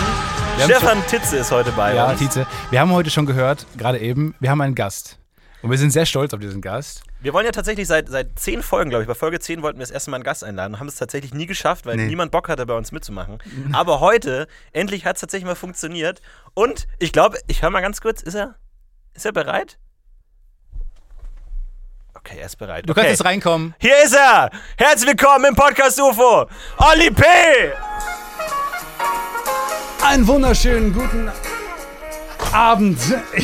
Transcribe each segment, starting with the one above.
haben Stefan Titze ist heute bei Ja, uns. Tietze, wir haben heute schon gehört, gerade eben, wir haben einen Gast. Und wir sind sehr stolz auf diesen Gast. Wir wollen ja tatsächlich seit, seit zehn Folgen, glaube ich, bei Folge 10 wollten wir das erste Mal einen Gast einladen und haben es tatsächlich nie geschafft, weil Nee. niemand Bock hatte, bei uns mitzumachen. Aber heute, endlich hat es tatsächlich mal funktioniert. Und ich glaube, ich höre mal ganz kurz, ist er, ist er bereit? Okay, er ist bereit. Du okay. kannst jetzt reinkommen. Hier ist er! Herzlich willkommen im Podcast UFO! Olli P! Einen wunderschönen guten Abend.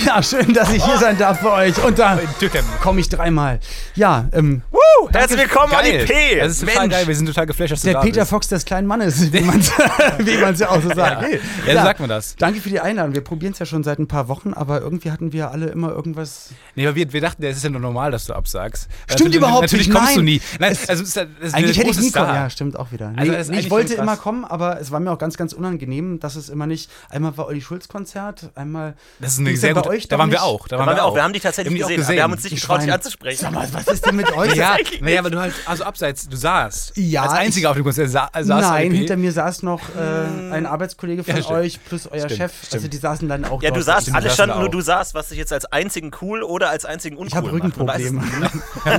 Ja, schön, dass ich hier sein darf bei euch. Und da Tücken. komme ich dreimal. Ja, ähm, Woo! Herzlich willkommen, Olli P! Das ist total geil, wir sind total geflasht, dass der du da Peter bist. Fox des kleinen Mannes, wie man's- wie man es ja auch so sagt. Nee, Ja, so klar. sagt man das. Danke für die Einladung. Wir probieren es ja schon seit ein paar Wochen, aber irgendwie hatten wir alle immer irgendwas. Nee, aber wir, wir dachten, es ist ja nur normal, dass du absagst. Äh, Stimmt natürlich, überhaupt natürlich nicht, kommst du nein. nie. Nein, also, es ist, ja- es ist Eigentlich eine hätte ich große nie kommen. Star. Ja, stimmt auch wieder. Nee, Also, das ist nee, eigentlich ich wollte schon krass. immer kommen, aber es war mir auch ganz, ganz unangenehm, dass es immer nicht. Einmal war Olli Schulz Konzert, einmal. Das ist eine ging's sehr ja bei gute, euch Da doch waren wir nicht. auch. Da Waren wir auch, wir haben dich tatsächlich Haben die auch gesehen, aber wir haben uns nicht Die getraut, dich Schweine. anzusprechen. Sag mal, was ist denn mit euch? Ja, eigentlich naja, weil du halt, also abseits, du saßt. Ja, Als einziger auf dem Konzert sa saß Nein, LP. hinter mir saß noch äh, ein Arbeitskollege von Ja, stimmt. euch plus euer Stimmt, Chef. Also stimmt. die saßen dann auch Ja, dort. du saßt, stimmt, alle saßen standen wir nur, auch. du saßt, was dich jetzt als einzigen cool oder als einzigen uncool Ich habe macht. Man weiß es Rückenprobleme.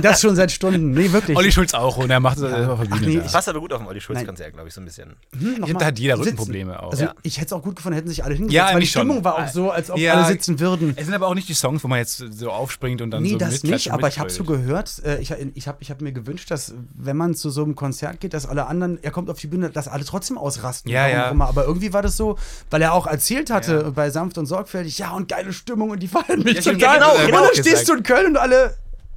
das schon seit Stunden. Nee, wirklich. Olli Schulz auch und er macht das auf der Ach Bühne. nee, da. nicht. Passt aber gut auf den Olli Schulz Nein. Konzert, glaube ich, so ein bisschen. Hm, noch da mal hat jeder sitzen. Rückenprobleme auch. Also Ja. ich hätte es auch gut gefunden, hätten sich alle Ja, hingesetzt, weil die eigentlich schon. Stimmung war auch so, als ob Ja. alle sitzen würden. Es sind aber auch nicht die Songs, wo man jetzt so aufspringt und dann Nee, so das mitklatscht nicht, und aber ich habe so mitbrüllt. gehört, äh, ich, ich habe ich hab mir gewünscht, dass wenn man zu so einem Konzert geht, dass alle anderen, er kommt auf die Bühne, dass alle trotzdem ausrasten. Ja, warum ja. auch immer. Aber irgendwie war das so, weil er auch erzählt hatte bei Sanft und Sorgfältig, ja und geile Stimmung und die feiern mich Ja, stimmt, total. genau, genau. Und dann stehst du in Köln und alle,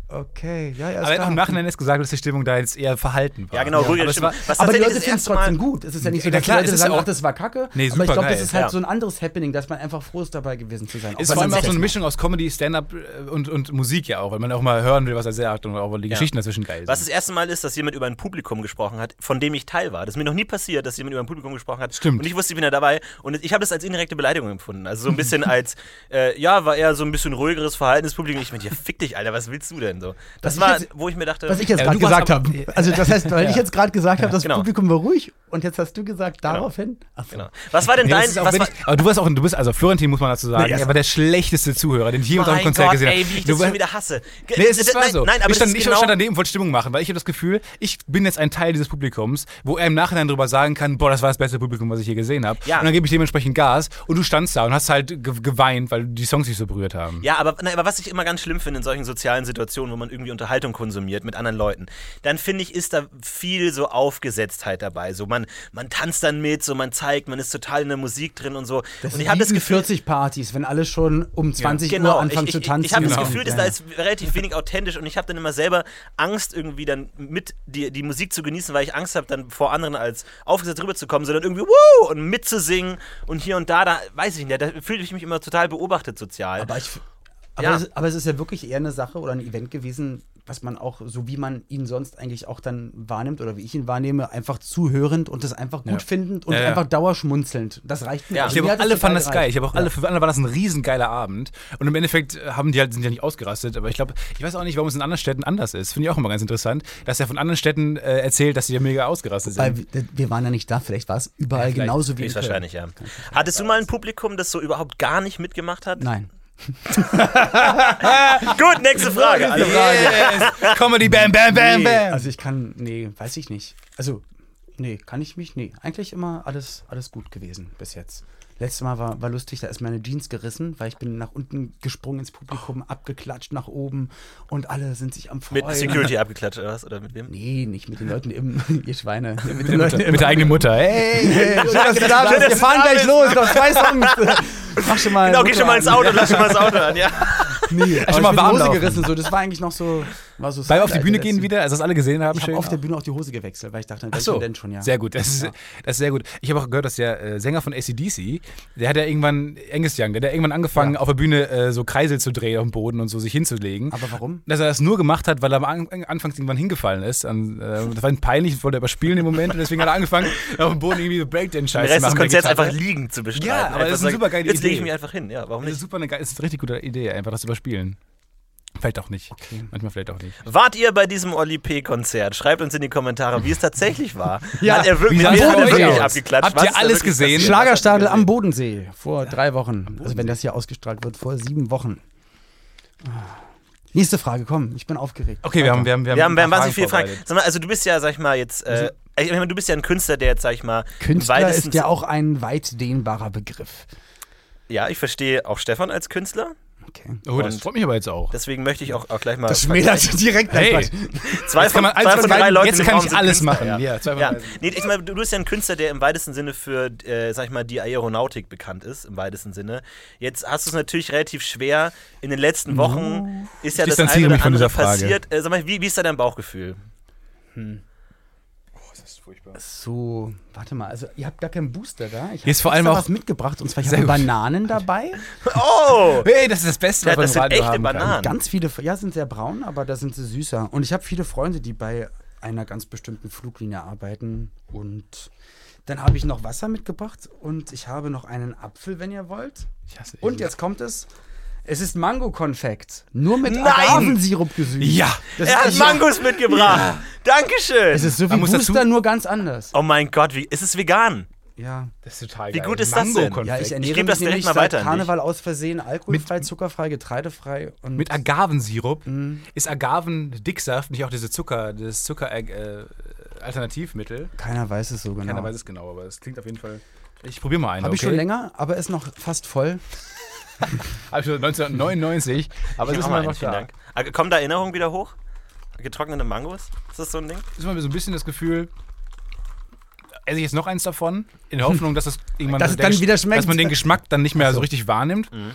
okay, ja, ja, ist Aber er hat klar. auch im Nachhinein ist gesagt, dass die Stimmung da jetzt eher verhalten war. Ja, genau, ruhiger aber es war, Stimmen. Was aber tatsächlich die Leute das finden es erste Mal- trotzdem gut. Es ist ja nicht so, Ja, dass klar, die es Leute ist sagen, auch- ach, das war kacke. Nee, aber ich glaube, supergeil, das ist halt ja. so ein anderes Happening, dass man einfach froh ist, dabei gewesen zu sein. Auch Ist wenn vor allem man auch so eine selbst- Mischung aus Comedy, Stand-up äh, und, und Musik ja auch, weil man auch mal hören will, was er sagt und auch weil die Geschichten dazwischen geil sind. Was das erste Mal ist, dass jemand über ein Publikum gesprochen hat, von dem ich Teil war. Das ist mir noch nie passiert, dass jemand über ein Publikum gesprochen hat. Stimmt. Und ich wusste, ich bin da dabei. Und ich habe das als indirekte Beleidigung empfunden. Also so ein bisschen als, äh, ja, war eher so ein bisschen ruhigeres Verhalten des Publikums. Ich meine, ja, fick dich, Alter, was willst du denn so? Das Was war, ich jetzt- wo ich mir dachte, Was ich jetzt Ja, gerade du warst gesagt aber- habe. Also das heißt, weil ich jetzt gerade gesagt habe, das Genau. Publikum war ruhig und jetzt hast du gesagt, daraufhin. Ach so. genau. was war denn Nee, das dein, ist auch, was wenn war, ich, aber du warst auch, du bist, also Florentin muss man dazu sagen, Nee, also- er war der schlechteste Zuhörer, den ich jemals auf mein einem Konzert Gott, gesehen habe. ey, wie ich Du das war- schon wieder hasse. Ge- Nee, es, es war nein, so. Nein, aber ich stand, das ich ist genau, stand daneben und wollte Stimmung machen, weil ich habe das Gefühl, ich bin jetzt ein Teil dieses Publikums, wo er im Nachhinein drüber sagen kann, boah, das war das beste Publikum, was ich hier gesehen habe. Ja. Und dann gebe ich dementsprechend Gas und du standst da und hast halt ge geweint, weil die Songs dich so berührt haben. Ja, aber, nein, aber was ich immer ganz schlimm finde in solchen sozialen Situationen, wo man irgendwie Unterhaltung konsumiert mit anderen Leuten, dann finde ich, ist da viel so Aufgesetztheit dabei. So man, man tanzt dann mit, so man zeigt, man ist total in der Musik drin und so. und ich habe das Gefühl, 40 Partys, wenn alle schon um 20 genau, Uhr anfangen ich, zu ich, tanzen. ich habe das Genau. Gefühl, dass da ist relativ wenig authentisch und ich habe dann immer selber Angst irgendwie dann mit die, die Musik zu genießen, weil ich Angst habe dann vor anderen als aufgesetzt rüberzukommen, sondern irgendwie wow und mitzusingen und hier und da, da weiß ich nicht, da fühle ich mich immer total beobachtet sozial. Aber, ich, aber, Ja. es, aber es ist ja wirklich eher eine Sache oder ein Event gewesen, was man auch, so wie man ihn sonst eigentlich auch dann wahrnimmt oder wie ich ihn wahrnehme, einfach zuhörend und das einfach gut findend und Ja, ja. einfach dauerschmunzelnd. Das reicht mir. Also Ja. Ich mir habe hat auch alle fanden das total geil. gereicht. Ich habe auch alle, für alle war das ein riesengeiler Abend. Und im Endeffekt äh, haben die halt, sind ja nicht ausgerastet. Aber ich glaube, ich weiß auch nicht, warum es in anderen Städten anders ist. Finde ich auch immer ganz interessant, dass er von anderen Städten äh, erzählt, dass die ja mega ausgerastet sind. Weil wir- wir waren ja nicht da, vielleicht war es überall vielleicht. genauso wie in Köln. Höchstwahrscheinlich, ja. Hattest du mal ein Publikum, das so überhaupt gar nicht mitgemacht hat? Nein. Gut, nächste Frage. Also, Ah! Yes. Comedy, bam, bam, bam, Nee, bam. also ich kann, nee, weiß ich nicht. Also, nee, kann ich mich, nee. Eigentlich immer alles, alles gut gewesen bis jetzt. Letztes Mal war, war lustig, da ist meine Jeans gerissen, weil ich bin nach unten gesprungen ins Publikum, Oh. abgeklatscht nach oben und alle sind sich am Freuen. mit Security abgeklatscht oder was? Oder mit wem? Nee, nicht mit den Leuten im, ihr Schweine. Mit Mit der Mutter- mit der eigenen Mutter. Hey. Hey, schön, dass du da Schön, dass bist. Wir du fahren da bist. gleich los, noch zwei Songs. Mach schon mal. Genau, geh schon mal ins Motor Auto, lass schon mal das Auto an, ja. an. Nee, aber mal schon mal warm die Hose laufen. gerissen, so. Das war eigentlich noch so. War so Weil wir auf die Highlight Bühne der gehen letzten- wieder, also dass alle gesehen haben. Ich schön. habe auf der Bühne auch die Hose gewechselt, weil ich dachte, Ach welche so, denn schon, ja. sehr gut. Das ist, das ist sehr gut. Ich habe auch gehört, dass der äh, Sänger von ACDC, der hat ja irgendwann, Angus Young, der hat ja irgendwann angefangen, auf der Bühne äh, so Kreisel zu drehen auf dem Boden und so sich hinzulegen. Aber warum? Dass er das nur gemacht hat, weil er am An Anfang irgendwann hingefallen ist. An, äh, das war ihm peinlich, das wollte er überspielen im Moment und deswegen hat er angefangen, auf dem Boden irgendwie so Den Breakdance-Scheiße zu Rest des machen. mit Konzerts der Gitarre. einfach liegen zu bestreiten. Ja, aber das Einfach ist eine sagen, supergeile Jetzt lege ich Idee. mich einfach hin, ja, warum Das ist nicht? super eine, geile- das ist eine richtig gute Idee, einfach das zu überspielen. Vielleicht auch nicht. Manchmal vielleicht auch nicht. Wart ihr bei diesem Oli P-Konzert? Schreibt uns in die Kommentare, wie es tatsächlich war. Ja, Hat er wirklich, wie sah's wir haben aus? wirklich Habt abgeklatscht? ihr Was ist da alles wirklich gesehen? passiert? Schlagerstadel am Bodensee vor drei Wochen. Also wenn das hier ausgestrahlt wird, vor sieben Wochen. Ah. Nächste Frage, komm, ich bin aufgeregt. Okay, wir haben, wir haben, Wir haben, wir haben ein paar wahnsinnig viele Fragen. vorbereitet. Sag mal, also du bist ja, sag ich mal, jetzt. Äh, ich meine, du bist ja ein Künstler, der jetzt, sag ich mal, im Künstler weitesten- ist ja auch ein weit dehnbarer Begriff. Ja, ich verstehe auch Stefan als Künstler. Okay. Oh, das Und- freut mich aber jetzt auch. Deswegen möchte ich auch, auch gleich mal. Das schmälert direkt Hey. einfach. zwei von, kann man- eins zwei von von drei beiden- Leuten jetzt im kann Raum ich sind alles Künstler, machen. Ja, zwei von ja. drei sind- Nee, ich meine, du bist ja ein Künstler, der im weitesten Sinne für, äh, sag ich mal, die Aeronautik bekannt ist, im weitesten Sinne. Jetzt hast du es natürlich relativ schwer. In den letzten Wochen ist ja Mhm. Ich das eine distanziere mich oder von andere dieser Frage. passiert. Äh, sag mal, wie, wie ist da dein Bauchgefühl? So, warte mal, also ihr habt gar keinen Booster da. Ich Hier ist vor allem extra auch- was mitgebracht und zwar ich Sehr habe gut. Bananen dabei. Oh! Hey, das ist das Beste, Ja, was man das im sind Radio echte haben Bananen. kann. Mann. Ganz viele, ja, sind sehr braun, aber da sind sie süßer. Und ich habe viele Freunde, die bei einer ganz bestimmten Fluglinie arbeiten. Und dann habe ich noch Wasser mitgebracht und ich habe noch einen Apfel, wenn ihr wollt. Ich hasse Und ihn. jetzt kommt es. Es ist Mango-Konfekt. Nur mit Nein! Agavensirup gesüßt. Ja. Das er hat ist, Mangos mitgebracht! Dankeschön! es ist so wie Man muss dazu- Booster, nur ganz anders. oh mein Gott, wie, ist es vegan? Ja. Das ist total Wie geil. gut ist das denn? Mango-Konfekt. Ja, ich Ich ernähre geb das mich direkt nämlich mal seit weiter an dich. Karneval aus Versehen alkoholfrei, zuckerfrei, getreidefrei und Mit Agavensirup Mhm. ist Agavendicksaft nicht auch diese Zucker, das Zucker-Alternativmittel? keiner weiß es so genau. Keiner weiß es genau, aber es klingt auf jeden Fall. Ich probiere mal einen. Habe ich okay? schon länger, aber ist noch fast voll. Habe ich schon 1999, aber es Ich ist mach immer einen, noch vielen da. Dank. Ah, Kommen da Erinnerungen wieder hoch? Getrocknete Mangos? Ist das so ein Ding? Ist immer so ein bisschen das Gefühl, esse ich jetzt noch eins davon, in der Hoffnung, dass das irgendwann Dass so es der dann Gesch- wieder schmeckt. Dass man den Geschmack dann nicht mehr so richtig wahrnimmt. Mhm.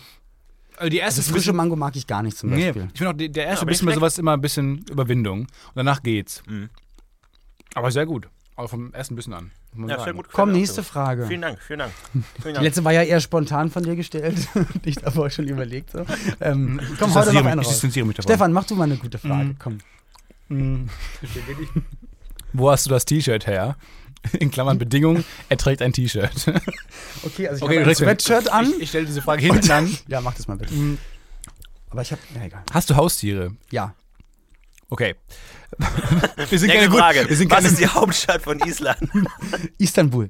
Also die erste Das frische Mango mag ich gar nicht zum Nee, Beispiel. ich finde auch die- der erste aber bisschen nicht bei sowas immer ein bisschen Überwindung. Und danach geht's. Mhm. Aber sehr gut. Auch vom ersten bisschen an. muss man Ja, sagen. sehr gut. Komm, Vielen nächste Dank. Frage. Vielen Dank, vielen Dank. Vielen Die Dank. letzte war ja eher spontan von dir gestellt. ich davor schon überlegt. So. Ähm, komm, heute distanziere noch mich- eine ich raus. distanziere mich davon. Mhm. Stefan, mach du mal eine gute Frage. Komm. Wo hast du das T-Shirt her? In Klammern Bedingung, er trägt ein T-Shirt. Okay, also ich Okay, habe ein direkt- Sweatshirt an. Ich, ich stelle diese Frage hinten an. ja, mach das mal bitte. Aber ich habe, ja egal. Hast du Haustiere? Ja. Okay. Wir sind Nächste gut- Frage. Wir sind Was keine ist die Hauptstadt von Island? Istanbul.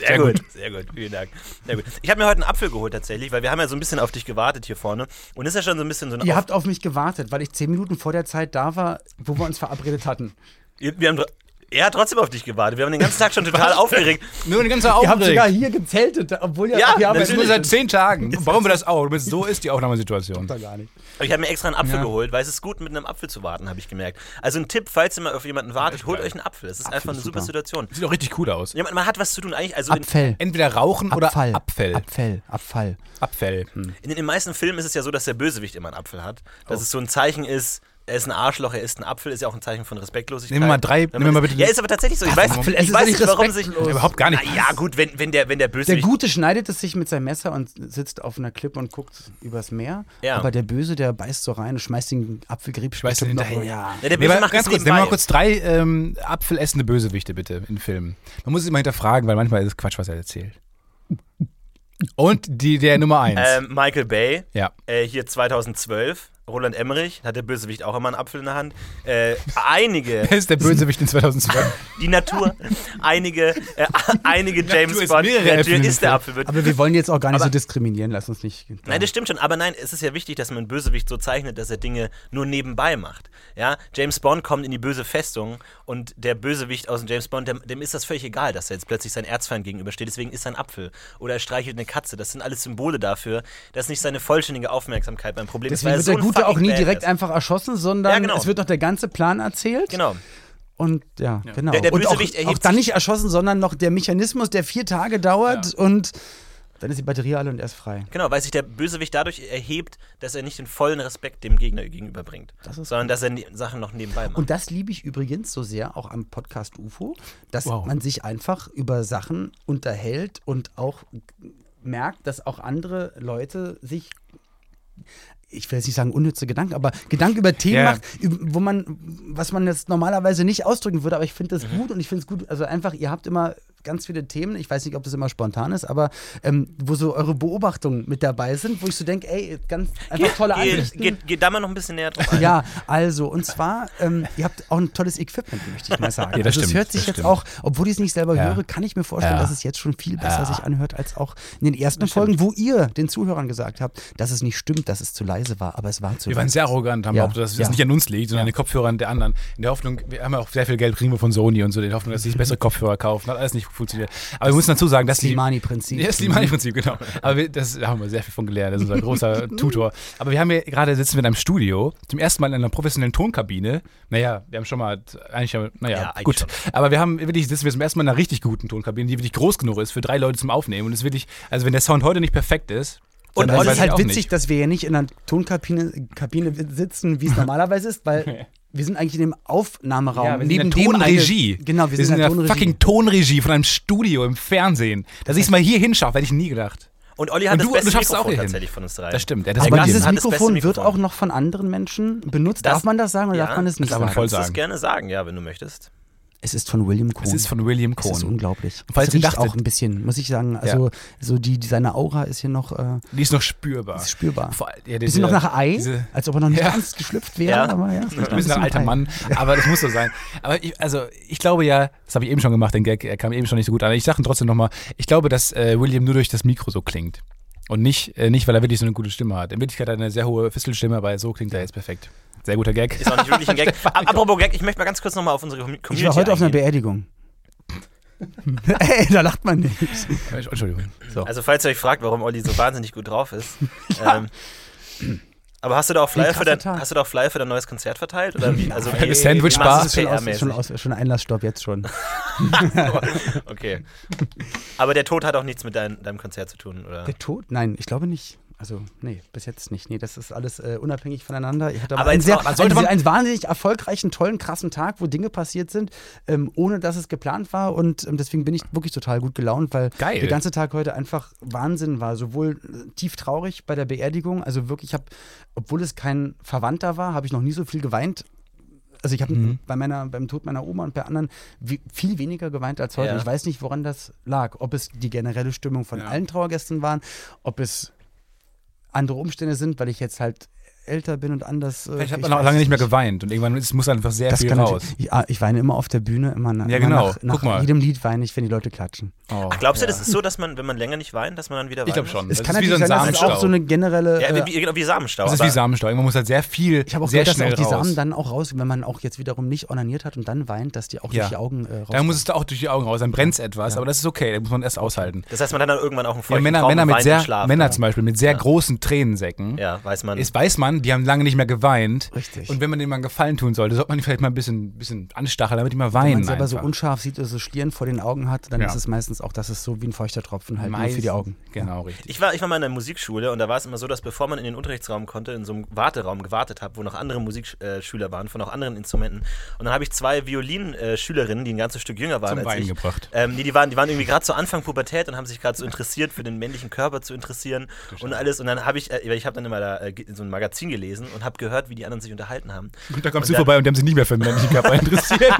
Sehr, gut. sehr gut, vielen Dank. Sehr gut. Ich habe mir heute einen Apfel geholt tatsächlich, weil wir haben ja so ein bisschen auf dich gewartet hier vorne. Und ist ja schon so ein bisschen so ein Ihr auf habt auf mich gewartet, weil ich zehn Minuten vor der Zeit da war, wo wir uns verabredet hatten. Ihr- wir haben dr- er hat trotzdem auf dich gewartet. Wir haben den ganzen Tag schon total aufgeregt. Nur eine ganze Ihr habt sogar Aufregung. hier gezeltet, obwohl ihr Ja, ihr Das ist arbeitet nur seit nicht. zehn Tagen. Warum wir das auch? So ist die Aufnahmesituation. Doch gar nicht. Aber Ich habe mir extra einen Apfel Ja. geholt, weil es ist gut, mit einem Apfel zu warten, habe ich gemerkt. Also ein Tipp, falls ihr mal auf jemanden wartet, holt euch einen Apfel. Das ist einfach eine ist super, super. Situation. Sieht auch richtig cool aus. Ja, man, man hat was zu tun eigentlich. Also in, Abfall. Entweder rauchen Abfall. oder Hm. Abfell. Abfall. Abfall. Abfell. in den meisten Filmen ist es ja so, dass der Bösewicht immer einen Apfel hat. Dass Oh. es so ein Zeichen ist, er ist ein Arschloch, er ist ein Apfel, ist ja auch ein Zeichen von Respektlosigkeit. Nehmen wir mal drei- Wenn man nehmen wir mal das- bitte- Ja, ist aber tatsächlich so. Ich weiß, Apfel essen ich ist weiß ja nicht nicht, warum sich. respektlos. Überhaupt gar nicht. Na ja, gut, wenn, wenn, der, wenn der Der Bösewicht. Gute schneidet es sich mit seinem Messer und sitzt auf einer Klippe und guckt übers Meer. Ja. Aber der Böse, der beißt so rein und schmeißt den Apfelgrieb Schmeißt den bestimmt hinterher. noch- Ja, der Nee, Böse aber macht ganz es kurz, nehmen wir nebenbei. mal kurz drei ähm, apfelessende Bösewichte bitte in Filmen. Man muss es immer hinterfragen, weil manchmal ist es Quatsch, was er erzählt. Und die, der Nummer eins. Ähm, Michael Bay, ja. äh, hier 2012. Roland Emmerich, hat der Bösewicht auch immer einen Apfel in der Hand. Äh, einige, Wer ist der Bösewicht in 2012? die Natur, einige, äh, einige James ist Bond. mehrere Natürlich Äpfel in dem ist der Apfel. Wird Aber wir wollen jetzt auch gar nicht Aber- so diskriminieren, lass uns nicht. Nein, das stimmt schon, aber nein, es ist ja wichtig, dass man einen Bösewicht so zeichnet, dass er Dinge nur nebenbei macht. Ja, James Bond kommt in die böse Festung und der Bösewicht aus dem James Bond, dem, dem ist das völlig egal, dass er jetzt plötzlich seinem Erzfeind gegenübersteht, deswegen ist er ein Apfel oder er streichelt eine Katze. Das sind alles Symbole dafür, dass nicht seine vollständige Aufmerksamkeit beim Problem Deswegen wird ist. der weil er so ein Gute auch fucking nie Badass direkt ist. einfach erschossen, sondern Ja, genau. es wird noch der ganze Plan erzählt. Genau. Und ja, genau. Der- der und auch, Bösewicht erhebt auch dann sich- nicht erschossen, sondern noch der Mechanismus, der vier Tage dauert und dann ist die Batterie alle und er ist frei. Genau, weil sich der Bösewicht dadurch erhebt, dass er nicht den vollen Respekt dem Gegner gegenüberbringt, Das ist sondern dass er die Sachen noch nebenbei macht. Und das liebe ich übrigens so sehr auch am Podcast UFO, dass Wow. man sich einfach über Sachen unterhält und auch merkt, dass auch andere Leute sich ich will jetzt nicht sagen unnütze Gedanken, aber Gedanken über Themen Ja. macht, üb- wo Mhm. man, was man jetzt normalerweise nicht ausdrücken würde, aber ich finde das gut und ich finde es gut, also einfach, ihr habt immer ganz viele Themen, ich weiß nicht, ob das immer spontan ist, aber ähm, wo so eure Beobachtungen mit dabei sind, wo ich so denke, ey, ganz einfach tolle Geh, Ansichten. geh, geh da mal noch ein bisschen näher drauf ein. Ja, also, und zwar, ähm, ihr habt auch ein tolles Equipment, möchte ich mal sagen. Ja, das also, es stimmt, hört sich das jetzt stimmt. auch, obwohl ich es nicht selber Ja. höre, kann ich mir vorstellen, Ja. dass es jetzt schon viel besser Ja. sich anhört als auch in den ersten Folgen, wo ihr den Zuhörern gesagt habt, dass es nicht stimmt, dass es zu leise war, aber es war zu Wir waren leise. sehr arrogant, haben Ja, behauptet, dass es ja. nicht an uns liegt, sondern an den Kopfhörern der anderen. In der Hoffnung, wir haben ja auch sehr viel Geld, kriegen wir von Sony und so, in der Hoffnung, dass sie sich bessere Kopfhörer kaufen. Hat alles nicht funktioniert. Aber wir müssen dazu sagen, dass die. Slimani-Prinzip. Ja, Slimani-Prinzip, genau. Aber wir, das, da haben wir sehr viel von gelernt. Das ist unser großer Tutor. Aber wir haben hier gerade sitzen wir in einem Studio, zum ersten Mal in einer professionellen Tonkabine. Naja, wir haben schon mal, eigentlich, haben wir- naja, Ja, eigentlich gut. schon. Aber wir haben wirklich, sitzen wir zum ersten Mal in einer richtig guten Tonkabine, die wirklich groß genug ist für drei Leute zum Aufnehmen. Und es ist wirklich, also wenn der Sound heute nicht perfekt ist, Und dann Und weiß es ist ich halt auch witzig, nicht. dass wir ja nicht in einer Tonkabine Kabine sitzen, wie es normalerweise ist, weil wir sind eigentlich in dem Aufnahmeraum. Ja, wir sind neben in der dem Tonregie. Eine, genau, wir, sind in der, Tonregie. fucking Tonregie von einem Studio im Fernsehen. Dass ich es mal hier hinschaffe, hätte ich nie gedacht. Und Olli hat Und das du- beste du schaffst es auch Mikrofon hier hin. tatsächlich von uns drei. Das stimmt. Er hat das aber bei dir. dieses hat das beste Mikrofon wird Mikrofon. auch noch von anderen Menschen benutzt. Das- darf man das sagen oder Ja, darf man das nicht das darf man sagen? voll Kannst du das sagen. gerne sagen, ja, wenn du möchtest. Es ist von William Cohn. es ist von William Es ist Cohn. unglaublich. Und falls es ihr riecht dachtet- auch ein bisschen, muss ich sagen. Also so die, die seine Aura ist hier noch äh, Die ist noch spürbar. ist spürbar. Vor allem- ja, diese- Bisschen noch nach Ei, Also, diese- als ob er noch nicht Ja. ganz geschlüpft wäre. Ja. Aber ja, es riecht noch ein bisschen ein alter Ei. Mann, aber das muss so sein. Aber ich, also ich glaube ja, das habe ich eben schon gemacht, den Gag, er kam eben schon nicht so gut an. Ich sage ihn trotzdem nochmal, ich glaube, dass äh, William nur durch das Mikro so klingt. Und nicht, äh, nicht, weil er wirklich so eine gute Stimme hat. In Wirklichkeit hat er eine sehr hohe Fistelstimme, aber so klingt er jetzt perfekt. Sehr guter Gag. Ist auch nicht wirklich ein Gag. Ap- Apropos Gag, ich möchte mal ganz kurz nochmal auf unsere Com- Community Ich war heute auf einer eingehen. Beerdigung. Ey, da lacht man nicht. Entschuldigung. So. Also falls ihr euch fragt, warum Olli so wahnsinnig gut drauf ist. ähm, aber hast du da auch Flyer, Ein für dein, krasser Tag. hast du da auch Flyer für dein neues Konzert verteilt? Oder wie? Also, wie, Sandwich wie machst Bar. du Das es ist schon, aus, PR-mäßig? schon, aus, schon Einlassstopp jetzt schon. Okay. Aber der Tod hat auch nichts mit dein, deinem Konzert zu tun, oder? Genau. Der Tod? Nein, ich glaube nicht. Also, nee, bis jetzt nicht. Nee, das ist alles äh, unabhängig voneinander. Ich hatte aber, Aber einen, jetzt sehr, auch- einen, sollte man- einen wahnsinnig erfolgreichen, tollen, krassen Tag, wo Dinge passiert sind, ähm, ohne dass es geplant war. Und ähm, deswegen bin ich wirklich total gut gelaunt, weil Geil. der ganze Tag heute einfach Wahnsinn war. Sowohl äh, tief traurig bei der Beerdigung, also wirklich, ich habe, obwohl es kein Verwandter war, habe ich noch nie so viel geweint. Also ich habe bei meiner, beim Tod meiner Oma und bei anderen wie, viel weniger geweint als heute. Ja. Ich weiß nicht, woran das lag. Ob es die generelle Stimmung von Ja. allen Trauergästen waren, ob es andere Umstände sind, weil ich jetzt halt älter bin und anders. äh, Vielleicht hat ich man auch weiß lange nicht mehr es geweint und irgendwann es muss halt einfach sehr Das viel kann raus. natürlich- Ich, ah, ich weine immer auf der Bühne, immer, na, Ja, immer genau. nach, nach Guck mal. jedem Lied weine ich, wenn die Leute klatschen. Oh, Ach, glaubst du, ja. das ist so, dass man, wenn man länger nicht weint, dass man dann wieder weint? Ich glaube schon. Es das kann ist wie so natürlich ein sein, dass es Samenstau. auch so eine generelle. Ja, äh, wie, wie, genau wie Samenstau. das ist aber- wie Samenstau. Man muss halt sehr viel, ich habe auch sehr gehört, dass schnell auch die raus. Samen dann auch raus, wenn man auch jetzt wiederum nicht onaniert hat und dann weint, dass die auch Ja. durch die Augen äh, raus. Dann muss es da auch durch die Augen raus, dann brennt es etwas, aber das ist okay, da muss man erst aushalten. das heißt, man hat dann irgendwann auch einen Ja, feuchten Männer, Traum Männer, und mit weint sehr, im Schlaf. Männer zum Beispiel mit sehr großen Tränensäcken, ja, weiß man. ist, weiß man, die haben lange nicht mehr geweint. Richtig. Und wenn man denen mal einen Gefallen tun sollte, sollte man die vielleicht mal ein bisschen, bisschen anstacheln, damit die mal weinen. wenn man selber so einfach. unscharf sieht oder so Schlieren vor den Augen hat, dann Ja. ist es meistens auch, dass es so wie ein feuchter Tropfen halt nur Meist- für die Augen. Genau, richtig. Ich war, ich war mal in der Musikschule und da war es immer so, dass bevor man in den Unterrichtsraum konnte, in so einem Warteraum gewartet habe, wo noch andere Musikschüler äh, waren, von auch anderen Instrumenten. Und dann habe ich zwei Violinschülerinnen, die ein ganzes Stück jünger waren Zum als Weinen ich. gebracht. Ähm, nee, die waren, die waren irgendwie gerade zu Anfang Pubertät und haben sich gerade so interessiert, für den männlichen Körper zu interessieren und alles. Und dann habe ich, äh, weil ich habe dann immer da äh, ge- so ein Magazin gelesen und habe gehört, wie die anderen sich unterhalten haben. Und da Und kommst du dann- vorbei und die haben sich nicht mehr für den männlichen Körper interessiert.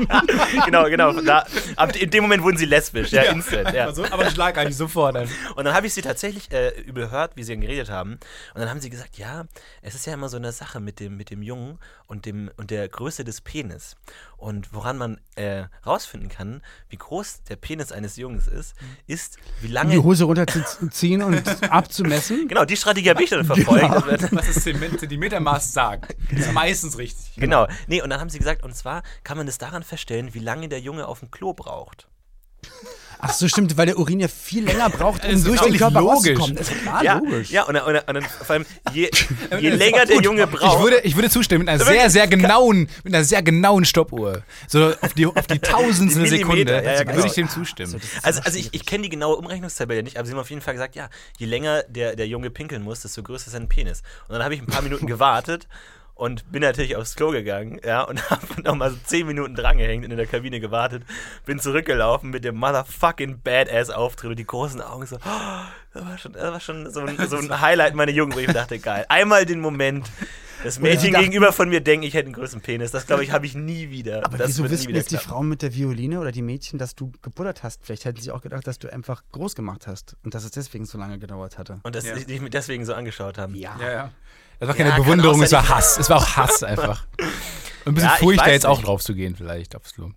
genau, genau. Da, ab, in dem Moment wurden sie lesbisch, ja, instant. Ja. Einfach so, aber schlagartig sofort. Dann. Und dann habe ich sie tatsächlich äh, überhört, wie sie dann geredet haben. Und dann haben sie gesagt, ja, es ist ja immer so eine Sache mit dem, mit dem Jungen und, dem, und der Größe des Penis. Und woran man äh, rausfinden kann, wie groß der Penis eines Jungs ist, ist, wie Um die lange... Hose runterzuziehen und abzumessen. Genau, die Strategie habe ich dann verfolgt. Das wird- Was das Zentimetermaß sagt, ist meistens richtig. Genau. Nee, und dann haben sie gesagt, und zwar kann man es daran feststellen, wie lange der Junge auf dem Klo braucht. Ach so, stimmt, weil der Urin ja viel länger braucht, um Das ist durch den völlig Körper logisch. rauszukommen. Das ist klar ja, Ah, logisch. ja und, dann- und, dann- und dann vor allem, je, je länger der Junge braucht. Ich würde, ich würde zustimmen mit einer sehr, sehr genauen, mit einer sehr genauen Stoppuhr. So auf die, auf die tausendstel Die Sekunde Millimeter, ja, ja, genau. würde ich dem zustimmen. Also, also ich, ich kenne die genaue Umrechnungstabelle nicht, aber sie haben auf jeden Fall gesagt, ja, je länger der, der Junge pinkeln muss, desto größer ist sein Penis. Und dann habe ich ein paar Minuten gewartet und bin natürlich aufs Klo gegangen, ja, und habe nochmal so zehn Minuten drangehängt und in der Kabine gewartet, bin zurückgelaufen mit dem motherfucking Badass-Auftritt und die großen Augen so, oh, das war schon, das war schon so, ein, so ein Highlight meiner Jugend, wo ich mir dachte, geil, einmal den Moment, Das Oder sie Mädchen dachten- gegenüber von mir denkt, ich hätte einen größeren Penis. Das glaube ich, habe ich nie wieder. Aber das wieso wird nie wissen wieder jetzt die klappen. Frauen mit der Violine oder die Mädchen, dass du gebuddert hast? Vielleicht hätten sie auch gedacht, dass du einfach groß gemacht hast und dass es deswegen so lange gedauert hatte. Und dass Ja. ich mich deswegen so angeschaut haben. Ja, ja. Das war keine Ja, kann Bewunderung, auch es sein, war Hass. Es war auch Hass einfach. Und ein bisschen Ja, ich Furcht, da weiß jetzt auch nicht. drauf zu gehen, vielleicht aufs Klo.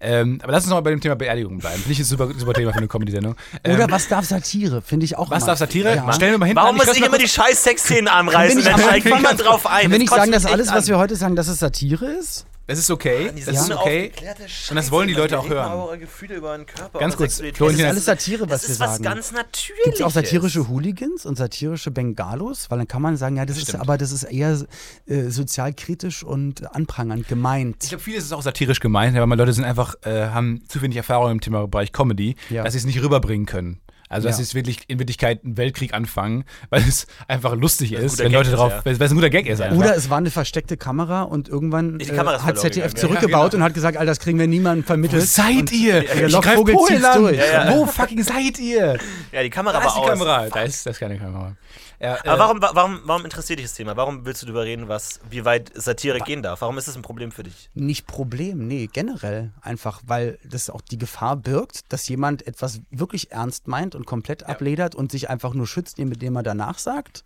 Ähm, aber lass uns noch mal bei dem Thema Beerdigung bleiben. Finde ich ein super, super Thema für eine Comedy-Sendung. Ähm, Oder was darf Satire? Finde ich auch was immer. darf Satire? Ja. Stellen wir mal hinten Warum an, muss kotze ich mal immer die kurz- scheiß Sexszenen Können anreißen? wir Dann nicht am steigt Anfang- niemand drauf ein. Wenn ich kotzt sagen, mich dass alles, echt was an. wir heute sagen, dass es Satire ist? Das ist okay. Diese Das ist okay. unaufgeklärte Scheiße, Und das wollen die Mann, Leute wir auch reden mal hören. über eure Gefühle über den Körper, Ganz eure kurz, Sexualität. Florian, Das ist Ja. alles Satire, was das wir ist was sagen. ganz Natürliches. Gibt es auch satirische Hooligans und satirische Bengalos? Weil dann kann man sagen, ja, das ist aber das ist eher äh, sozialkritisch und anprangernd Ich gemeint. glaube, vieles ist auch satirisch gemeint, aber Leute sind einfach, äh, haben zu wenig Erfahrung im Thema Bereich Comedy, Ja. dass sie es nicht rüberbringen können. Also, dass Ja. sie es wirklich in Wirklichkeit einen Weltkrieg anfangen, weil es einfach lustig ist, guter wenn Gag Leute ist, drauf, ja. weil es weil es ein guter Gag ist einfach. Oder es war eine versteckte Kamera und irgendwann Die äh, Kamera ist hat verloren ZDF gegangen, ja. zurückgebaut Ja, genau. und hat gesagt, all das kriegen wir niemandem Wo vermittelt. seid ihr? der ich greif Lochvogel Polen zieht's an. durch. Ja, ja. Wo fucking seid ihr? Ja, die Kamera Da war ist die aus. Kamera. Da ist, da ist keine Kamera. Ja, Aber äh, warum, wa- warum, warum interessiert dich das Thema? Warum willst du darüber reden, was, wie weit Satire gehen darf? Warum ist das ein Problem für dich? Nicht Problem, nee, generell einfach, weil das auch die Gefahr birgt, dass jemand etwas wirklich ernst meint und komplett abledert und sich einfach nur schützt, indem er danach sagt.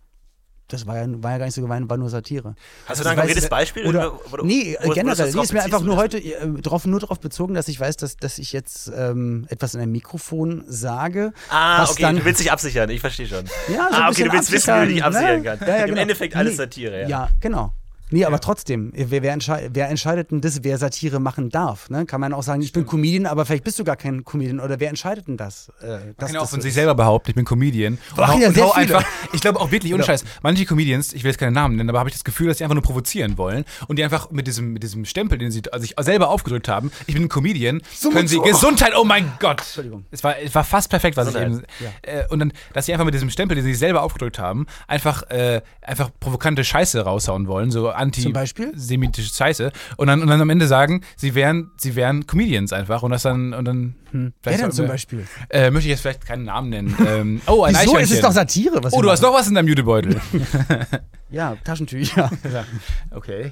Das war ja, war ja gar nicht so gemein, war nur Satire. Hast du Also da ein ich weiß- konkretes Beispiel? Oder, Oder- nee, oder- oder ist das generell. Nee, drauf ist mir einfach nur beziehst heute äh, drauf, nur darauf bezogen, dass ich weiß, dass, dass ich jetzt ähm, etwas in einem Mikrofon sage. Ah, was okay, dann, du willst dich absichern, ich verstehe schon. ja, so ein ah, okay, bisschen du willst wissen, wie du dich absichern absichern, kannst. ne? Ja, ja, Im genau. Endeffekt alles Nee. Satire, ja. Ja, genau. Nee, aber trotzdem, wer, wer, entschei wer entscheidet denn das, wer Satire machen darf? Ne? Kann man auch sagen, ich bin Comedian, aber vielleicht bist du gar kein Comedian. Oder wer entscheidet denn das? Äh, dass kann ja auch das von so sich ist? selber behaupten, ich bin Comedian. Und Machen hau- ja und sehr hau viele. einfach, ich glaube auch wirklich, ohne Scheiß, manche Comedians, ich will jetzt keine Namen nennen, aber habe ich das Gefühl, dass die einfach nur provozieren wollen und die einfach mit diesem, mit diesem Stempel, den sie also sich selber aufgedrückt haben, ich bin ein Comedian, können und sie, so. Gesundheit, oh mein Gott. Entschuldigung. Es war, es war fast perfekt, was ich eben, Gesundheit, äh, und dann, dass sie einfach mit diesem Stempel, den sie sich selber aufgedrückt haben, einfach, äh, einfach provokante Scheiße raushauen wollen, so anti- Zum Beispiel? semitische Scheiße und dann, und dann am Ende sagen, sie wären, sie wären Comedians einfach und das dann, und dann, hm, Wer vielleicht denn sollten zum wir- Beispiel? äh, möchte ich jetzt vielleicht keinen Namen nennen. Ähm, oh, ein Wieso? Es Eichhörnchen. ist doch Satire. Was Oh, wir du hast machen. noch was in deinem Judebeutel. Ja, Taschentücher. okay.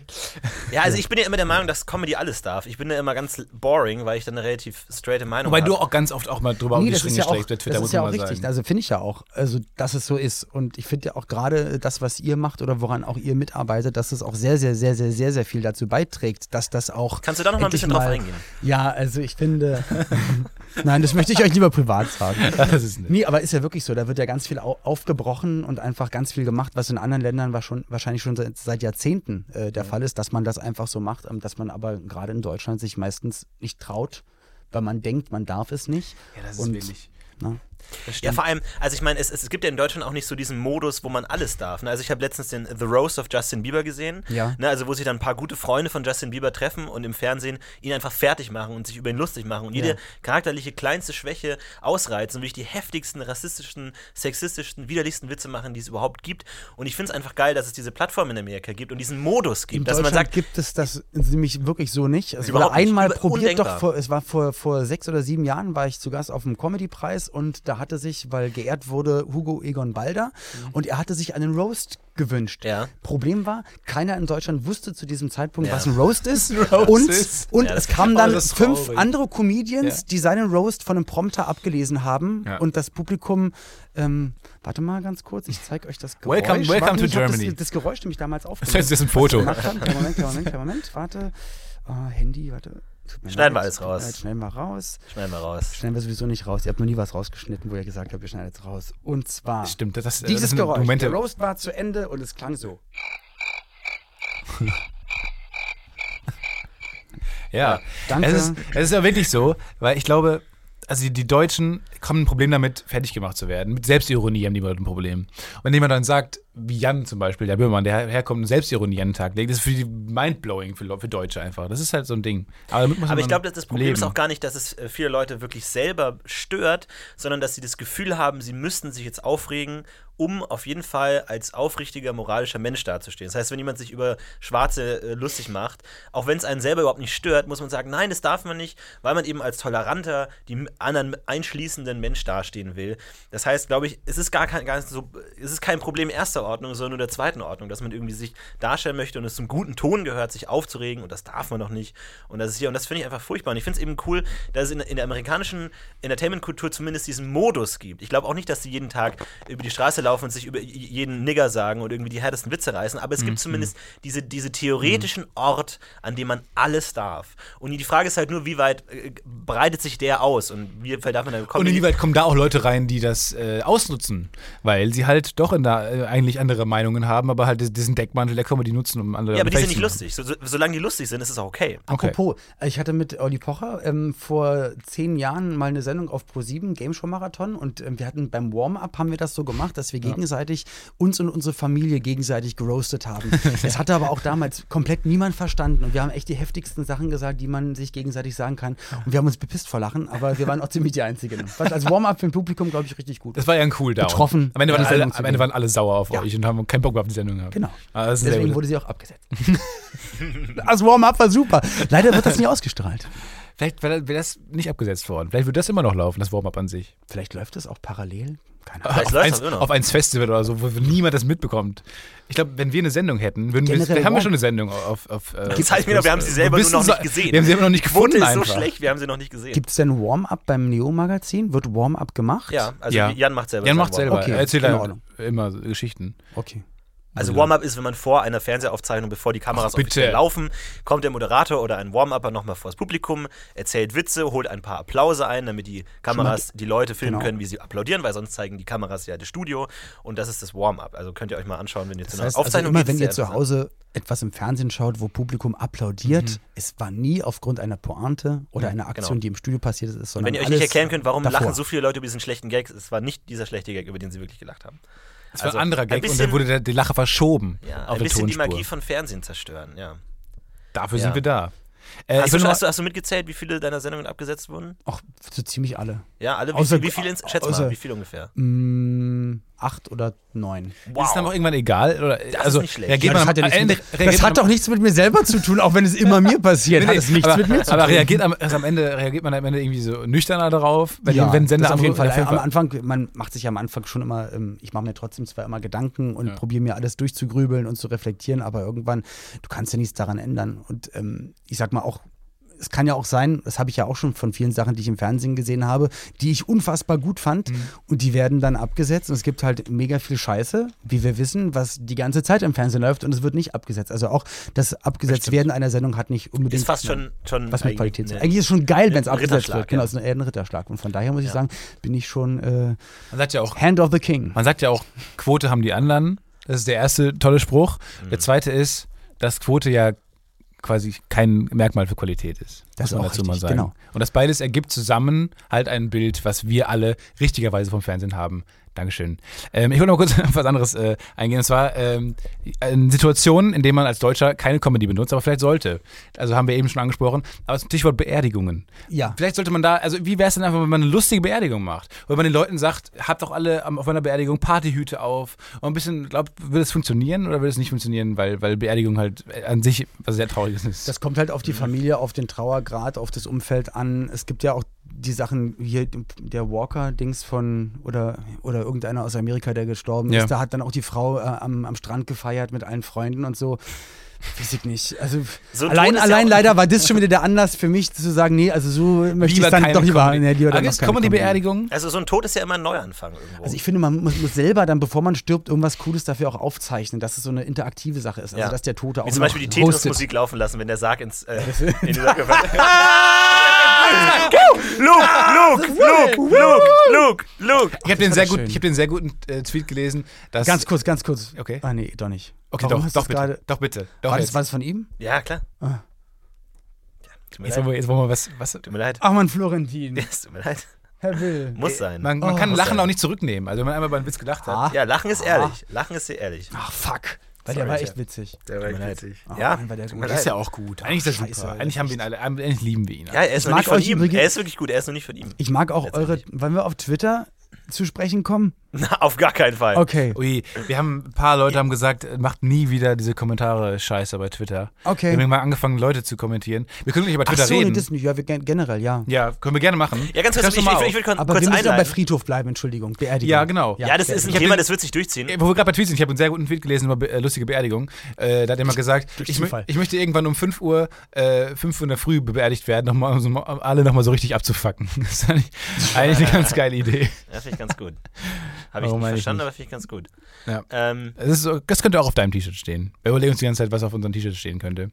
Ja, also ich bin ja immer der Meinung, dass Comedy alles darf. Ich bin ja immer ganz boring, weil ich dann eine relativ straighte Meinung Wobei habe. du auch ganz oft auch mal drüber auf Nee, die das ist Schlinge ja auch, streichst bei Twitter, das muss ist ja man auch mal richtig. sagen. Also finde ich ja auch, also dass es so ist. Und ich finde ja auch gerade äh, das, was ihr macht oder woran auch ihr mitarbeitet, dass es auch sehr, sehr, sehr, sehr, sehr, sehr viel dazu beiträgt, dass das auch. Kannst du da noch mal ein endlich bisschen drauf eingehen? Ja, also ich finde. Nein, das möchte ich euch lieber privat sagen. Das ist nicht. Nee, aber ist ja wirklich so. Da wird ja ganz viel au aufgebrochen und einfach ganz viel gemacht, was in anderen Ländern war schon, wahrscheinlich schon seit, seit Jahrzehnten äh, der Fall ist, dass man das einfach so macht, ähm, dass man aber gerade in Deutschland sich meistens nicht traut, weil man denkt, man darf es nicht. Ja, das ist und, wenig. ne? Ja, vor allem, also ich meine, es, es gibt ja in Deutschland auch nicht so diesen Modus, wo man alles darf. Ne? Also ich habe letztens den The Roast of Justin Bieber gesehen, Ja. ne? also wo sich dann ein paar gute Freunde von Justin Bieber treffen und im Fernsehen ihn einfach fertig machen und sich über ihn lustig machen und jede Ja. charakterliche kleinste Schwäche ausreizen und wirklich die heftigsten, rassistischen, sexistischen, widerlichsten Witze machen, die es überhaupt gibt. Und ich finde es einfach geil, dass es diese Plattform in Amerika gibt und diesen Modus gibt, In dass man Deutschland sagt, gibt es das nämlich wirklich so nicht. Es wurde Überhaupt nicht. einmal Über- probiert, undenkbar. doch vor, es war vor, vor sechs oder sieben Jahren, war ich zu Gast auf dem Comedy-Preis und da hatte sich, weil geehrt wurde, Hugo Egon Balder und er hatte sich einen Roast gewünscht. Ja. Problem war, keiner in Deutschland wusste zu diesem Zeitpunkt, Ja. was ein Roast ist. Roast und ist. und Ja, es das- kamen Oh, dann das ist fünf traurig. andere Comedians, Ja. die seinen Roast von einem Prompter abgelesen haben Ja. und das Publikum, ähm, warte mal ganz kurz, ich zeige euch das Geräusch. Welcome- welcome Warte, to ich hab Germany. Das, das Geräusch, nämlich damals aufgenommen. Das ist ein Foto. Moment, Moment, Moment, Moment, Moment, warte. Ah, Handy, warte. Tut mir Schneiden wir leid, alles tut mir raus. leid, Schneiden wir raus. schneiden wir raus. Schneiden wir sowieso nicht raus. Ihr habt noch nie was rausgeschnitten, wo ihr gesagt habt, ihr schneidet es raus. Und zwar Stimmt, das, das, das dieses sind Geräusch. Momente. Der Roast war zu Ende und es klang so. Ja, Danke. Es ist, es ist ja wirklich so, weil ich glaube, also die, die Deutschen haben ein Problem damit, fertig gemacht zu werden. Mit Selbstironie haben die Leute ein Problem. Und wenn man dann sagt, wie Jan zum Beispiel, der Böhmann, der herkommt und Selbstironie an den Tag legt, das ist für die mindblowing für, Leu- für Deutsche einfach. Das ist halt so ein Ding. Aber, damit muss Aber man ich glaube, dass das Problem leben. ist auch gar nicht, dass es äh, viele Leute wirklich selber stört, sondern dass sie das Gefühl haben, sie müssten sich jetzt aufregen, um auf jeden Fall als aufrichtiger moralischer Mensch dazustehen. Das heißt, wenn jemand sich über Schwarze äh, lustig macht, auch wenn es einen selber überhaupt nicht stört, muss man sagen, nein, das darf man nicht, weil man eben als toleranter, die m- anderen einschließenden Mensch dastehen will. Das heißt, glaube ich, es ist gar kein, gar nicht so, es ist kein Problem erster Ordnung, sondern nur der zweiten Ordnung, dass man irgendwie sich darstellen möchte und es zum guten Ton gehört, sich aufzuregen und das darf man doch nicht. Und das ist hier, und das finde ich einfach furchtbar. Und ich finde es eben cool, dass es in, in der amerikanischen Entertainment-Kultur zumindest diesen Modus gibt. Ich glaube auch nicht, dass die jeden Tag über die Straße laufen und sich über jeden Nigger sagen und irgendwie die härtesten Witze reißen, aber es gibt zumindest diese, diese theoretischen Ort, an dem man alles darf. Und die Frage ist halt nur, wie weit äh, breitet sich der aus und wie weit darf man da Und kommen. inwieweit kommen da auch Leute rein, die das äh, ausnutzen, weil sie halt doch in der, äh, eigentlich andere Meinungen haben, aber halt diesen Deckmantel der Comedy nutzen, um andere Ja, aber die sind fertig nicht zu lustig. So, so, solange die lustig sind, ist es auch okay. Okay. Apropos, äh, ich hatte mit Olli Pocher ähm, vor zehn Jahren mal eine Sendung auf Pro7 Game Show Marathon und ähm, wir hatten beim Warm-up haben wir das so gemacht, dass wir gegenseitig uns und unsere Familie gegenseitig geroastet haben. das hatte aber auch damals komplett niemand verstanden und wir haben echt die heftigsten Sachen gesagt, die man sich gegenseitig sagen kann und wir haben uns bepisst vor Lachen, aber wir waren auch ziemlich die Einzigen. Was als Warm-up für ein Publikum glaube ich richtig gut. Das war ja ein cool Down. Betroffen, Am Ende, waren die alle, Sendung zu am Ende gehen. waren alle sauer auf Ja. euch und haben keinen Bock mehr auf die Sendung gehabt. Genau. Ah, das ist Deswegen Deswegen wurde sie auch abgesetzt. Das Warm-up war super. Leider wird das nie ausgestrahlt. Vielleicht wäre wär das nicht abgesetzt worden. Vielleicht würde das immer noch laufen, das Warm-up an sich. Vielleicht läuft das auch parallel. Keine Ahnung. Vielleicht auf, läuft das eins, immer noch. auf eins Festival oder so, wo niemand das mitbekommt. Ich glaube, wenn wir eine Sendung hätten, würden wir. Generell Vielleicht haben wir Warm- schon eine Sendung auf. auf äh, Das heißt, wir haben sie selber Wir nur noch wissen nicht so- gesehen. Wir haben sie immer noch nicht gefunden. Quote ist so einfach. schlecht, wir haben sie noch nicht gesehen. Gibt es denn Warm-up beim Neo-Magazin? Wird Warm-up gemacht? ja, also Ja. Jan macht selber. Jan sein macht selber. Warm-up. Okay, er erzählt in ja Ordnung. immer so Geschichten. Okay. Also Warm-up ist, wenn man vor einer Fernsehaufzeichnung, bevor die Kameras Ach, bitte. offiziell laufen, kommt der Moderator oder ein Warm-upper nochmal vors Publikum, erzählt Witze, holt ein paar Applause ein, damit die Kameras die Leute filmen Genau. können, wie sie applaudieren, weil sonst zeigen die Kameras ja das Studio und das ist das Warm-up. Also könnt ihr euch mal anschauen, wenn ihr zu Das einer heißt, also Aufzeichnung immer geht, wenn ist ihr sehr zu interessant. Hause etwas im Fernsehen schaut, wo Publikum applaudiert, es war nie aufgrund einer Pointe oder einer Aktion, Mhm. genau. die im Studio passiert ist, sondern Wenn ihr euch alles nicht erklären könnt, warum davor. lachen so viele Leute über diesen schlechten Gag, es war nicht dieser schlechte Gag, über den sie wirklich gelacht haben. Es war ein anderer Gag und Also, bisschen- dann wurde der, die Lache verschoben Ja, ein auf der bisschen die Tonspur. Magie von Fernsehen zerstören, ja. Dafür Ja. sind wir da. Äh, ich Also Hast du, will schon, noch- hast, du, hast du mitgezählt, wie viele deiner Sendungen abgesetzt wurden? Auch so ziemlich alle. Ja, alle? Wie, Außer- wie viele? ins- Schätz außer- mal, wie viele ungefähr? Mm, acht oder neun. Ist es dann auch irgendwann egal? Oder, das ist nicht schlecht. Reagiert Aber man das hat, ja am Ende, nichts mit, das man hat doch nichts mit mir selber zu tun, auch wenn es immer mir passiert. Nee, hat nee, es nichts aber, mit mir zu aber tun. reagiert am, also am Ende reagiert man am Ende irgendwie so nüchterner darauf, wenn, ja, wenn Sender das auf jeden Fall. Fall- Am Anfang, man macht sich ja am Anfang schon immer, ähm, ich mache mir trotzdem zwar immer Gedanken und probiere mir alles durchzugrübeln und zu reflektieren, aber irgendwann, du kannst ja nichts daran ändern. Und ähm, ich sag mal auch, es kann ja auch sein, das habe ich ja auch schon von vielen Sachen, die ich im Fernsehen gesehen habe, die ich unfassbar gut fand und die werden dann abgesetzt und es gibt halt mega viel Scheiße, wie wir wissen, was die ganze Zeit im Fernsehen läuft und es wird nicht abgesetzt. Also auch das abgesetzt werden einer Sendung hat nicht unbedingt Ist fast schon, schon was mit eigentlich Qualität zu eine- tun. Eigentlich ist es schon geil, wenn es ein abgesetzt Ritterschlag, wird. Genau, ja. es ist eher ein Ritterschlag. Und von daher muss ich sagen, bin ich schon äh, Man sagt ja auch, Hand of the King. man sagt ja auch, Quote haben die anderen. Das ist der erste tolle Spruch. Hm. Der zweite ist, dass Quote ja quasi kein Merkmal für Qualität ist. Das muss man ist auch dazu mal richtig, sagen. genau. Und das beides ergibt zusammen halt ein Bild, was wir alle richtigerweise vom Fernsehen haben. Dankeschön. Ähm, ich wollte noch kurz auf was anderes äh, eingehen. Und zwar ähm, in Situationen, in denen man als Deutscher keine Comedy benutzt, aber vielleicht sollte. Also haben wir eben schon angesprochen. Aber das Stichwort Beerdigungen. Ja. Vielleicht sollte man da, also wie wäre es denn einfach, wenn man eine lustige Beerdigung macht? Wenn man den Leuten sagt, habt doch alle am- auf meiner Beerdigung Partyhüte auf und ein bisschen, glaubt, würde es funktionieren oder würde es nicht funktionieren, weil, weil Beerdigung halt an sich was sehr Trauriges ist. Das kommt halt auf die Familie, auf den Trauergrad, auf das Umfeld an. Es gibt ja auch die Sachen, hier der Walker-Dings von oder, oder irgendeiner aus Amerika, der gestorben Ja. ist, da hat dann auch die Frau äh, am, am Strand gefeiert mit allen Freunden und so. Weiß ich nicht. Also So ein Tod allein, ist ja allein auch- leider war das schon wieder der Anlass für mich zu sagen, nee, also so möchte ich es dann doch lieber. Comedy. Nee, lieber Aber dann gibt's doch keine Comedy. Comedy-Beerdigung? Also so ein Tod ist ja immer ein Neuanfang irgendwo. Also ich finde, man muss, muss selber dann, bevor man stirbt, irgendwas Cooles dafür auch aufzeichnen, dass es so eine interaktive Sache ist. Also Ja. dass der Tote auch Wie zum noch Beispiel die hostet. Tetris-Musik laufen lassen, wenn der Sarg ins... Äh, in den Sarg gefallen Luke, Luke, Luke, Luke, Luke, Luke. Ich habe den, sehr das gut- schön. ich hab den sehr guten äh, Tweet gelesen, dass. Ganz kurz, ganz kurz. Okay. Ah nee, doch nicht. Okay, Warum doch, hast doch du's bitte, gerade- doch bitte. Doch War bitte. das, war das von ihm? Ja, klar. Ah. Ja, tut mir jetzt, leid. wollen wir, jetzt wollen wir was. was Tut mir leid. Ach man, Florentin. Es tut mir leid. Herr Will. Muss sein. man man Oh. kann Muss Lachen sein. auch nicht zurücknehmen. Also, wenn man einmal über einen Witz gedacht hat. Ah. Ja, Lachen ist ehrlich. Lachen ist sehr ehrlich. Ach fuck. Weil Sorry, der war Chef. echt witzig. Der war witzig. Ja, Ah, Mann, war der tut gut. mir Das leid. ja auch gut. Eigentlich ist das Scheiße, super. Alter, Eigentlich haben wir ihn alle. Eigentlich lieben wir ihn. Ja, er ist Ich noch mag nicht von euch ihm. übrigens- Er ist wirklich gut, er ist noch nicht von ihm. Ich mag auch eure, Letztendlich. wenn wir auf Twitter zu sprechen kommen? Na, auf gar keinen Fall. Okay. Ui, wir haben ein paar Leute haben gesagt, äh, macht nie wieder diese Kommentare scheiße bei Twitter. Okay. Wir haben irgendwann angefangen, Leute zu kommentieren. Wir können nicht über Ach Twitter so, nee, reden. das nicht. Ja, wir gen generell, ja. ja, können wir gerne machen. Ja, ganz kurz, Schreib's ich, ich, doch mal ich, auf. ich will kurz, Aber kurz wir müssen doch bei einleiten. Friedhof bleiben, Entschuldigung, Beerdigung. Ja, genau. Ja, das ist ein Ich hab Thema, den- das wird sich durchziehen. Äh, Wo wir gerade bei Tweets sind, ich habe einen sehr guten Tweet gelesen über be äh, lustige Beerdigungen. Äh, da hat jemand gesagt, Durch ich, mö- Zufall. ich möchte irgendwann um 5 Uhr, äh, 5 Uhr in der Früh be- beerdigt werden, noch mal, um so, um alle nochmal so richtig abzufacken. Das ist eigentlich, eigentlich eine ganz geile Idee. Das finde ich ganz gut. Habe ich Warum nicht eigentlich verstanden, nicht? aber finde ich ganz gut. Ja. Ähm, Das, ist, so- das könnte auch auf deinem T-Shirt stehen. Wir überlegen uns die ganze Zeit, was auf unserem T-Shirt stehen könnte.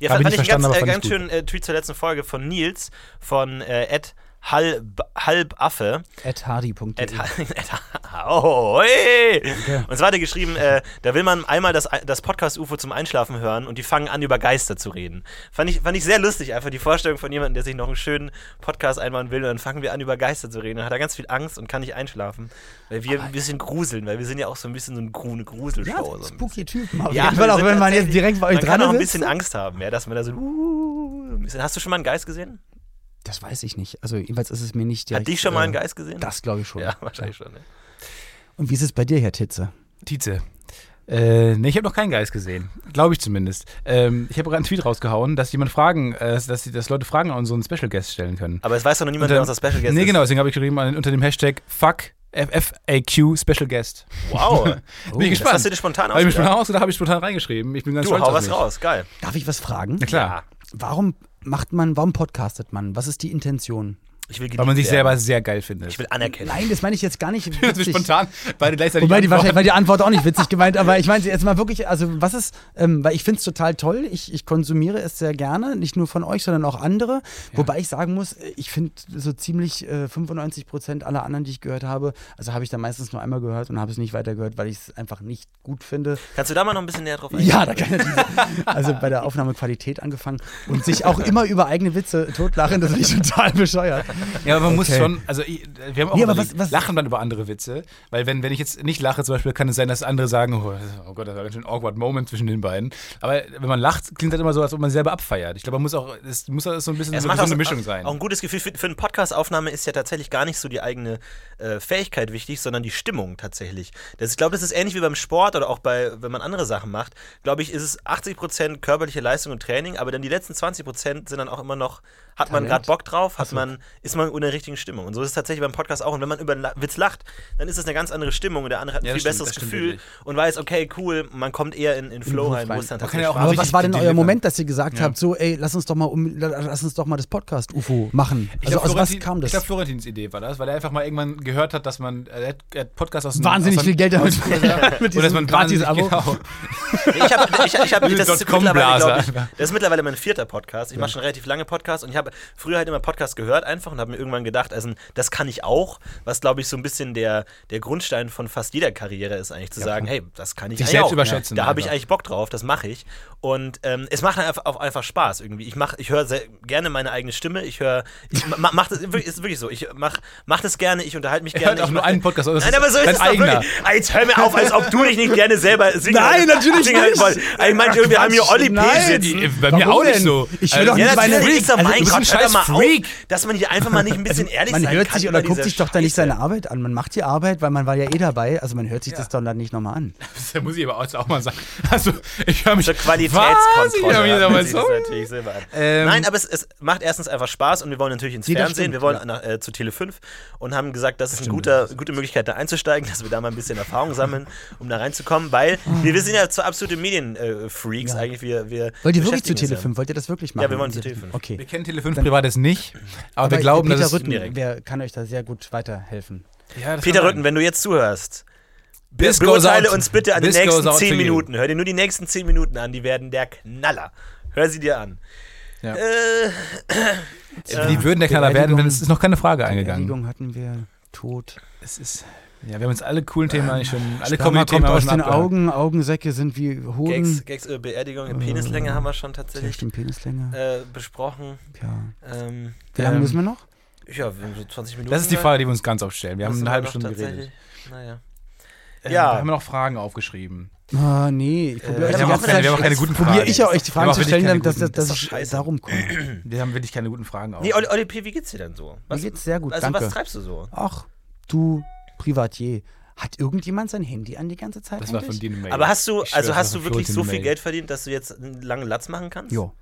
Ja, Hab fand ich ich nicht einen ganz, verstanden, aber äh, fand ich ganz schönen gut. äh, Tweet zur letzten Folge von Nils von äh, Ed Halb, Halbaffe. At hardy.de. Ed, Ed, oh, hey. Und zwar hat er geschrieben, äh, da will man einmal das, das Podcast-UFO zum Einschlafen hören und die fangen an, über Geister zu reden. Fand ich, fand ich sehr lustig, einfach die Vorstellung von jemandem, der sich noch einen schönen Podcast einbauen will und dann fangen wir an, über Geister zu reden. Dann hat er ganz viel Angst und kann nicht einschlafen, weil wir ein bisschen gruseln, weil wir sind ja auch so ein bisschen so eine grune Gruselshow. Ja, Oh, so ein spooky Typen. Auf ja, jeden Fall, wir auch sind wenn man jetzt tatsächlich- direkt bei euch man dran kann auch ein sitzt. bisschen Angst haben, ja, dass man da so uh, ein bisschen. Hast du schon mal einen Geist gesehen? Das weiß ich nicht. Also jedenfalls ist es mir nicht direkt. Hat dich schon mal äh, einen Geist gesehen? Das glaube ich schon. ja, wahrscheinlich schon. Ne? Und wie ist es bei dir, Herr Titze? Tietze. Äh, nee, ich habe noch keinen Geist gesehen. Glaube ich zumindest. Ähm, ich habe gerade einen Tweet rausgehauen, dass jemand Fragen, äh, dass, dass, die- dass Leute Fragen an unseren Special Guest stellen können. Aber es weiß doch noch niemand, wer unser Special Guest Nee, ist. genau, deswegen habe ich geschrieben an- unter dem Hashtag Fuck FFAQ Special Guest. Wow. Bin ich Das gespannt. Oh, hast du dir spontan Habe ich mir ausgedacht. spontan ausgedacht, habe ich spontan reingeschrieben. Ich bin ganz Du, stolz hau auf was mich. raus. Geil. Darf ich was fragen? Na klar, Ja. Warum macht man, warum podcastet man? Was ist die Intention? Ich will weil man sich geliebt werden. selber sehr geil findet. Ich will anerkennen. Nein, das meine ich jetzt gar nicht. Das ist witzig. spontan, weil die gleichzeitig Wobei die, wahrscheinlich antworten. war die Antwort auch nicht witzig gemeint, aber ich meine jetzt mal wirklich, also was ist, ähm, weil ich finde es total toll, ich, ich konsumiere es sehr gerne, nicht nur von euch, sondern auch andere. Wobei ich sagen muss, äh, ich finde so ziemlich äh, 95 Prozent aller anderen, die ich gehört habe, also habe ich dann meistens nur einmal gehört und habe es nicht weitergehört, weil ich es einfach nicht gut finde. Kannst du da mal noch ein bisschen näher drauf eingehen? Ja, da kann er diese, also bei der Aufnahmequalität angefangen und sich auch immer über eigene Witze totlachen, das finde ich total bescheuert. Ja, aber man muss Okay. schon, also ich, wir haben auch Nee, aber überlegt, was- was- lachen dann über andere Witze, weil wenn, wenn ich jetzt nicht lache zum Beispiel, kann es sein, dass andere sagen, oh, oh Gott, das war ganz schön awkward Moment zwischen den beiden. Aber wenn man lacht, klingt das immer so, als ob man selber abfeiert. Ich glaube, man muss auch, es muss auch so ein bisschen Es so, macht so auch, eine Mischung sein. auch ein gutes Gefühl. Für, für eine Podcast-Aufnahme ist ja tatsächlich gar nicht so die eigene äh, Fähigkeit wichtig, sondern die Stimmung tatsächlich. Das, ich glaube, das ist ähnlich wie beim Sport oder auch bei, wenn man andere Sachen macht. Glaube ich, ist es 80% körperliche Leistung und Training, aber dann die letzten 20% sind dann auch immer noch, hat man Talent. gerade Bock drauf, hat man, ist man in der richtigen Stimmung. Und so ist es tatsächlich beim Podcast auch. Und wenn man über einen La- Witz lacht, dann ist es eine ganz andere Stimmung und der andere hat ein Ja, viel das stimmt, besseres das stimmt Gefühl wirklich. und weiß, okay, cool, man kommt eher in, in Flow Groove rein, wo es dann Man rein. kann tatsächlich ja auch Spaß mal Aber richtig was war denn euer delivern. Moment, dass ihr gesagt Ja. habt, so, ey, lass uns doch mal um, lass uns doch mal das Podcast UFO machen. Ich Also glaub, aus was Florentin- kam das? Ich glaube, Florentins Idee war das, weil er einfach mal irgendwann gehört hat, dass man äh, er hat- er hat Podcast aus dem- Wahnsinnig aus viel Geld damit verdient. Mit Oder dass man diesem Gratis-Abo. wahnsinnig- Genau. Nee, Ich habe, ich, ich hab, das, ist Dotcom-Blase mittlerweile, glaub ich, einfach. das ist mittlerweile mein vierter Podcast. Ich mache schon relativ lange Podcasts und ich habe früher halt immer Podcasts gehört einfach und habe mir irgendwann gedacht, also das kann ich auch, was glaube ich so ein bisschen der, der Grundstein von fast jeder Karriere ist eigentlich zu sagen, hey, das kann ich Sich eigentlich selbst auch. überschätzen also. Da habe ich einfach. eigentlich Bock drauf, das mache ich und ähm, es macht einfach auch einfach Spaß irgendwie. Ich mache, ich höre sehr gerne meine eigene Stimme. Ich höre, ich ma- ma, mach das ist wirklich so. Ich mach, mach das gerne. Ich unterhalte mich gerne. hört auch ich nur mach- einen Podcast, also das Nein, ist aber so ist dein es doch eigener. wirklich. Ah, Jetzt hör mir auf, als ob du dich nicht gerne selber singen Nein, natürlich singen nicht. Halt voll. Ich meine, wir haben hier Olli P. Nein. sitzen. Äh, Bei mir Warum auch nicht denn? so. Ich will doch Also, nicht Ja, meine- natürlich ist er, also, mein du bist ein Gott, hör doch scheiß mal auf, Freak. dass man hier einfach mal nicht ein bisschen ehrlich Also, Man sein hört kann sich oder über guckt diese sich doch da nicht Scheiße. seine Arbeit an. Man macht die Arbeit, weil man war ja eh dabei. Also man hört sich das doch dann nicht nochmal an. Da muss ich aber auch, auch mal sagen. Also, ich höre mich. Zur Was? Ich hör mich Qualitätskontrolle. da mal hat so. man sich das natürlich selber an. Ähm. Nein, aber es, es macht erstens einfach Spaß und wir wollen natürlich ins Nee, das Fernsehen, stimmt, wir wollen ja. nach, äh, zu Tele 5 und haben gesagt, das ist eine guter, gute Möglichkeit, da einzusteigen, dass wir da mal ein bisschen Erfahrung sammeln, um da reinzukommen, weil wir, wir sind ja zwei absolute Medienfreaks Ah. Ja. eigentlich. Wir, wir Wollt ihr wirklich beschäftigen zu uns ja. Tele 5? Wollt ihr das wirklich machen? Ja, wir wollen zu Tele5. Wir Okay. kennen Tele5 privat jetzt nicht, aber, wir glauben, Peter dass es. Rütten, indirekt. wer kann euch da sehr gut weiterhelfen? Ja, das Peter kann Rütten, wenn du jetzt zuhörst, This Be beurteile goes out- uns bitte an den this goes nächsten out to 10 you. Minuten. Hör dir nur die nächsten 10 Minuten an, die werden der Knaller. Hör sie dir an. Ja. Äh, sein. Die würden der Knaller werden, wenn es ist noch keine Frage eingegangen. Beerdigung hatten wir, Tod. Es ist. Ja, wir haben uns alle coolen Themen eigentlich schon. Alle Sperma Comedy-Themen kommt haben wir aus schon den abgehakt. Augen, Augensäcke sind wie Gags, Hoden. Gags über Beerdigung in Penislänge haben wir schon Ja, tatsächlich stimmt, Penislänge. äh, besprochen. Ja. Ähm, Wie lange Ähm, müssen wir noch? ja, wir haben so 20 Minuten. Das ist die Frage, die wir uns ganz aufstellen. Wir Das haben sind eine halbe noch Stunde tatsächlich- geredet. Naja. Ähm, Ja. Da haben wir noch Fragen aufgeschrieben. Ah, nee, ich probiere wir euch Äh, Wir die haben auch ganze keine, wir haben auch Zeit. keine guten Fragen. Probiere ich ja euch Wir die haben Fragen auch zu wirklich stellen, keine damit, dass, dass, guten- dass ist doch ich scheiße. darum komme. Wir haben wirklich keine guten Fragen auf. Nee, Olli, Olli P., wie geht's dir denn so? Mir geht's sehr gut, also, danke. was treibst du so? Ach, du Privatier, hat irgendjemand sein Handy an die ganze Zeit? Das war eigentlich? von dir eine Mail. Aber hast du, Ich schwör, also das hast war du von wirklich Florentin so eine viel Mail. Geld verdient, dass du jetzt einen langen Latz machen kannst? Jo.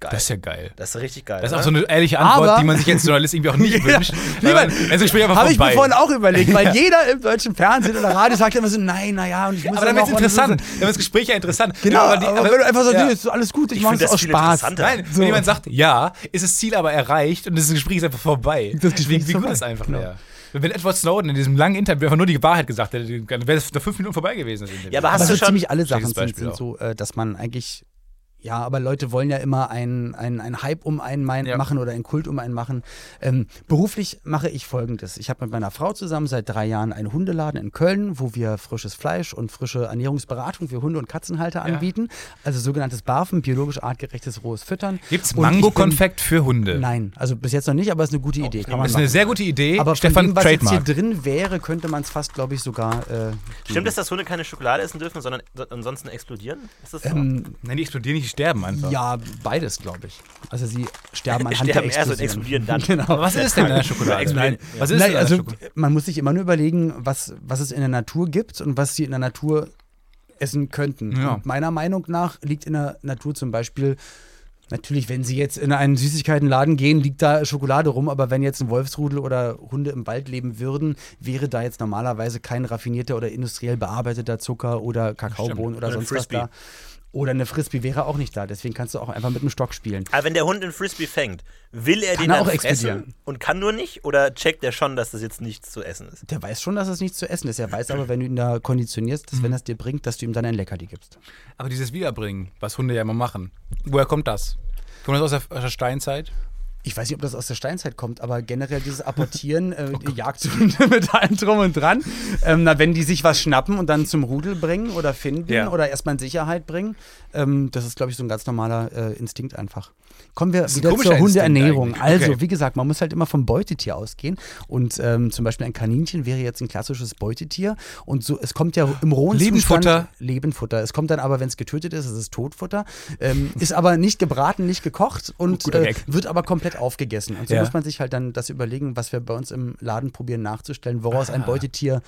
Geil. Das ist ja geil. Das ist richtig geil. Das ist ne? auch so eine ehrliche Antwort, Aber- die man sich als Journalist irgendwie auch nicht wünscht. Lieber- Aber- also ich spreche einfach Habe von ich mir beiden. vorhin auch überlegt, weil jeder im deutschen Fernsehen oder Radio sagt immer so, nein, naja, und ich muss Aber dann ja wird es noch- interessant. Dann wird das Gespräch ja interessant. Genau, aber aber, die- wenn du einfach so, ja. nee, ist alles gut, ich, Ich mache finde es das aus viel Spaß. interessanter. Nein, So. wenn jemand sagt, ja, ist das Ziel aber erreicht und das Gespräch ist einfach vorbei. Das Gespräch wie, ist wie gut vorbei, das einfach genau. wäre. Wenn Edward Snowden in diesem langen Interview einfach nur die Wahrheit gesagt hätte, dann wäre es nach fünf Minuten vorbei gewesen. das Interview. Ja, aber hast aber du so schon- ziemlich alle Sachen Schlechtes sind, Beispiel sind auch. so, äh, dass man eigentlich, ja, aber Leute wollen ja immer einen ein einen Hype um einen mein, Ja. machen oder einen Kult um einen machen. Ähm, beruflich mache ich folgendes. Ich habe mit meiner Frau zusammen seit drei Jahren einen Hundeladen in Köln, wo wir frisches Fleisch und frische Ernährungsberatung für Hunde und Katzenhalter anbieten. Also sogenanntes BAFEN, biologisch artgerechtes rohes Füttern. Gibt's Und ich bin- Mango-Konfekt für Hunde? Nein, also bis jetzt noch nicht, aber es ist eine gute Idee. Kann man Das ist eine machen. sehr gute Idee. aber Stefan von dem, was Trademark. jetzt hier drin wäre, könnte man es fast, glaube ich, sogar. Äh, Stimmt es, dass Hunde keine Schokolade essen dürfen, sondern so- ansonsten explodieren? Ist das so? Ähm, Nein, die explodieren nicht, die sterben einfach. Ja, beides, glaube ich. Also sie sterben anhand sterben erst der und Explosion. explodieren dann. Aber was ist denn in der Ja, Schokolade? explodieren. Was ist denn Genau. Nein, in der also Schokolade? man muss sich immer nur überlegen, was, was es in der Natur gibt und was sie in der Natur essen könnten. Ja. Und meiner Meinung nach liegt in der Natur zum Beispiel, natürlich, wenn sie jetzt in einen Süßigkeitenladen gehen, liegt da Schokolade rum, aber wenn jetzt ein Wolfsrudel oder Hunde im Wald leben würden, wäre da jetzt normalerweise kein raffinierter oder industriell bearbeiteter Zucker oder Kakaobohnen Oder oder ein sonst was Frisbee. da. Oder eine Frisbee wäre auch nicht da, deswegen kannst du auch einfach mit dem Stock spielen. Aber wenn der Hund einen Frisbee fängt, will er Kann den er dann auch fressen explodieren. und kann nur nicht? Oder checkt er schon, dass das jetzt nichts zu essen ist? Der weiß schon, dass es nichts zu essen ist. Er weiß aber, wenn du ihn da konditionierst, dass wenn er es dir bringt, dass du ihm dann ein Leckerli gibst. Aber dieses Wiederbringen, was Hunde ja immer machen, woher kommt das? Kommt das aus der, aus der Steinzeit? Ich weiß nicht, ob das aus der Steinzeit kommt, aber generell dieses Apportieren, äh, Oh Jagdhunde mit allem drum und dran. Ähm, na, wenn die sich was schnappen und dann zum Rudel bringen oder finden Ja. oder erstmal in Sicherheit bringen, ähm, das ist, glaube ich, so ein ganz normaler äh, Instinkt einfach. Kommen wir ist ein wieder komischer zur Instinkt Hundeernährung. eigentlich. Also, Okay. wie gesagt, man muss halt immer vom Beutetier ausgehen. Und ähm, zum Beispiel ein Kaninchen wäre jetzt ein klassisches Beutetier. Und so, es kommt ja im rohen Lebendfutter. Zustand. Lebenfutter. Es kommt dann aber, wenn es getötet ist, es ist Totfutter. Ähm, ist aber nicht gebraten, nicht gekocht und Oh, Guter äh, Gag. wird aber komplett aufgegessen. Und so Ja. muss man sich halt dann das überlegen, was wir bei uns im Laden probieren nachzustellen, woraus ein Beutetier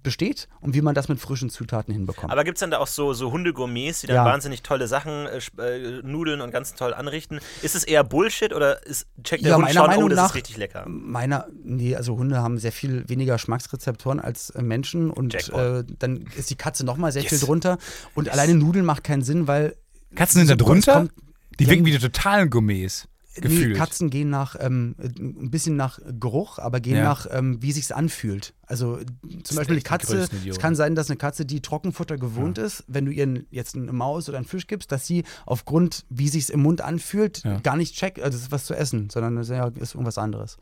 besteht und wie man das mit frischen Zutaten hinbekommt. Aber gibt es dann da auch so, so Hundegourmets, die dann Ja. wahnsinnig tolle Sachen, äh, sp- äh, Nudeln und ganz toll anrichten? Ist es eher Bullshit oder ist, checkt der Ja, Hund meiner schon, oh, Meinung das nach- ist richtig lecker? Meiner, nee, also Hunde haben sehr viel weniger Geschmacksrezeptoren als äh, Menschen und äh, Jackpot. dann ist die Katze nochmal sehr Yes. viel drunter. Und alleine Nudeln macht keinen Sinn, weil Katzen sind da So, drunter? es kommt- Die Ja. wirken wie die totalen Gourmets. Gefühlt. Nee, Katzen gehen nach ähm, ein bisschen nach Geruch, aber gehen Ja. nach, ähm, wie sich's anfühlt. Also zum Beispiel die echt die Katze, größten es Idioten. kann sein, dass eine Katze, die Trockenfutter gewohnt ist, wenn du ihr n- jetzt eine Maus oder einen Fisch gibst, dass sie aufgrund, wie sich's im Mund anfühlt, Ja. gar nicht checkt, also das ist was zu essen, sondern das ist ja- ist irgendwas anderes.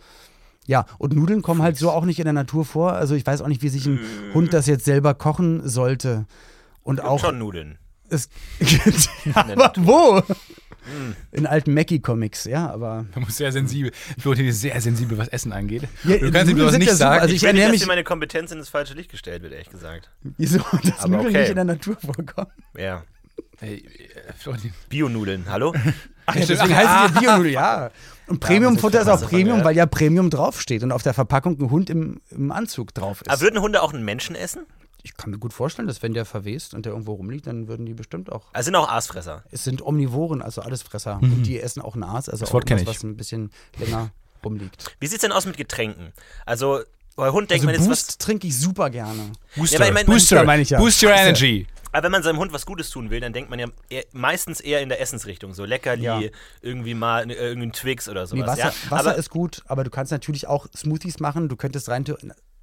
Ja, und Nudeln kommen halt so auch nicht in der Natur vor. Also ich weiß auch nicht, wie sich ein Hund das jetzt selber kochen sollte. Und Gibt auch Mm. schon Nudeln. es gibt, aber wo? Mm. In alten Mackie-Comics, ja, aber Man muss sehr sensibel. Florentin ist sehr sensibel, was Essen angeht. Ja, du kannst ihm Nudeln sowas sind nicht ja super. sagen. Also Ich, Ich will ernähr nicht, dass mich- mir meine Kompetenz in das falsche Licht gestellt wird, ehrlich gesagt. Wieso das Aber Nudeln okay. nicht in der Natur vorkommen? Ja. Ey, äh, Florentin. Ah. Bio-Nudeln, hallo? Ach, ja, stimmt. deswegen heißt es ja Bio-Nudeln, ja. Und Premium-Futter ist hast auch du Premium, von, ja. weil ja Premium draufsteht und auf der Verpackung ein Hund im, im Anzug drauf Aber ist. würden Hunde auch einen Menschen essen? Ich kann mir gut vorstellen, dass wenn der verwest und der irgendwo rumliegt, dann würden die bestimmt auch. Also sind auch Aasfresser. Es sind Omnivoren, also Allesfresser. Und die essen auch Nas, also Das auch Wort kenn etwas, was ich. ein bisschen länger rumliegt. Wie sieht's denn aus mit Getränken? Also, bei Hund denkt Also man jetzt, was, Boost trinke ich super gerne. Booster, aber ich mein- Booster, meine ich ja. Boost your energy. Aber wenn man seinem Hund was Gutes tun will, dann denkt man ja eher, meistens eher in der Essensrichtung. So Leckerli, Ja. irgendwie mal äh, irgendein Twix oder sowas. Nee, Wasser, ja? Wasser aber, ist gut, aber du kannst natürlich auch Smoothies machen. Du könntest rein,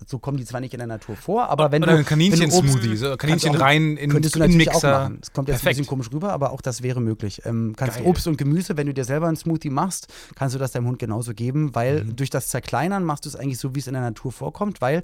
so kommen die zwar nicht in der Natur vor, aber wenn Oder du. ein Kaninchen-Smoothie. So Kannst Kaninchen auch- rein in Könntest du in natürlich auch Mixer. machen. Es kommt jetzt Perfekt. ein bisschen komisch rüber, aber auch das wäre möglich. Ähm, kannst Geil. Obst und Gemüse, wenn du dir selber einen Smoothie machst, kannst du das deinem Hund genauso geben, weil Mhm. durch das Zerkleinern machst du es eigentlich so, wie es in der Natur vorkommt, weil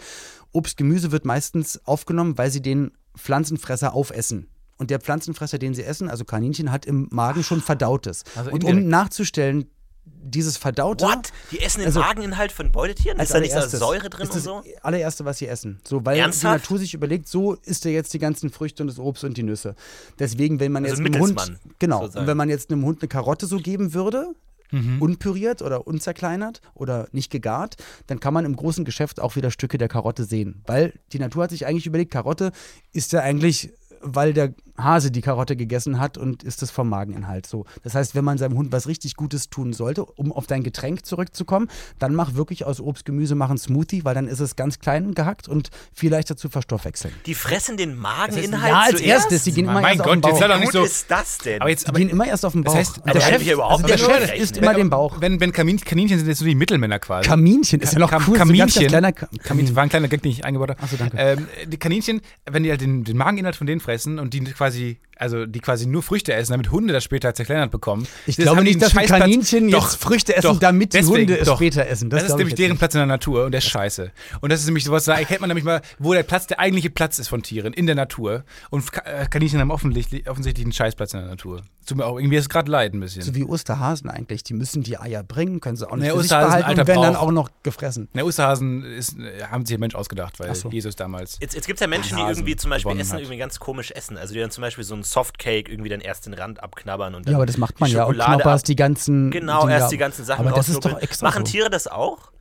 Obst, Gemüse wird meistens aufgenommen, weil sie den Pflanzenfresser aufessen. Und der Pflanzenfresser, den sie essen, also Kaninchen, hat im Magen schon Verdautes. Also und um indirekt. nachzustellen, dieses Verdaute. what? Die essen den Also- Mageninhalt von Beutetieren? Ist da nicht so allererstes Säure drin ist und das so? allererste, was sie essen. So, weil Ernsthaft? die Natur sich überlegt, so isst er jetzt die ganzen Früchte und das Obst und die Nüsse. Deswegen, wenn man Also jetzt ein einem Hund Mittelsmann, genau, sozusagen. und wenn man jetzt einem Hund eine Karotte so geben würde, Mhm. unpüriert oder unzerkleinert oder nicht gegart, dann kann man im großen Geschäft auch wieder Stücke der Karotte sehen. Weil die Natur hat sich eigentlich überlegt, Karotte ist ja eigentlich weil der Hase die Karotte gegessen hat und ist das vom Mageninhalt so. Das heißt, wenn man seinem Hund was richtig Gutes tun sollte, um auf dein Getränk zurückzukommen, dann mach wirklich aus Obst, Gemüse, mach einen Smoothie, weil dann ist es ganz klein gehackt und viel leichter zu verstoffwechseln. Die fressen den Mageninhalt Ja, als zuerst? erstes, die gehen immer Mein erst Gott, auf jetzt den sei Bauch. doch Wie nicht gut so. ist das denn? Aber jetzt, Die aber, gehen immer erst auf den Bauch. heißt, der aber hätte ich ja Chef, überhaupt also der nicht ne? Chef gerechnet. isst immer den Bauch. wenn, wenn Kamin, Kaninchen sind jetzt so die Mittelmänner quasi. Kaminchen ist ja noch Kam- cool. so ein ganz, Kaminchen. ganz kleiner Ka- Kamin, war ein kleiner Gag, den ich eingebaut habe. Ach so, danke. Ähm, die Kaninchen, wenn die halt den, den Mageninhalt von denen fressen und die quasi, also die quasi nur Früchte essen, damit Hunde das später zerkleinert bekommen. Ich das glaube haben die nicht, einen dass ein Scheißplatz- Kaninchen jetzt Früchte essen, damit die Hunde es später essen. Das Das, ist glaube ich nämlich jetzt deren nicht. Platz in der Natur und der ist scheiße. Und das ist nämlich sowas, da erkennt man nämlich mal, wo der Platz, der eigentliche Platz ist von Tieren, in der Natur. Und Ka- äh, Kaninchen haben offensichtlich, offensichtlich einen Scheißplatz in der Natur. Tut mir auch irgendwie ist gerade leid ein bisschen. So wie Osterhasen eigentlich. Die müssen die Eier bringen, können sie auch nicht Nee, für sich Osterhasen, behalten alter und werden dann Brauch. auch noch gefressen. Na, Osterhasen ist, äh, haben sich ein Mensch ausgedacht, weil Ach so. Jesus damals. Jetzt, jetzt gibt es ja Menschen, die Hasen irgendwie zum Beispiel gewonnen Essen hat. irgendwie ganz komisch essen. Also die dann zum Beispiel so einen Softcake irgendwie dann erst den Rand abknabbern und dann Ja, aber das macht man die ja. Und Schokolade knopperst ab- die ganzen. Genau, Dinger. erst die ganzen Sachen Aber das ist doch rausschnuppeln. extra. Machen so. Tiere das auch?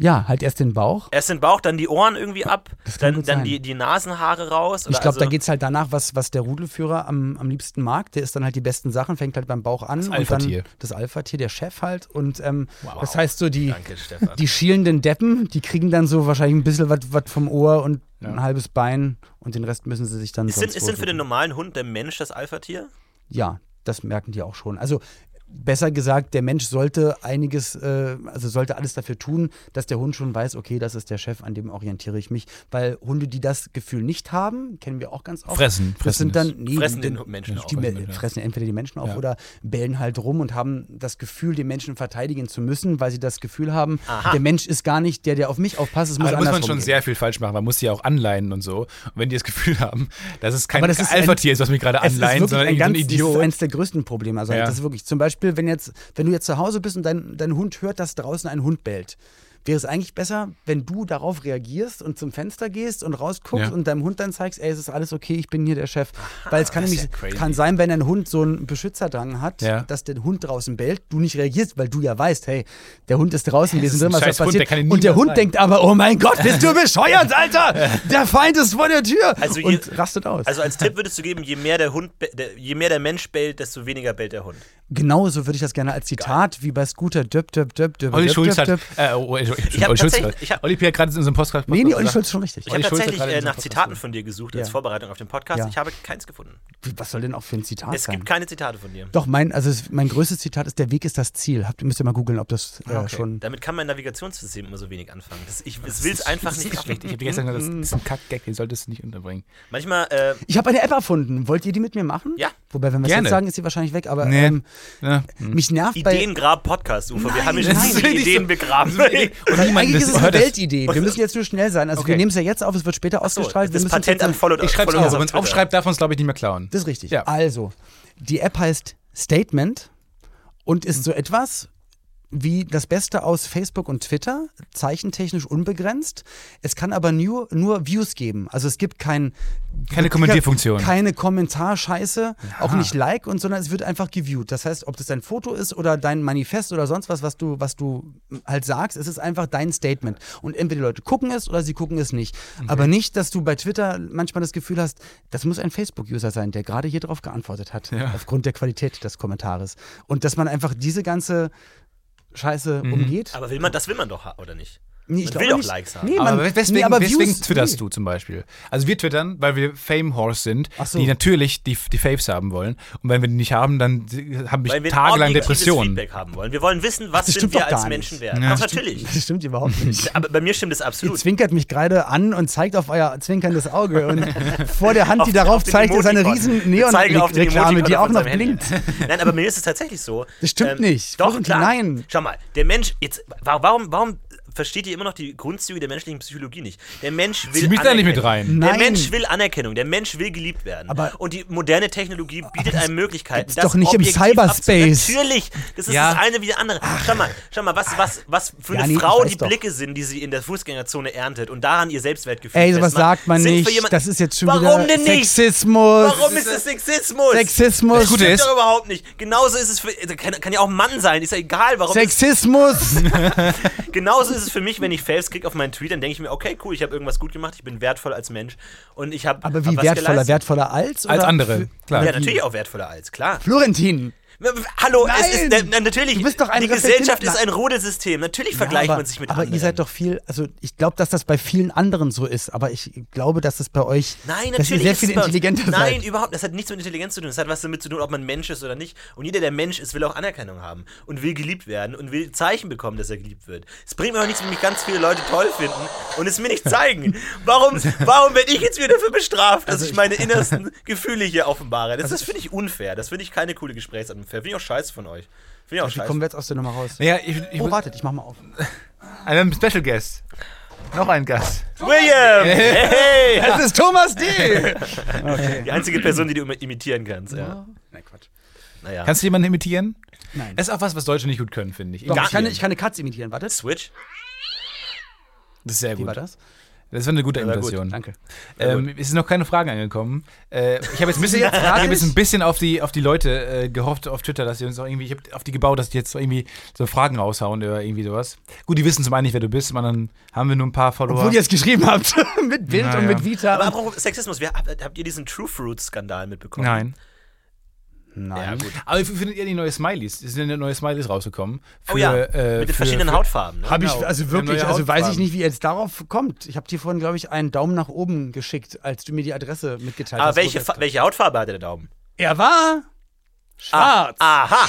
Ja, halt erst den Bauch. Erst den Bauch, dann die Ohren irgendwie ab, Das dann, kann gut dann sein. die, die Nasenhaare raus. Ich oder glaube, da also- geht es halt danach, was, was der Rudelführer am, am liebsten mag. Der ist dann halt die besten Sachen, fängt halt beim Bauch an. Das Alpha-Tier. Und dann das Alpha-Tier, der Chef halt. Und ähm, Wow. das heißt so, die, Danke, Stefan. die schielenden Deppen, die kriegen dann so wahrscheinlich ein bisschen was was vom Ohr und ein halbes Bein. Und den Rest müssen sie sich dann Ist denn, sonst ist denn für wohl- den normalen Hund der Mensch das Alpha-Tier? Ja, das merken die auch schon. Also besser gesagt, der Mensch sollte einiges, äh, also sollte alles dafür tun, dass der Hund schon weiß, okay, das ist der Chef, an dem orientiere ich mich. Weil Hunde, die das Gefühl nicht haben, kennen wir auch ganz oft. Fressen, Das fressen sind dann nee, Fressen die- den Menschen die, auf. Die Fressen me- den, ja. fressen entweder die Menschen auf Ja. oder bellen halt rum und haben das Gefühl, den Menschen verteidigen zu müssen, weil sie das Gefühl haben, Aha. der Mensch ist gar nicht der, der auf mich aufpasst. Es muss Aber da Also muss man andersrum schon gehen. sehr viel falsch machen. Man muss sie ja auch anleihen und so. Und wenn die das Gefühl haben, dass es kein Aber das ist ein- Alpha-Tier ist, was mich gerade Es ist anleihen, wirklich sondern ein irgendwie so ein ganz- Das ist Idiot. eines der größten Probleme. Also Ja. das ist wirklich, zum Beispiel, wenn jetzt, wenn du jetzt zu Hause bist und dein, dein Hund hört, dass draußen ein Hund bellt, wäre es eigentlich besser, wenn du darauf reagierst und zum Fenster gehst und rausguckst Ja. Ah, und deinem Hund dann zeigst, ey, es ist alles okay, ich bin hier der Chef. Weil es kann das ist nämlich ja crazy. kann sein, wenn ein Hund so einen Beschützerdrang hat, Ja. dass der Hund draußen bellt, du nicht reagierst, weil du ja weißt, hey, der Hund ist draußen, wir ist sind drin, ein was scheiß ist Hund, der passiert. kann ihn und der niemals Hund leiden. denkt aber, oh mein Gott, bist du bescheuert, Alter! Der Feind ist vor der Tür! Also ihr- und rastet aus. Also als Tipp würdest du geben, je mehr der Hund, be- der, je mehr der Mensch bellt, desto weniger bellt der Hund. Oh, Genauso würde ich das gerne als Zitat wie bei Scooter döp döp döp döp Olli döp, Schulz döp, hat. döp. Äh, oh, Olli Ich hab Schulz- Olli Schulz tatsächlich- hat- ich hab- Olli P. hat gerade in unserem Postcard. Nee, nee, Olli gesagt, Schulz ist schon richtig. Ich habe Olli Schulz hat tatsächlich gerade äh, diesen nach Podcast Zitaten gemacht. von dir gesucht Ja. als Vorbereitung auf den Podcast. Ja. Ich habe keins gefunden. Was soll denn auch für ein Zitat Es sein? gibt keine Zitate von dir. Doch, mein, also es- mein größtes Zitat ist, der Weg ist das Ziel. Habt, müsst ihr mal googeln, ob das äh, Ah, Okay. schon... Damit kann mein Navigationssystem immer so wenig anfangen. Das, ich es will es einfach Das nicht ist schlecht. schaffen. Hm? Ich habe gestern gesagt, das ist ein Kack-Gag, den solltest du nicht unterbringen. Manchmal, äh, Ich habe eine App erfunden. Wollt ihr die mit mir machen? Ja. Wobei, wenn wir es Gerne. jetzt sagen, ist sie wahrscheinlich weg. Aber Nee. ähm, Ja. mich nervt bei... Ideengrab Podcast, Uwe. Wir haben hier nein, schon so viele nicht so- Ideen begraben. Und Weil niemand eigentlich das- ist es eine hört das. Weltidee. Wir müssen jetzt nur schnell sein. Also Okay. wir nehmen es ja jetzt auf, es wird später So, ausgestrahlt. wir das müssen es Patent jetzt- an Follow Ich schreibe es Follow auf. auf Wenn es Twitter. aufschreibt, darf man es, glaube ich, nicht mehr klauen. Das ist richtig. Ja. Also, die App heißt Statement und ist so etwas wie das Beste aus Facebook und Twitter, zeichentechnisch unbegrenzt. Es kann aber nur, nur Views geben. Also es gibt kein, Keine Kommentierfunktion. keine Kommentarscheiße, auch nicht Like und sondern es wird einfach geviewt. Das heißt, ob das dein Foto ist oder dein Manifest oder sonst was, was du, was du halt sagst, es ist einfach dein Statement. Und entweder die Leute gucken es oder sie gucken es nicht. Aber nicht, dass du bei Twitter manchmal das Gefühl hast, das muss ein Facebook-User sein, der gerade hier drauf geantwortet hat, aufgrund der Qualität des Kommentares. Und dass man einfach diese ganze Scheiße umgeht. Aber will man, das will man doch, ha- oder nicht? Nee, man glaub will doch nicht. Likes haben. Nee, man, aber weswegen, nee, aber weswegen Views, twitterst nee. du zum Beispiel? Also wir twittern, weil wir Fame Horse sind, Ach so. die natürlich die, die Faves haben wollen. Und wenn wir die nicht haben, dann habe Weil ich wir tagelang objektives Depressionen. Feedback haben wollen. Wir wollen wissen, was Das sind stimmt wir doch gar als nicht. Menschen wert. Ja. Doch, natürlich. Das stimmt überhaupt nicht. Aber bei mir stimmt das Ihr absolut. zwinkert mich gerade an und zeigt auf euer zwinkerndes Auge. Und vor der Hand, die Auf- darauf auf den zeigt, ist eine Emoticon. riesen Wir zeigen auf den Neon-Reklame, Emoticon die auf auch noch unserem Handy. blinkt. Nein, aber mir ist es tatsächlich so. Ähm, Das stimmt nicht. Doch, Florentin, klar. nein. Schau mal, der Mensch, jetzt, wa- warum, warum versteht ihr immer noch die Grundzüge der menschlichen Psychologie nicht. Der Mensch will Zieh mich da nicht mit Anerkennung. rein. Der Nein. Mensch will Anerkennung, der Mensch will geliebt werden. Aber- und die moderne Technologie bietet einem Möglichkeiten. gibt's doch nicht im objektiv Cyberspace. abzu- Natürlich, das ist Ja. das eine wie das andere. Schau mal, schau mal, was, was, was für Ja, eine nee, ich Frau weiß die doch. Blicke sind, die sie in der Fußgängerzone erntet und daran ihr Selbstwertgefühl Ey, sowas festmacht. sagt man Sind wir nicht. jemand- Das ist jetzt schon Warum wieder denn nicht? Sexismus. Warum ist das Sexismus? Sexismus. Das Gute Stimmt ist- doch überhaupt nicht. Genauso ist es für. Kann, kann ja auch ein Mann sein, ist ja egal, warum. Ist, Sexismus. genauso ist es für mich, wenn ich Faves kriege auf meinen Tweet, dann denke ich mir, okay, cool, ich habe irgendwas gut gemacht, ich bin wertvoll als Mensch. Und ich habe. Aber hab wie was wertvoller? geleistet. Wertvoller als? Als oder andere, für- klar. Ja, natürlich auch wertvoller als, klar. Florentin. Hallo, Nein! es ist. Na, na, natürlich, Du bist doch ein die Gesellschaft Reflektin- ist ein Rudelsystem. Natürlich vergleicht Ja, aber, man sich mit Aber anderen. ihr seid doch viel, also ich glaube, dass das bei vielen anderen so ist, aber ich glaube, dass das bei euch Nein, dass ihr natürlich. sehr ist viel es bei uns- intelligenter Nein, seid. überhaupt. Das hat nichts mit Intelligenz zu tun. Das hat was damit zu tun, ob man Mensch ist oder nicht. Und jeder, der Mensch ist, will auch Anerkennung haben und will geliebt werden und will Zeichen bekommen, dass er geliebt wird. Es bringt mir auch nichts, wenn mich ganz viele Leute toll finden und es mir nicht zeigen. Warum, warum werde ich jetzt wieder dafür bestraft, dass Also ich meine innersten Gefühle hier offenbare? Das, das finde ich unfair. Das finde ich keine coole Gesprächsatmosphäre. Finde ich auch scheiße von euch. Finde ich auch Wie scheiße. Also kommen wir jetzt aus der Nummer raus? Naja, ich, ich Oh, wartet, ich mach mal auf. einen Special Guest. Noch ein Gast. William! Hey! Das ist Thomas D. Die einzige Person, die du imitieren kannst. Ja. Nein, Quatsch. Naja. Kannst du jemanden imitieren? Nein. Das ist auch was, was Deutsche nicht gut können, finde ich. Doch, Egal. ich, kann, ich kann eine Katze imitieren, wartet. Switch? Das ist sehr Wie gut. war Das das? war eine gute war gut, Imitation. Danke. Ähm, es sind noch keine Fragen angekommen. Äh, ich habe jetzt, ein bisschen- ich jetzt hab ratig? jetzt ein bisschen auf die, auf die Leute äh, gehofft auf Twitter, dass sie uns noch irgendwie, ich habe auf die gebaut, dass die jetzt so irgendwie so Fragen raushauen oder irgendwie sowas. Gut, die wissen zum einen nicht, wer du bist, zum anderen haben wir nur ein paar Follower. Obwohl ihr es geschrieben habt, mit Bild Naja. und mit Aber Vita. apropos Sexismus, wer, habt, habt ihr diesen True Fruits-Skandal mitbekommen? Nein. Ja, Nein. gut. Aber wie findet ihr die neue Smileys? Es sind ja neue Smileys rausgekommen. Für, Oh ja, äh, mit für- den verschiedenen für- Hautfarben. Ne? Hab ich, Genau. also wirklich, Neue also weiß ich Hautfarben. nicht, wie ihr jetzt darauf kommt. Ich habe dir vorhin, glaube ich, einen Daumen nach oben geschickt, als du mir die Adresse mitgeteilt hast. Aber wo welche, das- Fa- welche Hautfarbe hatte der Daumen? Er war schwarz. Aha!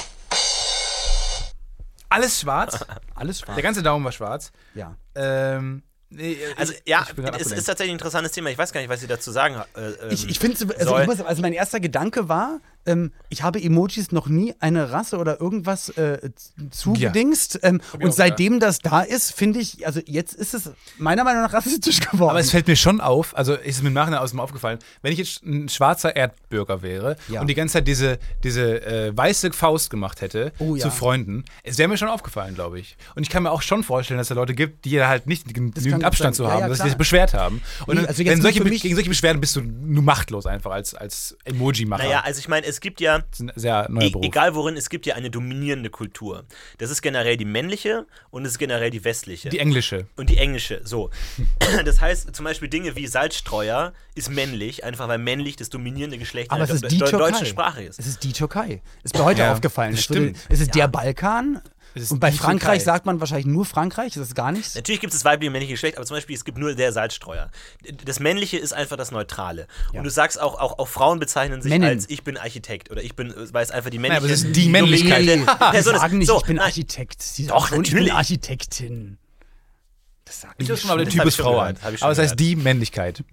Alles schwarz. Alles schwarz. Der ganze Daumen war schwarz. Ja. Ähm, nee, Also ich- ja, ich bin grad es ist abgelenkt. tatsächlich ein interessantes Thema. Ich weiß gar nicht, was ihr dazu sagen äh, ähm, Ich, ich finde, also, soll- ich muss- also mein erster Gedanke war, ähm, ich habe Emojis noch nie eine Rasse oder irgendwas äh, z- zugedingst. Ähm, und auch seitdem das da ist, finde ich, also jetzt ist es meiner Meinung nach rassistisch geworden. Aber es fällt mir schon auf, also ist es mir im Nachhinein aus dem aufgefallen, wenn ich jetzt ein schwarzer Erdbürger wäre Ja. und die ganze Zeit diese, diese äh, weiße Faust gemacht hätte Oh ja. zu Freunden, es wäre mir schon aufgefallen, glaube ich. Und ich kann mir auch schon vorstellen, dass es da Leute gibt, die halt nicht gen- kann genügend gut Abstand sein. zu Ja, haben, ja, dass sie klar. sich beschwert haben. Und Nee, dann- also jetzt wenn nur solche, für Be- mich- gegen solche Beschwerden bist du nur machtlos einfach als, als Emoji-Macher. Naja, also ich meine, es gibt ja, das ist ein sehr neuer e Beruf. egal worin, es gibt ja eine dominierende Kultur. Das ist generell die männliche und es ist generell die westliche. Die englische. und die englische, so. Das heißt, zum Beispiel Dinge wie Salzstreuer ist männlich, einfach weil männlich das dominierende Geschlecht Aber in es der ist deu- die deu- Türkei. deutschen Sprache ist. Es ist die Türkei. Ist mir heute Ja, aufgefallen. das Es wurde- stimmt. Es ist der Balkan. Es ist Und bei die Frankreich Türkei. sagt man wahrscheinlich nur Frankreich. Das ist gar nichts. Natürlich gibt es das weibliche und männliche Geschlecht, aber zum Beispiel es gibt nur der Salzstreuer. Das männliche ist einfach das Neutrale. Und du sagst auch, auch, auch Frauen bezeichnen sich Männin. als ich bin Architekt oder ich bin, weil es einfach die aber männliche es ist die Männlichkeit. dominierende Die Person ist. sagen nicht, so, ich bin nein, Architekt. Sie Doch, sagen, Ich natürlich. bin Architektin. Das sagt Ich nicht. das schon, aber der Das Typ hab ich ist schon Frau gehört, an. hab ich schon Aber es heißt gehört. die Männlichkeit.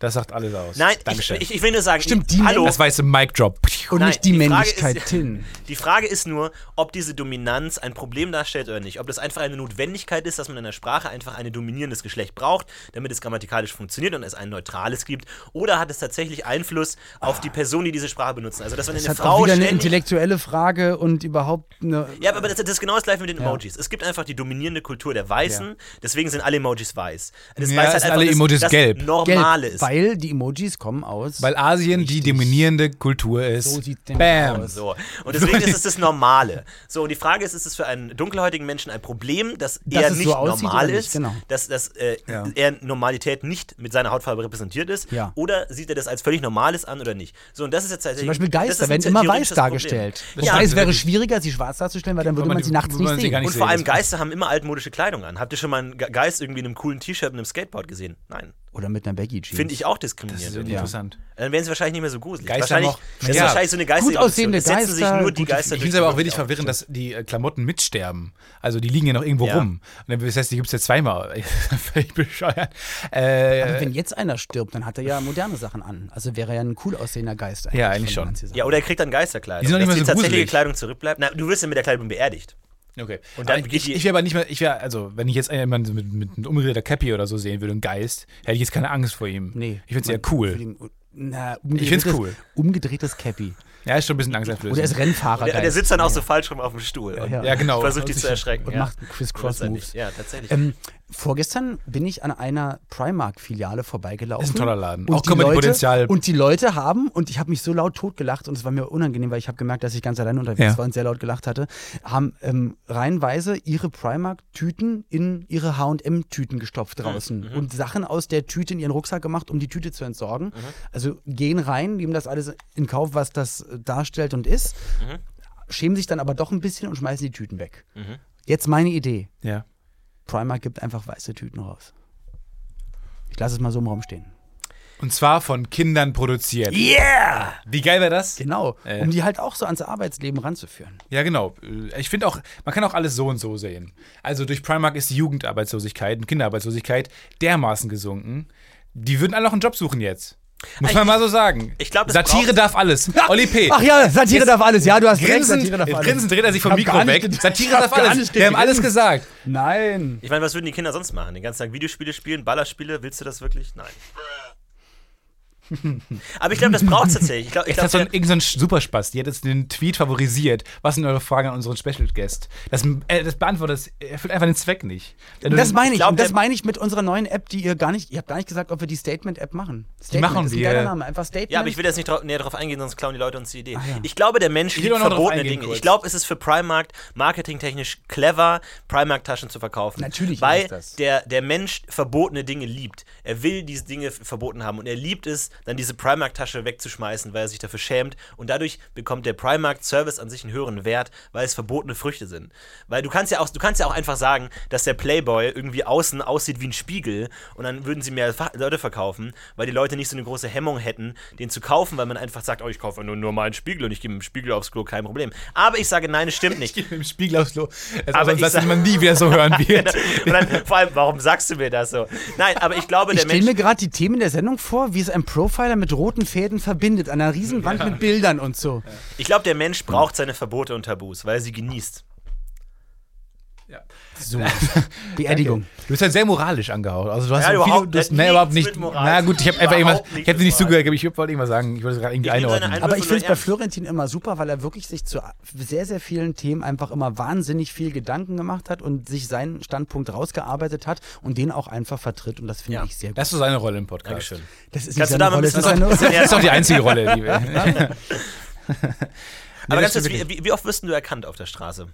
Das sagt alles aus. Nein, ich, Dankeschön. ich, ich will nur sagen, Stimmt, die hallo, das weiße Mic-Drop. Und Nein, nicht die, die Frage Männlichkeit, ist- Tin. Die Frage ist nur, ob diese Dominanz ein Problem darstellt oder nicht. Ob das einfach eine Notwendigkeit ist, dass man in der Sprache einfach ein dominierendes Geschlecht braucht, damit es grammatikalisch funktioniert und es ein neutrales gibt. Oder hat es tatsächlich Einfluss auf die Person, die diese Sprache benutzen? Also, dass man Das eine hat Frau auch wieder eine ständig- intellektuelle Frage und überhaupt eine. Ja, aber das, das ist genau das gleiche mit den Emojis. Es gibt einfach die dominierende Kultur der Weißen, deswegen sind alle Emojis weiß. Das Ja, Weiß halt es sind alle Emojis das gelb. Normale ist. Weil die Emojis kommen aus. Weil Asien die dominierende Kultur ist. So sieht's nämlich Bam. Also, aus. So. Und deswegen ist es das Normale. So, und die Frage ist, ist es für einen dunkelhäutigen Menschen ein Problem, dass, er es so nicht aussieht normal oder nicht? ist, Genau. dass, dass äh, Ja. er Normalität nicht mit seiner Hautfarbe repräsentiert ist? Ja. Oder sieht er das als völlig Normales an oder nicht? So, und das ist jetzt tatsächlich. Zum Beispiel das Geister ist ein werden immer weiß theoretisches dargestellt. Problem. Wobei Ja, es wäre wirklich. schwieriger, sie schwarz darzustellen, weil dann würde Weil man man sie die- nachts wo man nicht sie sehen. gar nicht- und vor sehe allem das. Geister haben immer altmodische Kleidung an. Habt ihr schon mal einen Ge- Geist irgendwie in einem coolen T-Shirt und einem Skateboard gesehen? Nein. Oder mit einer Baggy Jeans. Finde ich auch Das ist diskriminierend. irgendwie interessant. Dann wären sie wahrscheinlich nicht mehr so gruselig. Geister wahrscheinlich, noch- das ist Ja. wahrscheinlich so eine Geister. aussehende setzen sich Geister, nur die gute- Geister Ich durch finde es aber die auch wirklich Wirkung auf. verwirrend, dass die äh, Klamotten mitsterben. Also die liegen ja noch irgendwo Ja. rum. Und das heißt, die gibt es ja zweimal. Völlig bescheuert. Äh, Wenn jetzt einer stirbt, dann hat er ja moderne Sachen an. Also wäre er ein cool aussehender Geist. Ja, eigentlich von schon. den ganzen Sachen. Ja, oder er kriegt dann Geisterkleidung. Die sind doch nicht Dass mehr so tatsächliche gruselig. Kleidung zurückbleibt. Na, du wirst ja mit der Kleidung beerdigt. Okay. Und dann Aber geht ich, die- ich wäre aber nicht mehr, ich wäre, also, wenn ich jetzt jemanden mit, mit, mit umgedrehter Cappy oder so sehen würde, einen Geist, hätte ich jetzt keine Angst vor ihm. Nee. Ich finde es man- ja cool. für den- na, Ich find's umgedrehtes- cool. Umgedrehtes Cappy. Ja, ist schon ein bisschen Oder angsteinflößend. ist Rennfahrer. Der, der sitzt dann auch so falsch rum auf dem Stuhl und Ja. Ja, genau. versucht dich zu erschrecken. und ja. macht Chris Cross Moves. Ja, tatsächlich. Ähm, vorgestern bin ich an einer Primark-Filiale vorbeigelaufen. Ist ein toller Laden. Und Auch die Comedy-Potenzial. Leute- Und die Leute haben, und ich habe mich so laut totgelacht, und es war mir unangenehm, weil ich habe gemerkt, dass ich ganz allein unterwegs Ja. war und sehr laut gelacht hatte, haben ähm, reihenweise ihre Primark-Tüten in ihre H&M-Tüten Mhm. gestopft draußen und Sachen aus der Tüte in ihren Rucksack gemacht, um die Tüte zu entsorgen. Mhm. Also gehen rein, nehmen das alles in Kauf, was das äh, darstellt und ist, Mhm. schämen sich dann aber doch ein bisschen und schmeißen die Tüten weg. Jetzt meine Idee. Ja. Primark gibt einfach weiße Tüten raus. Ich lasse es mal so im Raum stehen. Und zwar von Kindern produziert. yeah! Wie geil wäre das? Genau, Äh. um die halt auch so ans Arbeitsleben ranzuführen. Ja, genau. Ich finde auch, man kann auch alles so und so sehen. Also durch Primark ist die Jugendarbeitslosigkeit und Kinderarbeitslosigkeit dermaßen gesunken. Die würden alle noch einen Job suchen jetzt. Muss man mal so sagen. ich glaub, das Satire braucht- darf alles. Oli P. Ach ja, Satire Jetzt- darf alles. Ja, du hast Grinsend, recht, Satire darf alles. grinsend dreht er sich vom Ich Mikro hab gar nicht weg. gedacht- Satire ich hab darf gar alles. nicht Wir haben alles gegrinst. gesagt. Nein. Ich meine, was würden die Kinder sonst machen? Den ganzen Tag Videospiele spielen, Ballerspiele? Willst du das wirklich? Nein. Aber ich glaube, das braucht es tatsächlich. Ich glaube, ich Jetzt hat glaub, so ein, der- irgend so ein Superspaß. Die hat jetzt den Tweet favorisiert. Was sind eure Fragen an unseren Special Guest? Das, äh, das beantwortet, das erfüllt einfach den Zweck nicht. Wenn du- Das meine ich, glaub, und das der- meine ich mit unserer neuen App, die ihr gar nicht, ihr habt gar nicht gesagt, ob wir die Statement-App machen. Statement machen ist ein wir. geiler Name, einfach Statement. ja, aber ich will jetzt nicht drau- näher darauf eingehen, sonst klauen die Leute uns die Idee. ja. Ich glaube, der Mensch Ah, Ich will liebt auch noch drauf verbotene eingehen Dinge. kurz. Ich glaube, es ist für Primark marketingtechnisch clever, Primark-Taschen zu verkaufen. Natürlich Weil ist das. Der, der Mensch verbotene Dinge liebt. Er will diese Dinge f- verboten haben und er liebt es, dann diese Primark-Tasche wegzuschmeißen, weil er sich dafür schämt. Und dadurch bekommt der Primark-Service an sich einen höheren Wert, weil es verbotene Früchte sind. Weil du kannst ja auch, du kannst ja auch einfach sagen, dass der Playboy irgendwie außen aussieht wie ein Spiegel und dann würden sie mehr Fa- Leute verkaufen, weil die Leute nicht so eine große Hemmung hätten, den zu kaufen, weil man einfach sagt, oh, ich kaufe nur, nur mal einen Spiegel und ich gebe einen Spiegel aufs Klo, kein Problem. Aber ich sage, nein, es stimmt nicht. Im Spiegel aufs Klo. Also Aber Aber ich das sag- man nie wieder so hören wird. Und dann, vor allem, warum sagst du mir das so? Nein, aber ich glaube, Ich der stelle Mensch. mir gerade die Themen der Sendung vor, wie es ein Profiler mit roten Fäden verbindet, an einer riesen Wand mit Bildern und so. Ich glaube, der Mensch Hm. braucht seine Verbote und Tabus, weil er sie genießt. So. Beerdigung. Du bist halt sehr moralisch angehaucht. Also du hast Ja, so überhaupt- du hast, das nee, hat überhaupt nichts nicht. mit Moral Na zu gut, ich habe tun. einfach irgendwas. Überhaupt Ich nichts habe nicht mit Moral. zugehört, aber ich wollte irgendwas sagen. Ich wollte es gerade irgendwie Ich nehme seine einordnen. Ein- Aber Würfel ich finde es nur bei ernst. Florentin immer super, weil er wirklich sich zu sehr, sehr vielen Themen einfach immer wahnsinnig viel Gedanken gemacht hat und sich seinen Standpunkt rausgearbeitet hat und den auch einfach vertritt. Und das finde Ja. ich sehr gut. Das ist so seine Rolle im Podcast. Dankeschön. Das ist Kannst du da mal ein bisschen das ist was- seine- Das ist doch die einzige Rolle, die wir. Nee, Aber das ganz kurz, stimmt wie, wie wie oft wirst denn du erkannt auf der Straße?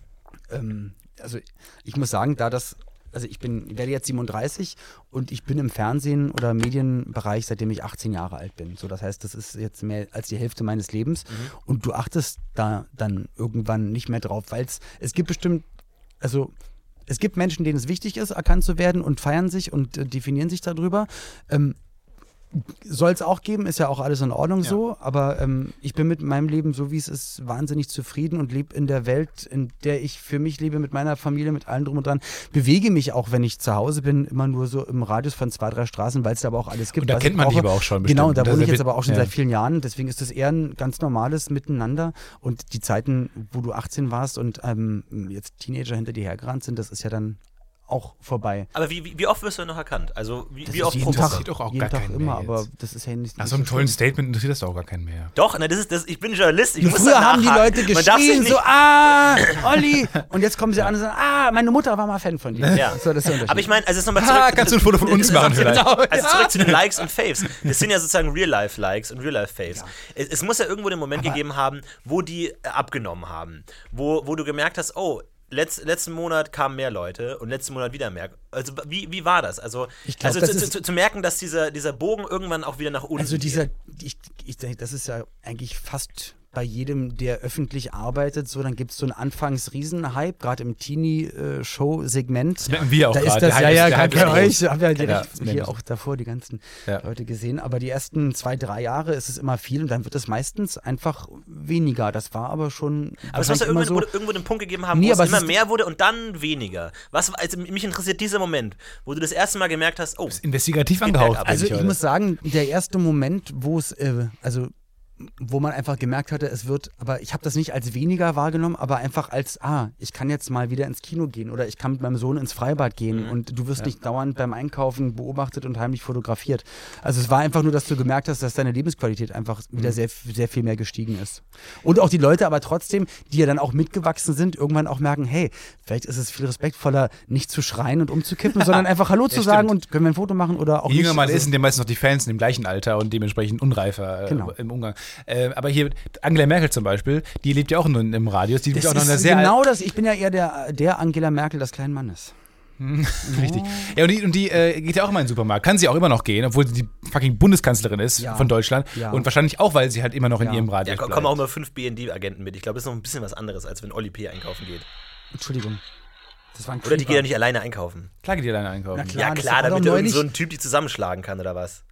ähm, also ich muss sagen, da das, also ich bin, ich werde jetzt 37 und ich bin im Fernsehen oder Medienbereich, seitdem ich 18 Jahre alt bin. So, das heißt, das ist jetzt mehr als die Hälfte meines Lebens und du achtest da dann irgendwann nicht mehr drauf, weil es, es gibt bestimmt, also es gibt Menschen, denen es wichtig ist, erkannt zu werden und feiern sich und äh, definieren sich darüber. Ähm, soll es auch geben, ist ja auch alles in Ordnung so, aber ähm, ich bin mit meinem Leben so, wie es ist, wahnsinnig zufrieden und lebe in der Welt, in der ich für mich lebe, mit meiner Familie, mit allem drum und dran. Bewege mich auch, wenn ich zu Hause bin, immer nur so im Radius von zwei, drei Straßen, weil es da aber auch alles gibt. Und da was ich kennt man dich brauche. aber auch schon Genau, bestimmt. und da Das wohne ist ich ja jetzt wit- aber auch schon ja. seit vielen Jahren, deswegen ist das eher ein ganz normales Miteinander und die Zeiten, wo du 18 warst und ähm, jetzt Teenager hinter dir hergerannt sind, das ist ja dann auch vorbei. Aber wie, wie, wie oft wirst du denn noch erkannt? Also wie, Das wie ist oft jeden probierst Tag, sieht doch auch jeden gar Tag keinen immer, mehr aber jetzt. das ist ja nicht Nach nicht so einem schlimm. tollen Statement interessiert das doch auch gar keinen mehr. du? Doch, na, das ist, das, ich bin Journalist. Ich muss Früher da haben die nachhaken. Leute Man darf sich geschrien, nicht- so, ah, Olli. Und jetzt kommen sie an und sagen, ah, meine Mutter war mal Fan von dir. Ja. So, das ist der Unterschied. Aber ich meine, also jetzt nochmal zurück. Ah, kannst du ein Foto von uns machen vielleicht? Also zurück zu den Likes und Faves. Das sind ja sozusagen Real-Life-Likes und Real-Life-Faves. Es, es muss ja irgendwo den Moment gegeben haben, wo die äh, abgenommen haben. Wo, wo du gemerkt hast, oh, letz, letzten Monat kamen mehr Leute und letzten Monat wieder mehr. Also wie, wie war das? Also, Ich glaub, also das zu, zu, ist- zu, zu merken, dass dieser, dieser Bogen irgendwann auch wieder nach unten Also dieser, geht. ich, ich denke, das ist ja eigentlich fast bei jedem, der öffentlich arbeitet, so, dann gibt es so einen Anfangs-Riesen-Hype, gerade im Teenie-Show-Segment. merken wir auch Da ist gerade. das, Der ja, Hype ja, ist- der Hype gerade ist bei groß. euch, haben wir die Ja, recht- ist mehr hier groß. auch davor die ganzen Ja. Leute gesehen, aber die ersten zwei, drei Jahre ist es immer viel und dann wird es meistens einfach weniger. Das war aber schon Aber es muss ja wahrscheinlich irgendwann, wurde- irgendwo den Punkt gegeben haben, Nee, wo es aber es immer ist- mehr wurde und dann weniger. Was, also mich interessiert dieser Moment, wo du das erste Mal gemerkt hast, oh, Investigativ angehaucht. bergab. bin Also ich heute. muss sagen, der erste Moment, wo es, äh, also wo man einfach gemerkt hatte, es wird, aber ich habe das nicht als weniger wahrgenommen, aber einfach als, ah, ich kann jetzt mal wieder ins Kino gehen oder ich kann mit meinem Sohn ins Freibad gehen und du wirst nicht dauernd beim Einkaufen beobachtet und heimlich fotografiert. Also es war einfach nur, dass du gemerkt hast, dass deine Lebensqualität einfach wieder sehr, sehr viel mehr gestiegen ist. Und auch die Leute aber trotzdem, die ja dann auch mitgewachsen sind, irgendwann auch merken, hey, vielleicht ist es viel respektvoller, nicht zu schreien und umzukippen, sondern einfach Hallo zu sagen und können wir ein Foto machen oder auch Je jünger nicht. man Also- ist, sind ja meistens noch die Fans in dem gleichen Alter und dementsprechend unreifer äh, Genau. im Umgang. Äh, aber hier Angela Merkel zum Beispiel, die lebt ja auch nur in- im Radius, die lebt Das ja auch noch in einer ist sehr genau das. Ich bin ja eher der, der Angela Merkel des kleinen Mannes. Richtig. Ja, und die, und die äh, geht ja auch immer in den Supermarkt. Kann sie auch immer noch gehen, obwohl sie die fucking Bundeskanzlerin ist Ja. von Deutschland. Ja. Und wahrscheinlich auch, weil sie halt immer noch in Ja. ihrem Radio Da ko- bleibt. kommen auch immer fünf BND-Agenten mit. Ich glaube, das ist noch ein bisschen was anderes, als wenn Oli P. einkaufen geht. Entschuldigung. Das war ein Oder die geht ja Creeper. nicht alleine einkaufen. Klar geht ihr dann einkaufen. Na Ja, Klar, das klar, war doch damit irgend neulich- so ein Typ die zusammenschlagen kann oder was.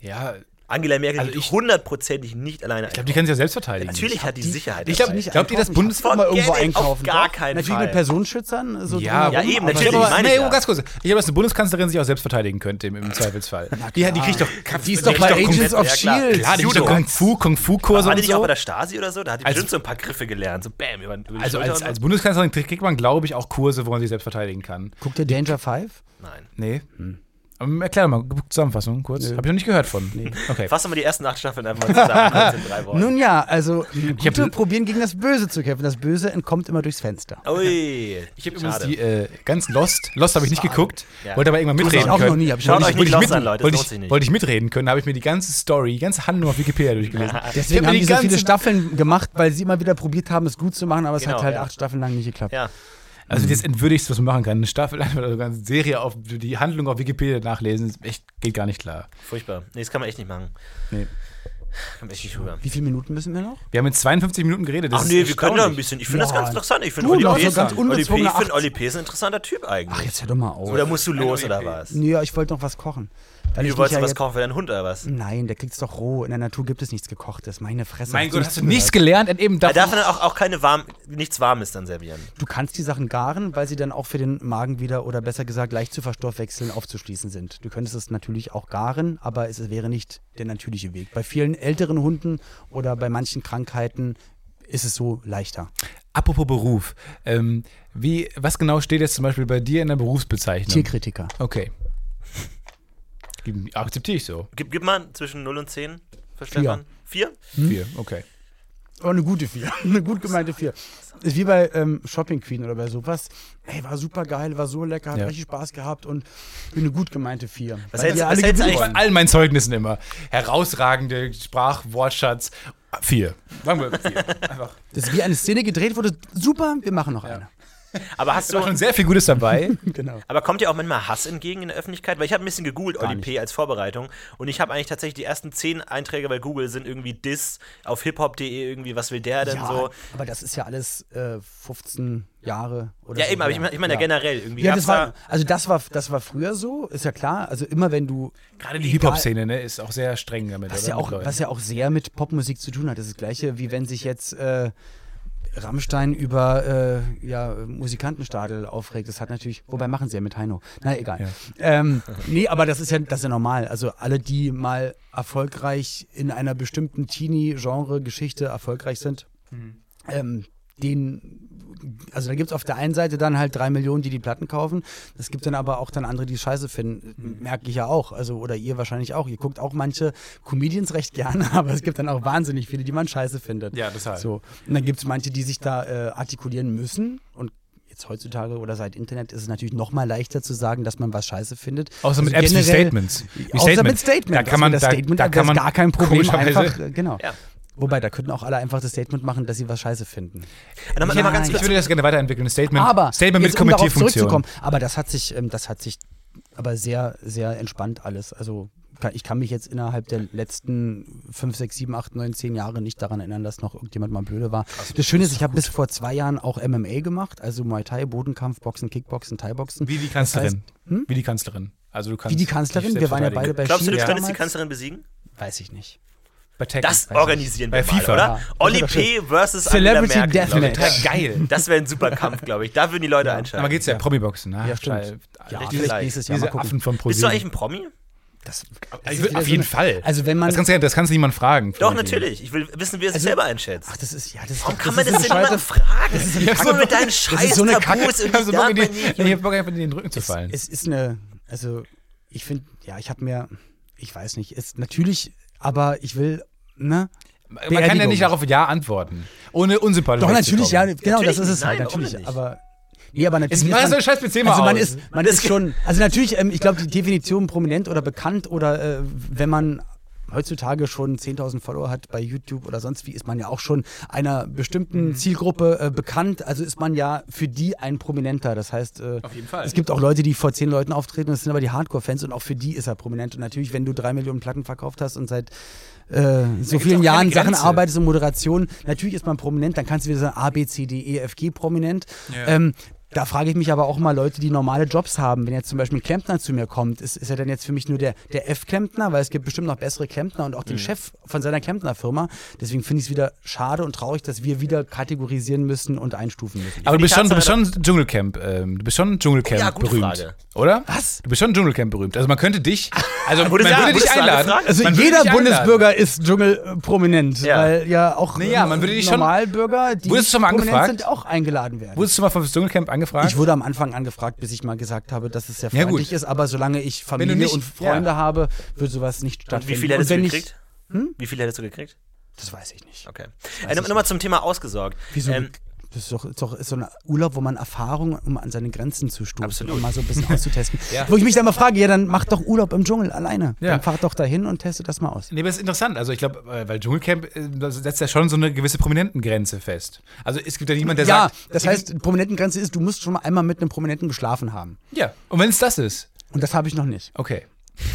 Ja, Angela Merkel Also geht ich- hundertprozentig nicht alleine ich glaube, die kann sich ja selbst verteidigen. Natürlich hat die Sicherheit. Ich glaube dabei. nicht. Glaubt ihr, das einkaufen. Bundes- Ich hab mal irgendwo Forget it, auf einkaufen. gar Doch. keinen Natürlich Fall. mit Personenschützern so Ja, Ja, drumherum, eben, aber- Ich natürlich. glaube, aber, meine nee, ich ja. ganz kurz. Ich glaube, dass eine Bundeskanzlerin sich auch selbst verteidigen könnte im, im Zweifelsfall. Die, die kriegt doch Die ist doch kriegt bei Kung- Agents of ja, klar. Shield. Klar, die kriegt doch Judo. Kung Fu, Kung Fu Kurse War die und nicht auch so. bei der Stasi oder so? Da hat die Als- bestimmt so ein paar Griffe gelernt. So bam, über, über die Also Schulter als, und als Bundeskanzlerin kriegt kriegt man, glaube ich, auch Kurse, wo man sich selbst verteidigen kann. Guckt ihr Danger 5? so. Nein. Nee. Hm. Aber erklär doch mal, Zusammenfassung kurz. Habe ich noch nicht gehört von. Okay. Fassen wir die ersten acht Staffeln einfach mal zusammen. kurz in drei Worten. Nun ja, also Gute hab- probieren gegen das Böse zu kämpfen. Das Böse entkommt immer durchs Fenster. Ui. Ich habe übrigens die äh, ganzen Lost. Lost habe ich nicht geguckt. Ja. Wollte aber irgendwann mitreden auch noch können. nie, hab ich Schaut Wollte euch ich- nicht wollte ich los an, mit- Leute. Das Wollte lohnt sich ich, nicht. wollte ich mitreden können, habe ich mir die ganze Story, die ganze Handlung auf Wikipedia durchgelesen. Deswegen hab haben mir die so ganze- viele Staffeln gemacht, weil sie immer wieder probiert haben, es gut zu machen, aber es Genau, hat halt ja. acht Staffeln lang nicht geklappt. Ja. Also das entwürdigste, was man machen kann. Eine Staffel, einfach eine ganze Serie auf die Handlung auf Wikipedia nachlesen, ist echt, geht gar nicht klar. Furchtbar. Nee, das kann man echt nicht machen. Nee. Kann man echt nicht rüber. Wie viele Minuten müssen wir noch? Wir haben jetzt 52 Minuten geredet. Das Ach ist nee, wir können doch ein erstaunlich. bisschen. Ich finde das Ja. ganz interessant. Ich finde Du, Oli, noch P. so ist- ganz Oli, P. ich ungezwungener find Acht. Oli P. ist ein interessanter Typ eigentlich. Ach, jetzt hör doch mal auf. Oder musst du los Oli oder P. was? Nee, ja, ich wollte noch was kochen. Weil ich Du mich wolltest ja was jetzt- kaufen für deinen Hund oder was? Nein, der kriegt's doch roh. In der Natur gibt es nichts gekochtes. Meine Fresse. Mein Gott, hast du zugehört? nichts gelernt? Und eben Er darf davon, dann auch, auch keine warm, nichts Warmes dann servieren. Du kannst die Sachen garen, weil sie dann auch für den Magen wieder oder besser gesagt leicht zu Verstoffwechseln aufzuschließen sind. Du könntest es natürlich auch garen, aber es wäre nicht der natürliche Weg. Bei vielen älteren Hunden oder bei manchen Krankheiten ist es so leichter. apropos Beruf, ähm, wie, was genau steht jetzt zum Beispiel bei dir in der Berufsbezeichnung? Tierkritiker. Okay. Gib- Akzeptiere ich so. Gib, gib mal zwischen 0 und 10 für Stefan. 4? Hm? Vier, okay. Oh, eine gute Vier. Eine gut gemeinte Vier. Ist wie bei ähm, Shopping Queen oder bei sowas. Ey, war super geil, war so lecker, hat Ja. richtig Spaß gehabt und eine gut gemeinte Vier. Was Weil hältst- wir was alle hältst du gewinnen eigentlich- Bei allen meinen Zeugnissen immer. Herausragende Sprachwortschatz. Vier. Sagen wir vier. Einfach. Das ist wie eine Szene gedreht wurde. Super, wir machen noch eine. Aber hast Es war du. schon sehr viel Gutes dabei. Genau. Aber kommt dir auch manchmal Hass entgegen in der Öffentlichkeit? Weil ich habe ein bisschen gegoogelt, Oli P. als Vorbereitung. Und ich habe eigentlich tatsächlich die ersten 10 Einträge bei Google sind irgendwie Diss auf hiphop.de irgendwie, was will der denn Ja, so? aber das ist ja alles äh, 15 Jahre oder Ja, so. eben, aber ich meine ich mein ja. generell irgendwie. Ja, gab's das war, also das war, das war früher so, ist ja klar. Also immer wenn du, Gerade die Hip-Hop-Szene ne, ist auch sehr streng damit. was oder? ja, auch, Mit Leuten. was ja auch sehr mit Popmusik zu tun hat, das ist das gleiche, wie wenn sich jetzt äh, Rammstein über äh, ja, Musikantenstadel aufregt. Das hat natürlich, wobei machen sie ja mit Heino. Na egal. Ähm, nee, aber das ist ja, das ist ja normal. Also alle, die mal erfolgreich in einer bestimmten Teenie-Genre-Geschichte erfolgreich sind, ähm, den, also da gibt es auf der einen Seite dann halt drei Millionen, die die Platten kaufen. Es gibt dann aber auch dann andere, die Scheiße finden. Mhm. Merke ich ja auch. Also, oder ihr wahrscheinlich auch. Ihr guckt auch manche Comedians recht gerne, aber es gibt dann auch wahnsinnig viele, die man Scheiße findet. Ja, halt. deshalb. So. Und dann gibt es manche, die sich da äh, artikulieren müssen und Jetzt heutzutage oder seit Internet ist es natürlich noch mal leichter zu sagen, dass man was scheiße findet. Also Außer mit Apps wie Statements. Wie Außer mit Statements. Statements. Also Da kann man- das da- Statement, da App kann ist man gar kein Problem. komischerweise- Einfach, äh, genau. Ja. Wobei, da könnten auch alle einfach das Statement machen, dass sie was scheiße finden. Dann mal, mal ganz ich kurz. würde das gerne weiterentwickeln. Statement, aber Statement mit jetzt, um darauf Kommentierfunktion. zurückzukommen, aber das hat sich, ähm, das hat sich aber sehr, sehr entspannt alles. Also kann, ich kann mich jetzt innerhalb der letzten 5, 6, 7, 8, 9, 10 Jahre nicht daran erinnern, dass noch irgendjemand mal blöde war. das Schöne ist, ich habe bis vor zwei Jahren auch MMA gemacht, also Muay Thai, Bodenkampf, Boxen, Kickboxen, Thai-Boxen. Wie die Kanzlerin. Wie die Kanzlerin. Also du kannst hm? Wie die Kanzlerin, dich wir waren ja beide selbst bei Glaubst du, du Schiele könntest die damals. Kanzlerin besiegen? Weiß ich nicht. verteidigen. Bei Tekken. Das Weiß ich. organisieren wir Bei mal, FIFA. oder? Ja. Oli Das wär P. versus Angela Celebrity Merkel. glaub ich. Deathmatch. Geil. Das wäre ein super Kampf, glaube ich. Da würden die Leute einschalten. Aber geht's ja, Promi-Boxen. ne? Ja, stimmt. Ja, Richtig vielleicht leicht. nächstes Jahr mal Diese gucken. Affen von Bist du eigentlich ProSieben. ein Promi? Das, ist ich will, wieder auf so jeden eine- Fall. also wenn man- Das kannst du, ja- das kannst du niemand fragen. Doch, Freundin. natürlich. Ich will wissen, wie er es Also- selber einschätzt. Ach, das ist ja das. Warum das kann ist man das eine denn immer bescheuerte- fragen? Das eine ist mit deinen scheiß ist so eine Also Tabus Ich hab irgendwie darf so Bock, in die, man ich nicht. und- hab Bock einfach in den Rücken zu fallen. Es ist eine, also ich finde, ja, ich habe mir, ich weiß nicht, es natürlich, aber ich will, ne? Man kann ja Beerdigung. nicht darauf Ja antworten. Ohne unsympathisch. Doch natürlich, ja, genau, Natürlich das ist nicht, es halt, nein, warum denn natürlich. nicht? Aber nee, aber natürlich. Es ist macht man- so ein scheiß PC mal Also man aus. ist, man ist schon, also natürlich, ähm, ich glaube, die Definition prominent oder bekannt oder äh, wenn man heutzutage schon 10.000 Follower hat bei YouTube oder sonst wie, ist man ja auch schon einer Mhm. bestimmten Zielgruppe äh, bekannt. Also ist man ja für die ein Prominenter. Das heißt, äh, Auf jeden Fall. es gibt auch Leute, die vor zehn Leuten auftreten, das sind aber die Hardcore-Fans und auch für die ist er prominent. Und natürlich, wenn du drei Millionen Platten verkauft hast und seit äh, so gibt's auch vielen keine Jahren Sachen Grenze. arbeitest und Also Moderation, natürlich ist man prominent, dann kannst du wieder sagen, A, B, C, D, E, F, G prominent. Ähm, da frage ich mich aber auch mal Leute, die normale Jobs haben. Wenn jetzt zum Beispiel ein Klempner zu mir kommt, ist, ist er denn jetzt für mich nur der, der F-Klempner? Weil es gibt bestimmt noch bessere Klempner und auch Mhm. den Chef von seiner Klempnerfirma. Deswegen finde ich es wieder schade und traurig, dass wir wieder kategorisieren müssen und einstufen müssen. Aber du bist, schon, du Tatsache, bist schon Dschungelcamp, ähm, du bist schon Dschungelcamp Ja, gute berühmt, Frage. oder? Was? Du bist schon Dschungelcamp berühmt. Also man könnte dich, also man würde sagen, dich wurdest du einladen. angefragt? Also man würde jeder dich einladen. Bundesbürger ist Dschungel äh, prominent, Ja. weil ja auch Nee, ja, äh, man würde dich schon- Normalbürger, die Wurdest du schon mal prominent angefragt? sind, auch eingeladen werden. Wurdest du mal vom Dschungelcamp angefragt? ich wurde am Anfang angefragt, bis ich mal gesagt habe, dass es sehr Ja, gut. freundlich ist, aber solange ich Familie nicht- und Freunde ja. habe, wird sowas nicht stattfinden. Wie viel hättest du wenn gekriegt? Wie viel hättest du gekriegt? Ich, das weiß ich nicht. Okay. Äh, Nochmal zum Thema ausgesorgt. Wieso? Ähm, das ist doch, ist doch ist so ein Urlaub, wo man Erfahrung, um an seine Grenzen zu stoßen Absolut. und mal so ein bisschen auszutesten. Wo ich mich dann mal frage, ja, dann macht doch Urlaub im Dschungel alleine. Ja. Dann fahrt doch dahin und testet das mal aus. Nee, aber das ist interessant. Also ich glaube, äh, weil Dschungelcamp äh, das setzt ja schon so eine gewisse Prominentengrenze fest. Also es gibt ja niemanden, der Ja, sagt. das heißt, Prominentengrenze ist, du musst schon mal einmal mit einem Prominenten geschlafen haben. Ja. Und wenn es das ist, Und das habe ich noch nicht. okay.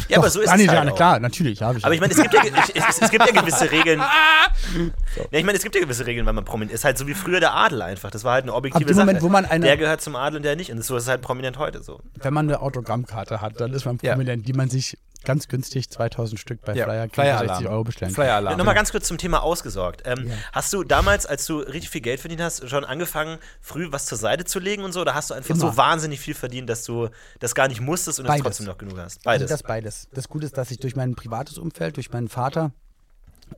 ja, aber so ist ah, nee, es. Halt ja, auch. klar, natürlich habe ich. Aber ich meine, es gibt ja, ich, es, es gibt ja gewisse Regeln. Ah. Ja, ich meine, es gibt ja gewisse Regeln, wenn man prominent ist. Halt so wie früher der Adel einfach. Das war halt eine objektive Ab dem Sache. Moment, wo man eine- der gehört zum Adel und der nicht. Und so ist es halt prominent heute so. wenn man eine Autogrammkarte hat, dann ist man Ja. prominent, die man sich ganz günstig 2000 Stück bei Ja. Flyer, Flyer Flyer 60 Alarm. Euro bestellen. kann. Flyer Alarm. Nochmal ganz kurz zum Thema ausgesorgt. Ähm, Hast du damals, als du richtig viel Geld verdient hast, schon angefangen, früh was zur Seite zu legen und so? Oder hast du einfach Immer. so wahnsinnig viel verdient, dass du das gar nicht musstest und es Beides. trotzdem noch genug hast? Also Beides. das beides. Das Gute ist, dass ich durch mein privates Umfeld, durch meinen Vater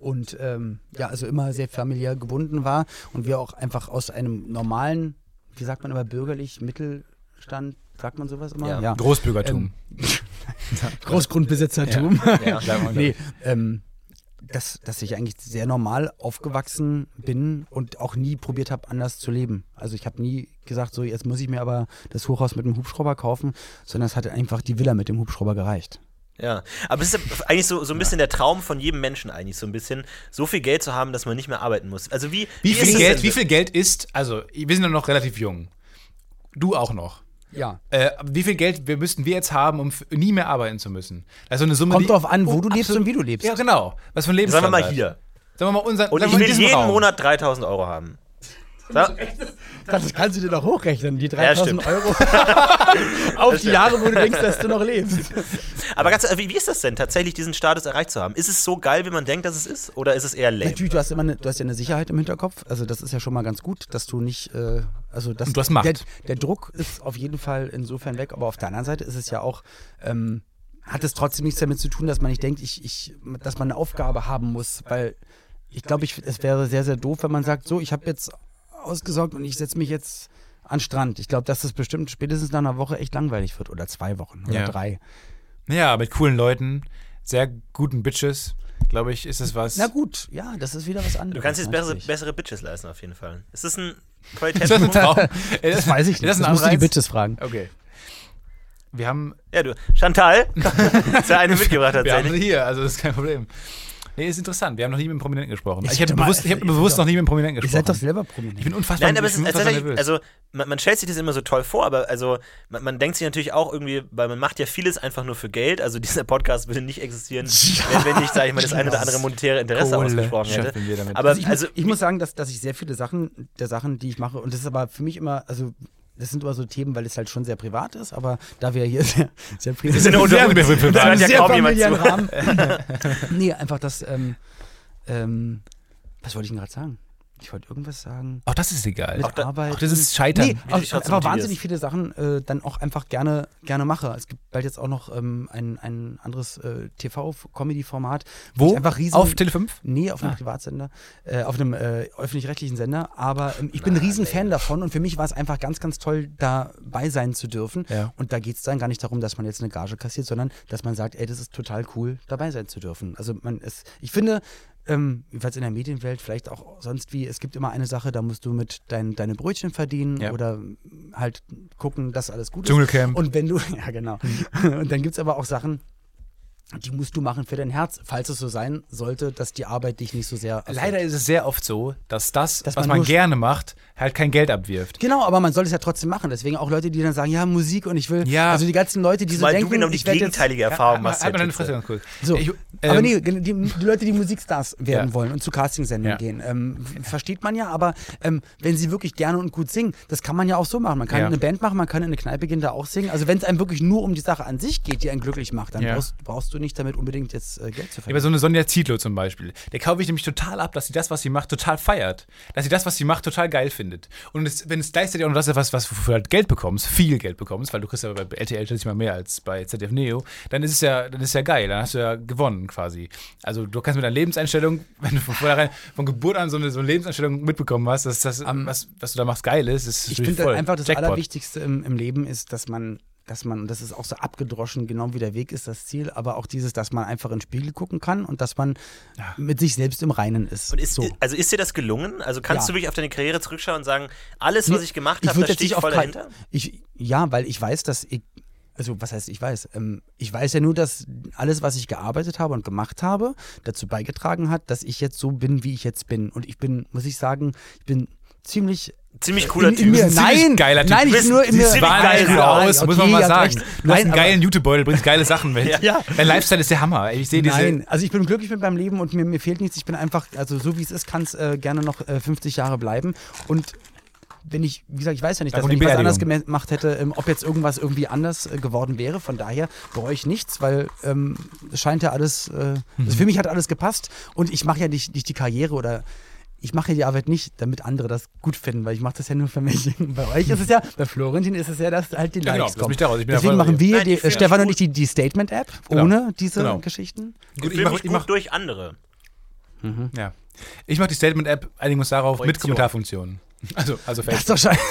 und ähm, ja, also immer sehr familiär gebunden war und wir auch einfach aus einem normalen, wie sagt man immer, bürgerlich Mittelstand, sagt man sowas immer? Ja. Großbürgertum. Großgrundbesitzertum. ja, sagt man, glaub nee, ich. ähm, dass, dass ich eigentlich sehr normal aufgewachsen bin und auch nie probiert habe, anders zu leben. Also ich habe nie gesagt, so jetzt muss ich mir aber das Hochhaus mit dem Hubschrauber kaufen, sondern es hat einfach die Villa mit dem Hubschrauber gereicht. Ja, aber es ist ja eigentlich so, so ein bisschen der Traum von jedem Menschen eigentlich so ein bisschen, so viel Geld zu haben, dass man nicht mehr arbeiten muss. Also wie, Wie ist viel es Geld, denn? wie viel Geld ist, also wir sind ja noch relativ jung. Du auch noch. Ja. Äh, wie viel Geld wir müssten wir jetzt haben, um f- nie mehr arbeiten zu müssen? Also eine Summe, Kommt die- drauf an, wo Oh, du lebst absolut. und wie du lebst. Ja, genau. Was für Sagen ein wir Lebensstandard. mal hier. Sagen wir mal unseren. Und sagen ich wir will diesen jeden Raum. Monat 3000 Euro haben. Sag- Das kannst du dir doch hochrechnen, die Ja, stimmt. 3000 Euro auf die stimmt. Jahre, wo du denkst, dass du noch lebst. Aber ganz, äh, wie, wie ist das denn, tatsächlich diesen Status erreicht zu haben? Ist es so geil, wie man denkt, dass es ist? Oder ist es eher lame? Natürlich, du hast, immer eine, du hast ja eine Sicherheit im Hinterkopf. Also, das ist ja schon mal ganz gut, dass du nicht. Äh, also das, Und du hast Macht. Der, der Druck ist auf jeden Fall insofern weg. Aber auf der anderen Seite ist es ja auch. Ähm, hat es trotzdem nichts damit zu tun, dass man nicht denkt, ich, ich, dass man eine Aufgabe haben muss. Weil ich glaube, ich, es wäre sehr, sehr doof, wenn man sagt: So, ich habe jetzt ausgesorgt und ich setze mich jetzt an den Strand. Ich glaube, dass das bestimmt spätestens nach einer Woche echt langweilig wird. Oder zwei Wochen oder Ja. drei. Ja, mit coolen Leuten, sehr guten Bitches, glaube ich, ist das was. Na gut, ja, das ist wieder was anderes. Du kannst jetzt bessere, natürlich. bessere Bitches leisten, auf jeden Fall. Ist das ein Das, ist ein Qualitätsprogramm? Traum. Ey, Das weiß ich nicht. Das, ist ein musst du die Anreiz. Bitches fragen. Okay. Wir haben, ja, du. Chantal? Ist ja eine mitgebracht wir haben tatsächlich. sie hier, also das ist kein Problem. Nee, ist interessant. Wir haben noch nie mit einem Prominenten gesprochen. Ich Ich habe hätte mal- bewusst, ich hab bewusst noch nie mit einem Prominenten Ihr gesprochen. seid doch selber ne? prominent. ich bin unfassbar, Nein, aber ich es bin ist unfassbar tatsächlich, nervös. also man, man stellt sich das immer so toll vor, aber also man, man denkt sich natürlich auch irgendwie, weil man macht ja vieles einfach nur für Geld. Also dieser Podcast würde nicht existieren, wenn, wenn nicht, sage ich mal, das eine oder andere monetäre Interesse Kohle ausgesprochen hätte. scheffeln wir damit. Aber ich, also, muss, ich muss sagen, dass, dass ich sehr viele Sachen, der Sachen, die ich mache, und das ist aber für mich immer, also das sind immer so Themen, weil es halt schon sehr privat ist, aber da wir hier sehr, sehr privat sind ja unter sehr uns. Das privat. Da hört ja sehr kaum jemand familiären zu. Rahmen. nee, einfach das, ähm, ähm, was wollte ich denn gerade sagen? Ich wollte irgendwas sagen. Auch das ist egal. Mit Auch, da- Arbeit. auch das ist Scheitern. Nee, Wie du auch, dich trotzdem aber motivierst. wahnsinnig viele Sachen äh, dann auch einfach gerne, gerne mache. Es gibt bald jetzt auch noch ähm, ein, ein anderes äh, TV-Comedy-Format, Wo? ich einfach riesen, Auf Tele 5? Nee, auf einem Ah. Privatsender, äh, auf einem äh, öffentlich-rechtlichen Sender. Aber ähm, ich bin ein Riesenfan davon und für mich war es einfach ganz, ganz toll, dabei sein zu dürfen. Ja. Und da geht es dann gar nicht darum, dass man jetzt eine Gage kassiert, sondern dass man sagt, ey, das ist total cool, dabei sein zu dürfen. Also man ist, ich finde, ähm, jedenfalls in der Medienwelt, vielleicht auch sonst wie, es gibt immer eine Sache, da musst du mit dein, deine Brötchen verdienen Ja. oder halt gucken, dass alles gut ist. Dschungelcamp. Hm. Und wenn du, ja genau. Und dann gibt es aber auch Sachen, die musst du machen für dein Herz, falls es so sein sollte, dass die Arbeit dich nicht so sehr. erfüllt. Leider ist es sehr oft so, dass das, Dass was man man nur- gerne macht, halt kein Geld abwirft. Genau, aber man soll es ja trotzdem machen. Deswegen auch Leute, die dann sagen, ja, Musik und ich will. Ja. Also die ganzen Leute, die so Weil denken, du genau die ich werd jetzt- gegenteilige Erfahrung mal- machst. halt mal Herr deine Tietze. Fresse ganz kurz. So. Ich, ähm, aber nee, gen- die, die Leute, die Musikstars werden Ja. wollen und zu Castingsendungen Ja. gehen, ähm, f- versteht man ja, aber ähm, wenn sie wirklich gerne und gut singen, das kann man ja auch so machen. Man kann Ja. eine Band machen, man kann in eine Kneipe gehen, da auch singen. Also wenn es einem wirklich nur um die Sache an sich geht, die einen glücklich macht, dann Ja. brauchst, brauchst du nicht damit unbedingt jetzt äh, Geld zu Ja, aber verdienen. so eine Sonja Zietlow zum Beispiel, der kaufe ich nämlich total ab, dass sie das, was sie macht, total feiert. Dass sie das, was sie macht, total geil findet. Und es, wenn es gleichzeitig auch noch das ist, was, was wofür du halt Geld bekommst, viel Geld bekommst, weil du kriegst ja bei RTL schließlich mal mehr als bei ZDF Neo, dann ist es ja, dann ist ja geil, dann hast du ja gewonnen quasi. Also du kannst mit deiner Lebenseinstellung, wenn du von vornherein von Geburt an so eine, so eine Lebenseinstellung mitbekommen hast, dass das, was, was du da machst, geil ist, ist ich natürlich finde halt voll. einfach das Jackpot. Allerwichtigste im, im Leben ist, dass man, dass man, und das ist auch so abgedroschen, genau wie der Weg ist das Ziel, aber auch dieses, dass man einfach in den Spiegel gucken kann und dass man mit sich selbst im Reinen ist. Und ist, so. also ist dir das gelungen? Also kannst Ja. du wirklich auf deine Karriere zurückschauen und sagen, alles, was ich gemacht habe, würd da stehe ich voll kein- dahinter? Ich, ja, weil ich weiß, dass ich, also was heißt ich weiß? Ähm, ich weiß ja nur, dass alles, was ich gearbeitet habe und gemacht habe, dazu beigetragen hat, dass ich jetzt so bin, wie ich jetzt bin. Und ich bin, muss ich sagen, ich bin ziemlich Äh, Ziemlich cooler in, in Typ. mir, Ein ziemlich nein, geiler Typ. nein, ich Bist- bin nur in Sie mir sind Wahnsinnig geil gut Ja, aus, muss man mal sagen. Du hast Nein, einen aber- geilen Jutebeutel, bringst geile Sachen mit. Ja. Dein Lifestyle ist der Hammer. ey. Ich sehe diese, Nein, also ich bin glücklich mit meinem Leben und mir, mir fehlt nichts. Ich bin einfach, also so wie es ist, kann es äh, gerne noch äh, 50 Jahre bleiben. Und wenn ich, wie gesagt, ich weiß ja nicht, Da dass kommt wenn ich die was anders gemacht hätte, ähm, ob jetzt irgendwas irgendwie anders äh, geworden wäre. Von daher bereue ich nichts, weil ähm, es scheint ja alles, äh, Mhm. also für mich hat alles gepasst und ich mache ja nicht, nicht die Karriere oder ich mache ja die Arbeit nicht, damit andere das gut finden, weil ich mache das ja nur für mich. Bei euch ist es ja, bei Florentin ist es ja, dass halt die Ja, genau, Likes lass kommen. mich daraus, ich bin ja Deswegen voll bei machen dir. wir, Nein, die, ich äh, find das Stefan und gut. ich, die, die Statement-App Genau. ohne diese Genau. Geschichten. ich Gut, ich fühle mache mich ich gut mach, durch andere. ja. Ich mach die Statement-App, einigen uns darauf, mit Projektion. Kommentarfunktion. Also, also Das ist Facebook. doch scheiße.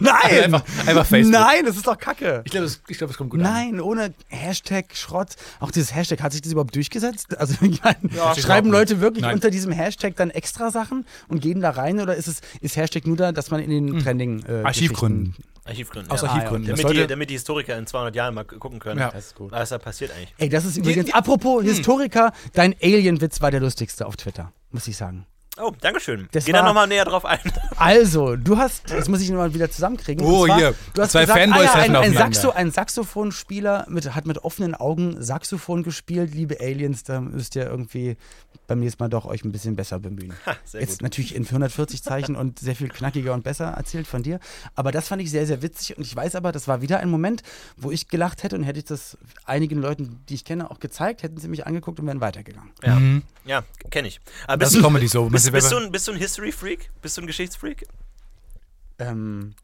Nein! Einfach, einfach Facebook. Nein, das ist doch Kacke. Ich glaube, es, ich glaub, es kommt gut an. Nein, ohne Hashtag Schrott. Auch dieses Hashtag, hat sich das überhaupt durchgesetzt? Also ich meine, Ja. schreiben Leute wirklich Nein. unter diesem Hashtag dann extra Sachen und gehen da rein? Oder ist es ist Hashtag nur da, dass man in den Trending äh, Archivgründen. Geschichten- Archivgründe. Aus ja. Archivgründen. Das Damit, die, sollte, damit die Historiker in 200 Jahren mal gucken können, Ja. Das ist gut. was da passiert eigentlich. Ey, das ist übrigens, apropos Historiker, dein Alien-Witz war der lustigste auf Twitter, muss ich sagen. Oh, Dankeschön. Das Geh da war- nochmal näher drauf ein. Also, du hast, das muss ich nochmal wieder zusammenkriegen. Oh, Und zwar, hier. Du hast Zwei gesagt, Fanboys ah, ja, ein, treffen ein, aufeinander. Saxo, ein Saxophonspieler mit, hat mit offenen Augen Saxophon gespielt. Liebe Aliens, da müsst ihr irgendwie beim nächsten Mal doch euch ein bisschen besser bemühen. sehr Jetzt gut. natürlich in 440 Zeichen und sehr viel knackiger und besser erzählt von dir. Aber das fand ich sehr, sehr witzig. Und ich weiß aber, das war wieder ein Moment, wo ich gelacht hätte und hätte ich das einigen Leuten, die ich kenne, auch gezeigt, hätten sie mich angeguckt und wären weitergegangen. Ja, ja kenne ich. Aber Mhm. Das bist du- ist Comedy so. Bist, bist, du ein, bist du ein History-Freak? Bist du ein Geschichtsfreak? Ähm,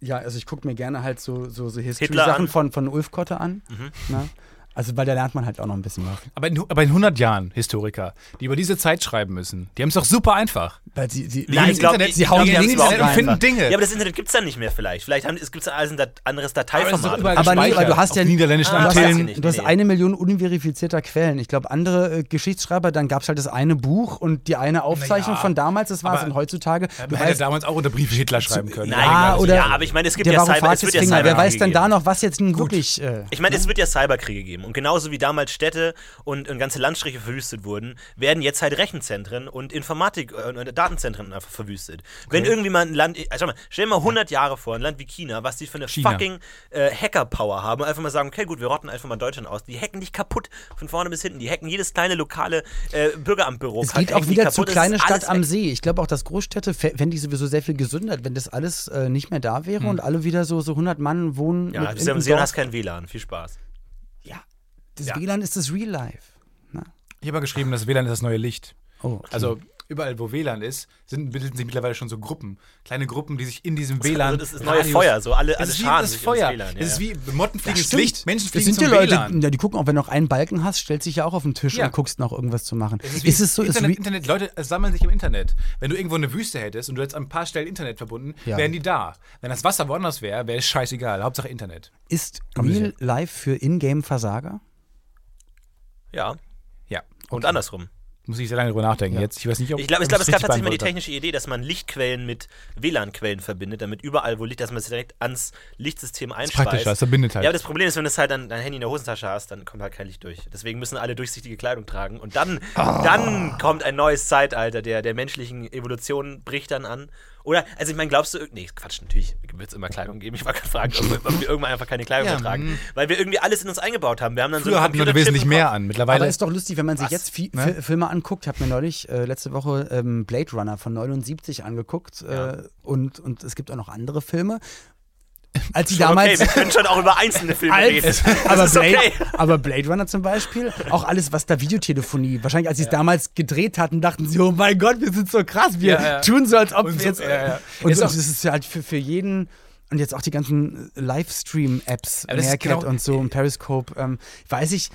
ja, also ich gucke mir gerne halt so, so, so Hitler History-Sachen an. Mhm. von, von Ulf Kotte an. Na? Also, weil da lernt man halt auch noch ein bisschen was. aber, in, aber in 100 Jahren Historiker, die über diese Zeit schreiben müssen, die haben es doch super einfach. Weil sie, sie, Nein, ich glaub, Internet, ich- sie ich hauen glaub, die Links haben's überhaupt rein und nicht finden einfach. Dinge. Ja, aber das Internet gibt es dann nicht mehr vielleicht. Vielleicht haben, es gibt es alles ein da- anderes Dateiformat. überall Aber nee, weil du gespeichert hast ja- auf niederländischen Ah, Du hast, weiß Antillen. ich nicht. du hast nee. eine Million unverifizierter Quellen. Ich glaube, andere äh, Geschichtsschreiber, dann gab es halt das eine Buch und die eine Aufzeichnung Naja, von damals, das war's. aber- Und heutzutage, Man du hätte weißt, damals auch unter Brief Hitler schreiben können. Nein, Ah, also, oder- ja, aber ich meine, es gibt der ja war Cyber, es wird ja Finger. Cyber Wer weiß denn da gegeben. noch, was jetzt nun wirklich. Äh, Ich meine, es wird ja Cyberkriege geben. Und genauso wie damals Städte und, und ganze Landstriche verwüstet wurden, werden jetzt halt Rechenzentren und Informatik- äh, und Datenzentren einfach verwüstet. Wenn irgendwie mal ein Land, äh, schau mal, stell dir mal 100 Jahre vor, ein Land wie China, was die für eine China. fucking äh, Hacker-Power haben, und einfach mal sagen, okay, gut, wir rotten einfach mal Deutschland aus. Die hacken dich kaputt, von vorne bis hinten. Die hacken jedes kleine lokale äh, Bürgeramtbüro. Es kack- geht auch hacken die wieder zu kaputt, es kleine ist alles Stadt am weg. See. Ich glaube auch, dass Großstädte, fä- fände ich sowieso sehr viel gesünder, wenn das alles äh, nicht mehr da wäre Hm. und alle wieder so, so 100 Mann wohnen. Ja, du mit in- bist ja im am See und Dorf. hast kein WLAN. Viel Spaß. Ja, das Ja. WLAN ist das Real Life. Na? Ich habe mal geschrieben, das WLAN ist das neue Licht. Oh, okay. Also überall, wo WLAN ist, sind, bilden sich mittlerweile schon so Gruppen. Kleine Gruppen, die sich in diesem WLAN. Also das ist das neue Feuer, so alle, alle Es ist wie schaden das sich ins Feuer. WLAN, ja, Es ist ja. wie Motten fliegen ins Stimmt. Licht, Menschen Das fliegen sind die zum Leute, WLAN. ja, die gucken auch, wenn du noch einen Balken hast, stellst dich ja auch auf den Tisch Ja. und guckst noch irgendwas zu machen. Es Ist, wie es so? Ist Internet, wie, Internet, Leute sammeln sich im Internet. Wenn du irgendwo eine Wüste hättest und du hättest an ein paar Stellen Internet verbunden, Ja. wären die da. Wenn das Wasser woanders wäre, wäre es scheißegal. Hauptsache Internet. ist Komm nicht Real Life für Ingame-Versager? Ja, Ja. und andersrum. Muss ich sehr lange drüber nachdenken Ja. jetzt. Ich weiß nicht, ob Ich glaube, ich glaub, ob es ich's gab richtig tatsächlich mal die beantwortet technische Idee, dass man Lichtquellen mit WLAN-Quellen verbindet, damit überall, wo Licht, dass man es direkt ans Lichtsystem habe. Das ist einspeist. praktischer, das verbindet Ja, halt. aber das Problem ist, wenn du es halt an dein Handy in der Hosentasche hast, dann kommt halt kein Licht durch. Deswegen müssen alle durchsichtige Kleidung tragen. Und dann, Ah. dann kommt ein neues Zeitalter der, der menschlichen Evolution, bricht dann an. Oder, also ich meine, glaubst du, irg- nee, Quatsch, natürlich wird es immer Kleidung geben. Ich war gerade fragen, ob, wir- ob wir irgendwann einfach keine Kleidung Ja, mehr tragen. mh. Weil wir irgendwie alles in uns eingebaut haben. Wir haben dann so Früher hatten Leute Computerchip wesentlich im mehr Kopf. an. Aber Mittlerweile ist doch lustig, wenn man sich jetzt Fi Ne? Fi- Filme anguckt. Ich habe mir neulich äh, letzte Woche ähm, Blade Runner von 79 angeguckt. Ja. Äh, und, und es gibt auch noch andere Filme. Als die Okay, damals. wir können schon auch über einzelne Filme Alt reden. ist. Aber, ist Blade, okay. aber Blade Runner zum Beispiel, auch alles, was da Videotelefonie, wahrscheinlich als sie es damals gedreht hatten, dachten sie, oh mein Gott, wir sind so krass, wir Ja, ja. tun so, als ob Und wir so, jetzt. ja, ja. Und Ist so, auch- das ist ja halt für, für jeden. Und jetzt auch die ganzen äh, Livestream-Apps, Aber das ist Meerkat genau- und so, und Periscope, ähm, weiß ich,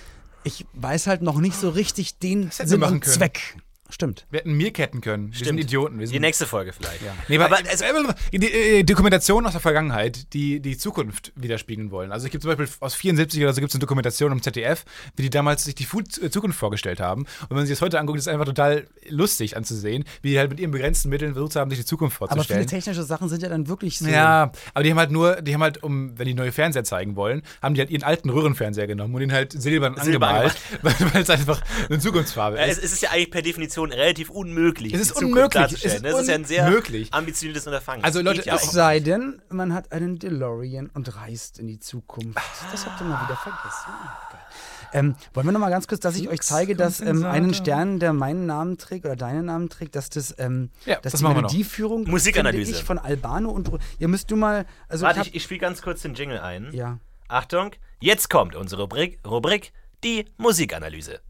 ich weiß halt noch nicht so richtig den hätten wir Sinn machen und können. Zweck. Stimmt. wir hätten Meerketten können. Wir sind Stimmt. Idioten. Wir Die sind nächste Folge vielleicht. Nee, aber, Aber- also, äh, die, äh, Dokumentationen aus der Vergangenheit, die die Zukunft widerspiegeln wollen. Also es gibt zum Beispiel aus 74 oder so gibt es eine Dokumentation im ZDF, wie die damals sich die Fu äh, Zukunft vorgestellt haben. Und wenn man sich das heute anguckt, ist es einfach total lustig anzusehen, wie die halt mit ihren begrenzten Mitteln versucht haben, sich die Zukunft Aber viele vorzustellen. technische Sachen sind ja dann wirklich so. ja, aber die haben halt nur, die haben halt, um, wenn die neue Fernseher zeigen wollen, haben die halt ihren alten Röhrenfernseher genommen und ihn halt silbern Silber angemalt, weil weil es einfach eine Zukunftsfarbe Ja, ist. äh, Es, es ist ja eigentlich per Definition relativ unmöglich. Es ist die Zukunft unmöglich. darzustellen. Es ist das ist ja ein sehr unmöglich. ambitioniertes Unterfangen. Also, Das Leute, geht ja es Es auch. sei denn, man hat einen DeLorean und reist in die Zukunft. Das habt ihr mal wieder vergessen. Geil. Ähm, wollen wir noch mal ganz kurz, dass ich euch zeige, dass ähm, einen Stern, der meinen Namen trägt oder deinen Namen trägt, dass das, ähm, Ja, dass das die machen wir noch. Melodieführung Musikanalyse. finde ich von Albano und Ru- ihr müsst du mal, also Warte, ich ich, ich spiele ganz kurz den Jingle ein. hab, ja, Achtung, jetzt kommt unsere Rubrik, Rubrik die Musikanalyse.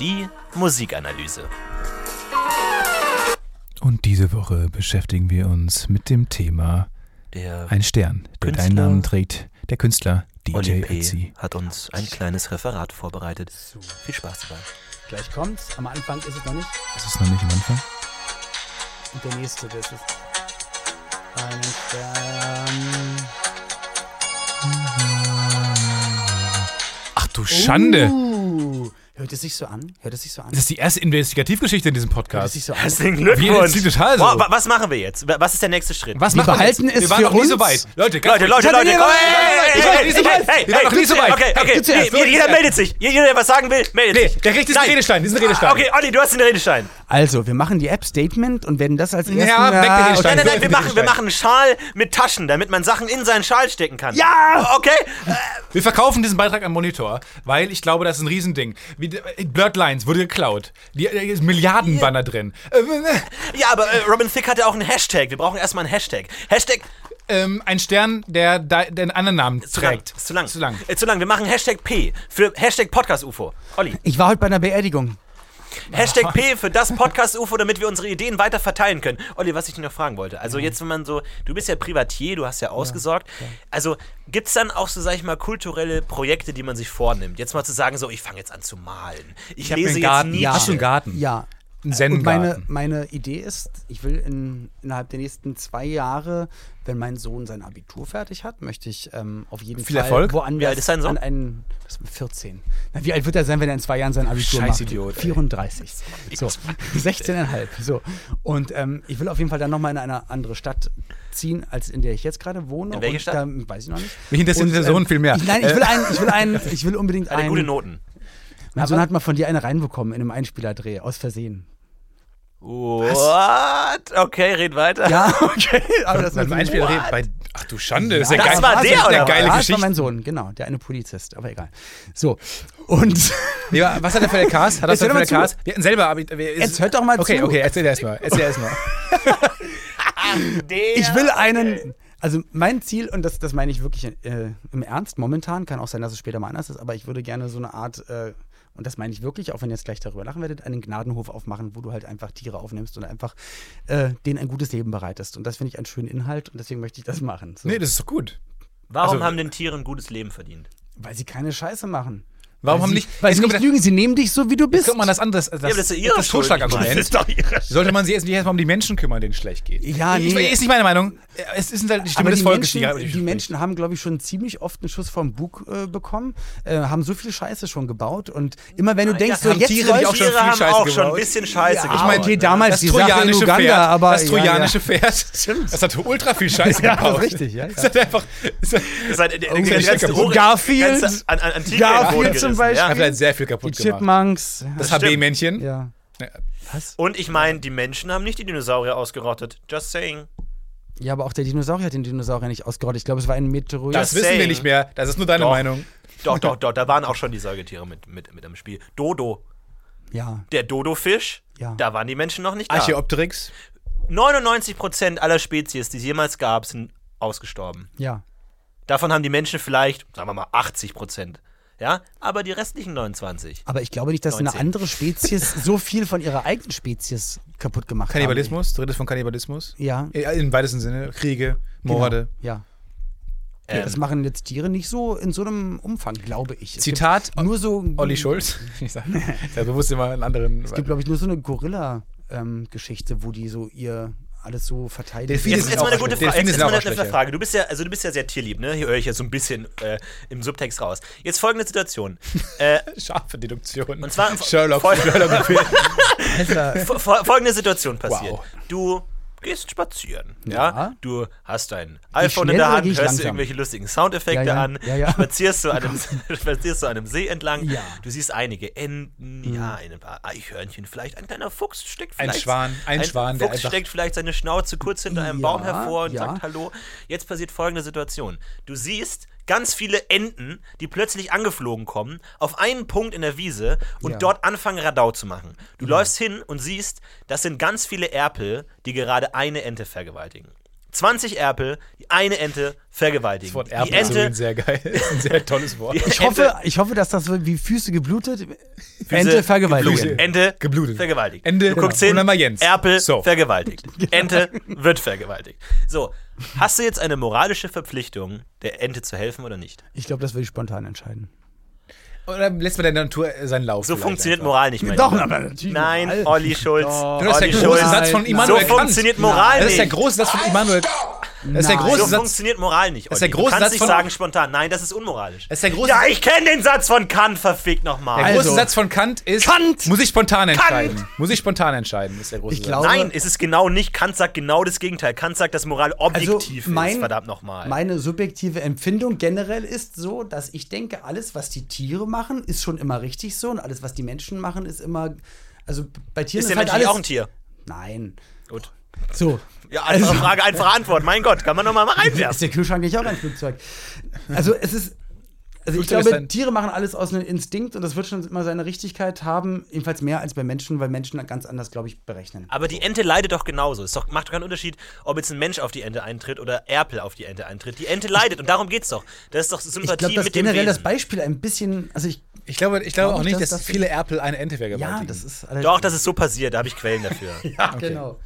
Die Musikanalyse. Und diese Woche beschäftigen wir uns mit dem Thema Der Ein Stern, der Künstler. deinen Namen trägt. Der Künstler DJ Oli P. Ötzi. hat uns ein kleines Referat vorbereitet. Viel Spaß dabei. gleich kommt's. Am Anfang ist es noch nicht Das ist noch nicht am Anfang. und der nächste, das ist einen Stern. Ach du Schande! Uh, hört es sich so an? Hört es sich so an? Das ist die erste Investigativgeschichte in diesem Hört es Podcast. sich so an? Herzlichen Wie, das klingt total so. Boah, wa- was machen wir jetzt? Wa- Was ist der nächste Schritt? Was Wir macht man behalten jetzt? es Wir waren für noch nie uns. so weit. Leute, ganz Leute, kurz. Leute, Leute, Ich komm, hatte ey, die- ey, ey, ich war noch nie so ey, weit. ey, Ich war ey, noch nie so weit. Okay, okay. Du zuerst, Nee, du Jeder zuerst. meldet sich. Jeder, der was sagen will, meldet Nee, sich. der Recht ist ein Nein. Redestein. Das ist ein Redestein. Okay, Olli, du hast den Redestein. Also, wir machen die App-Statement und werden das als Ja, ersten... Ah, weg mit den Nein, nein, Steinen. nein, wir Redestein. machen, wir machen einen Schal mit Taschen, damit man Sachen in seinen Schal stecken kann. Ja! Okay? Äh, Wir verkaufen diesen Beitrag am Monitor, weil ich glaube, das ist ein Riesending. Wie, äh, Blurred Lines wurde geklaut. Die, äh, ist Milliardenbanner drin. Äh, äh, Ja, aber äh, Robin Thicke hatte auch einen Hashtag. Wir brauchen erstmal einen Hashtag. Hashtag ähm, ein Stern, der de- den anderen Namen zu lang. trägt. Ist zu lang. Zu lang. Äh, zu lang. Wir machen Hashtag P für Hashtag Podcast UFO. Olli. Ich war heute bei einer Beerdigung. Hashtag P für das Podcast-UFO, damit wir unsere Ideen weiter verteilen können. Olli, was ich dich noch fragen wollte. Also jetzt, wenn man so, du bist ja Privatier, du hast ja ausgesorgt. Also gibt es dann auch so, sag ich mal, kulturelle Projekte, die man sich vornimmt? Jetzt mal zu sagen, so, ich fange jetzt an zu malen. Ich, hab mir lese jetzt einen Garten. Nietzsche. Ja. Hast du einen Garten? Ja. Ein Und meine, Zen-Garten. meine Idee ist, ich will in, innerhalb der nächsten zwei Jahre, wenn mein Sohn sein Abitur fertig hat, möchte ich ähm, auf jeden Viel Fall Erfolg. woanders Wie alt ist dein Sohn? an einen das ist 14. Na, wie alt wird er sein, wenn er in zwei Jahren sein Abitur Scheiß macht? Idiot, ey. 34. So, 16,5. So. Und ähm, ich will auf jeden Fall dann nochmal in eine andere Stadt ziehen, als in der ich jetzt gerade wohne. In welche Und Stadt? Da, weiß ich noch nicht. Mich interessieren Und, ähm, diese Personen viel mehr. Äh. Ich, nein, ich will, einen, ich will, einen, ich will unbedingt Alle einen. gute Noten. Mein Sohn hat mal von dir eine reinbekommen in einem Einspielerdreh, aus Versehen. What? Okay, red weiter. Ja, okay. Aber das, Beim Einspieler redet bei. Ach du Schande, das ist ja Ah, Das geil. war der, das ist oder eine was? geile ja, Das war Geschichte. mein Sohn, genau, der eine Polizist, aber egal. So, und Nee, aber was hat der für der Cast? Hat das für Jetzt hör doch mal der zu. Cast? Wir hatten selber. Aber, wir, Jetzt hör doch mal okay, Okay, zu. okay, erzähl erst mal. Erzähl erst mal. Der- ich will einen, Also mein Ziel, und das, das meine ich wirklich äh, im Ernst, momentan, kann auch sein, dass es später mal anders ist, aber ich würde gerne so eine Art, äh, und das meine ich wirklich, auch wenn ihr jetzt gleich darüber lachen werdet, einen Gnadenhof aufmachen, wo du halt einfach Tiere aufnimmst und einfach äh, denen ein gutes Leben bereitest. Und das finde ich einen schönen Inhalt und deswegen möchte ich das machen. So. Nee, das ist doch gut. Warum Also- haben denn Tiere ein gutes Leben verdient? weil sie keine Scheiße machen. Warum weil haben sie, nicht- Weil jetzt sie kommt nicht wieder- lügen, sie nehmen dich so, wie du bist. Guck mal, das andere, das, Ja, aber das ist ja ihre das Schuld. Das Totschlagargument. ist doch ihre Schuld. Sollte man sie erst nicht erstmal um die Menschen kümmern, den es schlecht geht. Ja, ich, nee. Ist nicht meine Meinung. Es ist halt die Stimme Aber des die Volkes, Menschen, gerade- die, Menschen haben, glaube ich, schon ziemlich oft einen Schuss vom Bug äh, bekommen, äh, haben so viel Scheiße schon gebaut und immer wenn du ja, denkst, so haben jetzt Tiere, die läuft- auch schon Tiere viel haben Scheiße auch schon ein gebaut. bisschen Scheiße ich meine, gebaut, okay, ne? damals das die Sache in trojanische Uganda, Pferd, aber das ja, trojanische Pferd, das hat ultra viel Scheiße Ja, das gebaut. ist richtig, ja, Das hat einfach, das hat, Ihr seid- ihr- ihr- Irgendwelche ihr- ihr- Stecker- ihr- ihr- ihr- Garfield. ganze- an, an, an Tiere Garfield in den Boden zum gerissen, Beispiel. hat halt sehr viel die kaputt gemacht. Chipmunks. Ja. Das stimmt. HB-Männchen. ja. Und ich meine, die Menschen haben nicht die Dinosaurier ausgerottet. Just saying. ja, aber auch der Dinosaurier hat den Dinosaurier nicht ausgerottet. Ich glaube, es war ein Meteorit. Das Just wissen wir saying. nicht mehr. Das ist nur deine Doch. Meinung. Doch, doch, doch, da waren auch schon die Säugetiere mit, mit, mit am Spiel. Dodo. ja, Der Dodo-Fisch, Ja. da waren die Menschen noch nicht da. Archeopteryx. 99% aller Spezies, die es jemals gab, sind ausgestorben. ja. Davon haben die Menschen vielleicht, sagen wir mal, 80%. Ja, aber die restlichen 29. Aber ich glaube nicht, dass 19. eine andere Spezies so viel von ihrer eigenen Spezies kaputt gemacht hat. Kannibalismus. Drittes von Kannibalismus. Ja. Ja, Im weitesten Sinne. Kriege, Genau. Morde. Äh. Ja. Ähm, Das machen jetzt Tiere nicht so in so einem Umfang, glaube ich. Es Zitat gibt Nur so. Olli Schulz. Ich sag, ja, bewusst immer einen anderen. Es gibt, glaube ich, nur so eine Gorilla-Geschichte, wo die so ihr alles so verteidigen. Delfine Jetzt, sind jetzt mal auch eine gute Arschlöcher. Frage. Jetzt, Delfine jetzt sind mal auch eine eine Arschlöcher. Frage. Du bist ja, also du bist ja sehr tierlieb, ne? Hier höre ich jetzt so ein bisschen äh, im Subtext raus. Jetzt folgende Situation. äh, Scharfe Deduktion. Und zwar- Sherlock. voll- Sherlock fo- fo- folgende Situation passiert. Wow. Du gehst spazieren, ja? Ja. Du hast dein iPhone schnell in der oder Hand, hörst gehe ich dir langsam? irgendwelche lustigen Soundeffekte Ja, ja, an, ja, ja. Spazierst, du an einem, spazierst du an einem See entlang, Ja. Mhm. du siehst einige Enten, ja, ein paar Eichhörnchen, vielleicht ein kleiner Fuchs steckt Ein vielleicht... Schwan, ein Schwan, der Fuchs einfach- steckt vielleicht seine Schnauze kurz hinter einem Baum Ja, hervor und ja. sagt Hallo. Jetzt passiert folgende Situation. Du siehst ganz viele Enten, die plötzlich angeflogen kommen, auf einen Punkt in der Wiese und Ja. dort anfangen, Radau zu machen. Du Mhm. läufst hin und siehst, das sind ganz viele Erpel, die gerade eine Ente vergewaltigen. 20 Erpel, die eine Ente vergewaltigen. Das Wort die Erben ist Ente, übrigens sehr geil. Das ist ein sehr tolles Wort. die ich, hoffe, ich hoffe, dass das so wie Füße geblutet, Ente Ente vergewaltigt. geblutet. Ente Geblutet. vergewaltigt. Ende. du guckst Genau. hin, Und dann mal Jens. Erpel So. vergewaltigt. Ente wird vergewaltigt. So, hast du jetzt eine moralische Verpflichtung, der Ente zu helfen oder nicht? Ich glaube, das würde ich spontan entscheiden. Oder lässt man der Natur äh, seinen Lauf? So vielleicht funktioniert einfach. Moral nicht mehr. aber natürlich. Nein, Olli Schulz. Ja, Das ist der Olli große Schulz. Satz von Nein, So Immanuel Kant. funktioniert Moral Das ist der nicht. große Satz von Immanuel Das ist der Nein. große So Satz. funktioniert Moral nicht. Das ist der Olli. große du kannst Satz nicht von- sagen spontan. Nein, das ist unmoralisch. Das ist der große- ja, ich kenne den Satz von Kant, verfickt Der nochmal. große Also- Satz von Kant ist. Kant! Muss ich spontan entscheiden. Muss ich spontan entscheiden, ist der große Ich Satz. glaube- Nein, es ist genau nicht. Kant sagt genau das Gegenteil. Kant sagt, dass Moral Also objektiv ist. mein- Verdammt nochmal. Meine subjektive Empfindung generell ist so, dass ich denke, alles, was die Tiere machen, ist schon immer richtig so und alles, was die Menschen machen, ist immer. Also bei Tieren Ist ist, der halt Mensch alles nicht auch ein Tier? Nein. Gut. So. Ja, Also einfache Frage, einfache Antwort. Mein Gott, kann man nochmal mal Ist reinwerfen. der Kühlschrank nicht auch ein Flugzeug? Also es ist. Also ich Flugzeug ist glaube, ein- Tiere machen alles aus einem Instinkt und das wird schon immer seine Richtigkeit haben, jedenfalls mehr als bei Menschen, weil Menschen ganz anders, glaube ich, berechnen. Aber die Ente leidet doch genauso. Es doch, macht doch keinen Unterschied, ob jetzt ein Mensch auf die Ente eintritt oder Erpel auf die Ente eintritt. Die Ente leidet und darum geht's doch. Das ist doch Ich Sympathie glaube, dass mit dem Wesen. generell das Beispiel ein bisschen, also ich, Ich glaube, ich glaube Glaub auch ich, nicht, dass, dass das- viele Erpel eine Ente vergewaltigen. ja, das ist doch, das ist so passiert. Da habe ich Quellen dafür. ja, genau.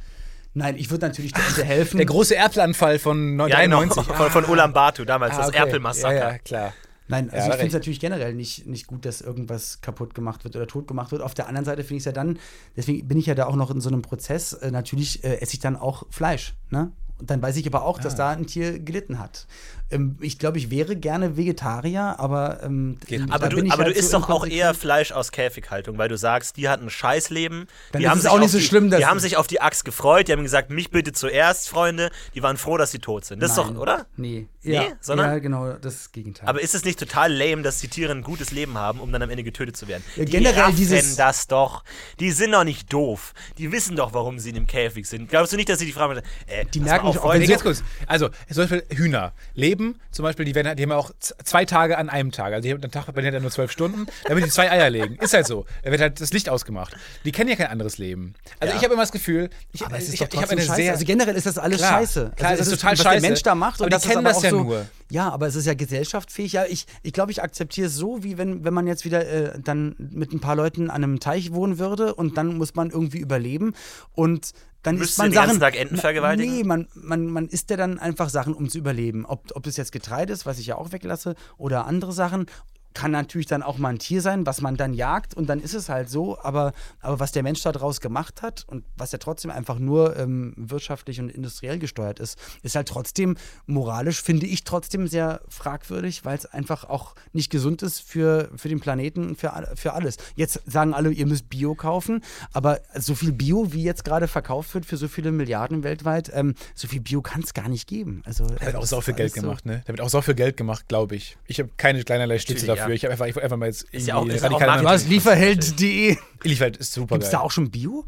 Nein, ich würde natürlich der Ente helfen. Der große Erpelanfall von Ja, 93. Genau. Von, von Ulan Batu damals, Ah, das okay. Erpelmassaker. Ja, ja, klar. Nein, Ja, also da ich finde es recht. natürlich generell nicht, nicht gut, dass irgendwas kaputt gemacht wird oder tot gemacht wird. Auf der anderen Seite finde ich es ja dann, deswegen bin ich ja da auch noch in so einem Prozess, äh, natürlich äh, esse ich dann auch Fleisch. Ne? Und dann weiß ich aber auch, Ah. dass da ein Tier gelitten hat. Ähm, ich glaube, ich wäre gerne Vegetarier, aber. Ähm, Geht nicht. Aber da du, bin ich aber halt du isst so doch auch eher inkonsequent. Fleisch aus Käfighaltung, weil du sagst, die hatten ein Scheißleben. Dann die ist haben es sich auch nicht auf so die, schlimm, dass Die haben sie- sich auf die Axt gefreut, die haben gesagt, mich bitte zuerst, Freunde. Die waren froh, dass sie tot sind. Das ist doch, Nein. oder? Nee. Ja, Nee, sondern- ja, genau, das Gegenteil. Aber ist es nicht total lame, dass die Tiere ein gutes Leben haben, um dann am Ende getötet zu werden? Ja, die generell raffen dieses- das doch. Die sind doch nicht doof. Die wissen doch, warum sie in dem Käfig sind. Glaubst du nicht, dass sie die Frage stellen? Äh, Die pass merken mal auf, doch auch, Also, Freunde, jetzt kurz. Also, zum Beispiel Hühner leben, zum Beispiel, die, werden, halt- die haben ja auch z- zwei Tage an einem Tag. Also, die haben, der Tag bei denen hat ja nur zwölf Stunden, damit die zwei Eier legen. Ist halt so. Da wird halt das Licht ausgemacht. Die kennen ja kein anderes Leben. Also, Ja. ich habe immer das Gefühl, ich, Aber es ist ich, doch ich habe trotzdem eine scheiße. sehr. also generell ist das alles Klar. scheiße. Klar, also es ist es total was scheiße. der Mensch da macht. Aber und die das kennen ist aber das auch ja so, nur. Ja, aber es ist ja gesellschaftsfähig. Ja, ich ich, glaube, ich akzeptiere es so, wie wenn, wenn man jetzt wieder äh, dann mit ein paar Leuten an einem Teich wohnen würde und dann muss man irgendwie überleben und dann Müsst isst man ihr den ganzen Sachen. Tag Enten Na, vergewaltigen? Nee, man, man, man isst ja dann einfach Sachen, um zu überleben. Ob, ob es jetzt Getreide ist, was ich ja auch weglasse, oder andere Sachen. Kann natürlich dann auch mal ein Tier sein, was man dann jagt und dann ist es halt so, aber, aber was der Mensch daraus gemacht hat und was ja trotzdem einfach nur ähm, wirtschaftlich und industriell gesteuert ist, ist halt trotzdem moralisch, finde ich trotzdem sehr fragwürdig, weil es einfach auch nicht gesund ist für, für den Planeten und für, all- für alles. Jetzt sagen alle, ihr müsst Bio kaufen, aber so viel Bio, wie jetzt gerade verkauft wird für so viele Milliarden weltweit, ähm, so viel Bio kann es gar nicht geben. Also, Da wird auch das so ist viel Geld alles so- gemacht, ne? Da wird auch so viel Geld gemacht, glaube ich. Ich habe keine keinerlei Stütze Natürlich, dafür. ja. Ich habe einfach, ich wollte einfach mal jetzt irgendwie ja auch- ist ja auch radikale Marketing. Meinung. Was? Lieferheld.de. Illichwald ist super Gibt es geil. da auch schon Bio?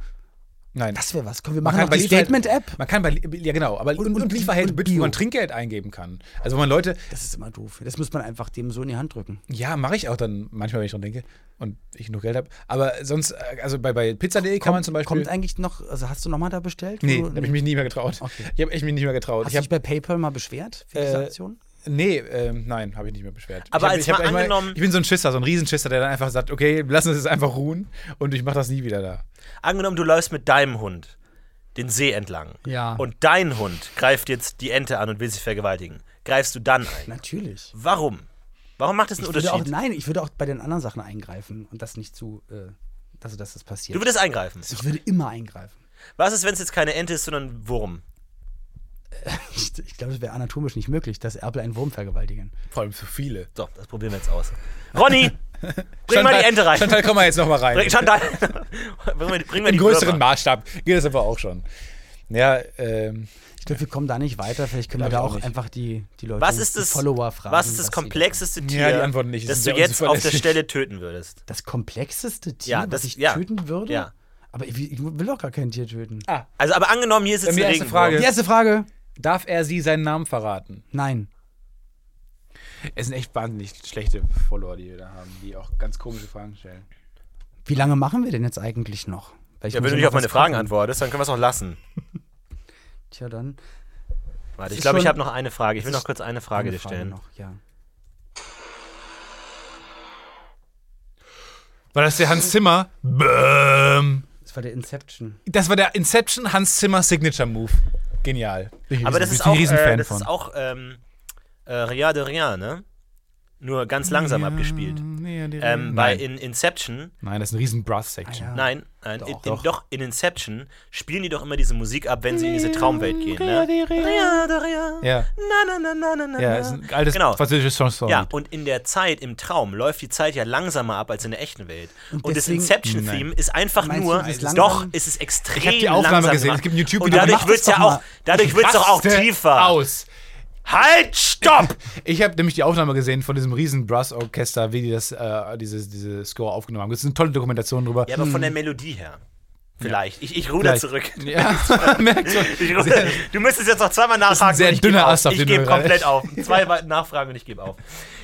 Nein. Das wäre was. Können wir Man machen kann auch bei die Lieferheld- Statement-App? Man kann bei, ja genau, aber und, und, und- Lieferheld, und bitte, wo Bio. man Trinkgeld eingeben kann. Also wo man Leute, Das ist immer doof. Das muss man einfach dem so in die Hand drücken. ja, mache ich auch dann manchmal, wenn ich dran denke und ich genug Geld habe. Aber sonst, äh, also bei, bei Pizza.de kann man zum Beispiel, Kommt eigentlich noch, also hast du nochmal da bestellt? nee, Wo- da habe ich mich nie mehr getraut. Okay. Ich habe echt mich nicht mehr getraut. Hast Ich du hab, dich bei PayPal mal beschwert für diese Äh, Aktion? nee, ähm, nein, habe ich nicht mehr beschwert. Aber ich hab, als ich, hab mal echt angenommen- ich bin so ein Schisser, so ein Riesenschisser, der dann einfach sagt, okay, lass uns jetzt einfach ruhen und ich mache das nie wieder da. Angenommen, du läufst mit deinem Hund den See entlang. Ja. Und dein Hund greift jetzt die Ente an und will sie vergewaltigen. Greifst du dann ein? Natürlich. Warum? Warum macht das einen Ich würde auch, Unterschied? nein, ich würde auch bei den anderen Sachen eingreifen und das nicht zu, äh, also dass das passiert. Du würdest eingreifen. ich würde immer eingreifen. Was ist, wenn es jetzt keine Ente ist, sondern ein Wurm? Ich, ich glaube, es wäre anatomisch nicht möglich, dass Erpel einen Wurm vergewaltigen. Vor allem für viele. So, das probieren wir jetzt aus. Ronny, bring mal die Ente rein. Chantal, komm mal jetzt nochmal rein. Bring, Chantal, bring mal, die- bring mal Im die größeren Würmer. Maßstab geht das aber auch schon. Ja, ähm, Ich glaube, wir kommen da nicht weiter. Vielleicht können Glaub wir ich da auch auch nicht. einfach die, die Leute, Was ist die das, Follower fragen. was ist das sie- komplexeste Tier, Ja, die Antworten nicht. Das das ist du sehr jetzt auf der unzuverlässig. Stelle töten würdest? Das komplexeste Tier, Ja, das- das ich ja. töten würde? Ja. Aber ich, ich will doch gar kein Tier töten. ah, Also, aber angenommen, hier ist jetzt Bei mir ein erste Regenwurm. Frage. Die erste Frage. darf er sie seinen Namen verraten? Nein. Es sind echt wahnsinnig schlechte Follower, die wir da haben, die auch ganz komische Fragen stellen. Wie lange machen wir denn jetzt eigentlich noch? Weil ich Ja, muss wenn du noch nicht auf was meine Fragen kochen. antwortest, dann können wir es auch lassen. Tja, dann. Warte, Das ich ist glaube, ich schon- habe noch eine Frage. Ich will das noch kurz eine Frage eine dir stellen. Noch, ja. War das der Hans Zimmer? Bäm. Das war der Inception. Das war der Inception Hans Zimmer Signature Move. Genial. Bin ich Aber riesen- das ist bin auch, ich äh, Riesenfan das ist von. auch ähm, äh, Rien de Rien, ne? Nur ganz langsam abgespielt. Ähm, bei nein. in Inception, nein, das ist ein riesen Brass Section. Ah, ja. nein, nein in, Doch, in, doch. doch, in Inception spielen die doch immer diese Musik ab, wenn sie in diese Traumwelt gehen, ne? Rien de Rien. Ja, Na, na, na, na, na, na, ja, na. ist ein altes Genau. französisches Chanson. Ja, und in der Zeit, im Traum, läuft die Zeit ja langsamer ab als in der echten Welt. Und, das deswegen- Inception-Theme ist einfach Meinst du, nur, dieses doch, langsam- es ist extrem Ich habe die Aufnahme langsam gesehen. gemacht. Es gibt ein YouTube Und Video. dadurch Mach wird's das ja doch auch, mal. dadurch wird's doch auch Raste tiefer. Aus. Halt, stopp! Ich habe nämlich die Aufnahme gesehen von diesem riesen Brass-Orchester, wie die das, äh, diese, diese Score aufgenommen haben. Das ist eine tolle Dokumentation drüber. Ja, aber von der Hm. Melodie her. Vielleicht. Ich, ich ruder Vielleicht. zurück. Ja, merkst du. Ich ruder. Du müsstest jetzt noch zweimal nachfragen. sehr und ich geb dünner auf. Ast, auf Ich den du gebe gerade- komplett auf. Zwei weitere Nachfragen und ich gebe auf.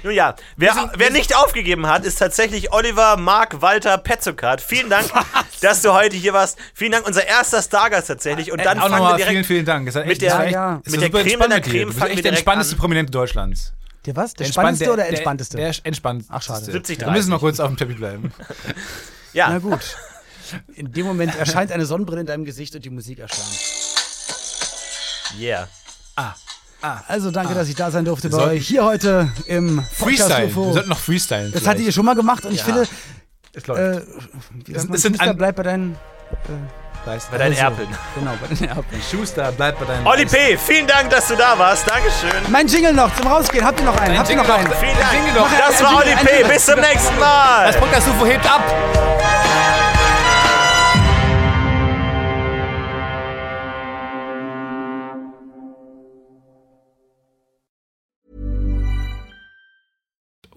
Nun ja, wer, wer nicht aufgegeben hat, ist tatsächlich Oliver Mark Walter Petzokat. Vielen Dank, dass du heute hier warst. Vielen Dank, unser erster Stargast tatsächlich. Und dann Äh, auch fangen wir nochmal direkt. vielen, vielen Dank. Es hat echt, der- es war echt, Ja, ja. es Mit war der super Creme entspannt de la mit dir. Creme Du bist fangen wir echt der direkt entspannteste an. Prominente Deutschlands. Der was? Der Entspannt- spannendste oder der- entspannteste? Der, der entspannteste. Ach, schade. 70, Wir müssen noch kurz auf dem Teppich bleiben. Ja, Na gut. In dem Moment erscheint eine Sonnenbrille in deinem Gesicht und die Musik erscheint. yeah. Also danke, dass ich da sein durfte bei Ah. sollten- euch hier heute im Podcast Freestyle. Wir UFO. sollten noch freestylen. Das hattet ihr schon mal gemacht und ich Ja. finde, Es läuft. äh, wie Es- sagt man, es sind Schuster an- bleibt bei deinen. Leisten. Bei deinen Also, Erpeln. Genau, bei deinen Erpeln. Schuster, bleib bei deinen Olli Leisten. P., vielen Dank, dass du da warst. Dankeschön. Mein Jingle noch zum Rausgehen. Habt ihr noch einen? Habt ihr noch Jingle einen? noch. Vielen Jingle Dank. doch. Das war Olli P. Bis zum nächsten Mal. Podcast UFO hebt ab.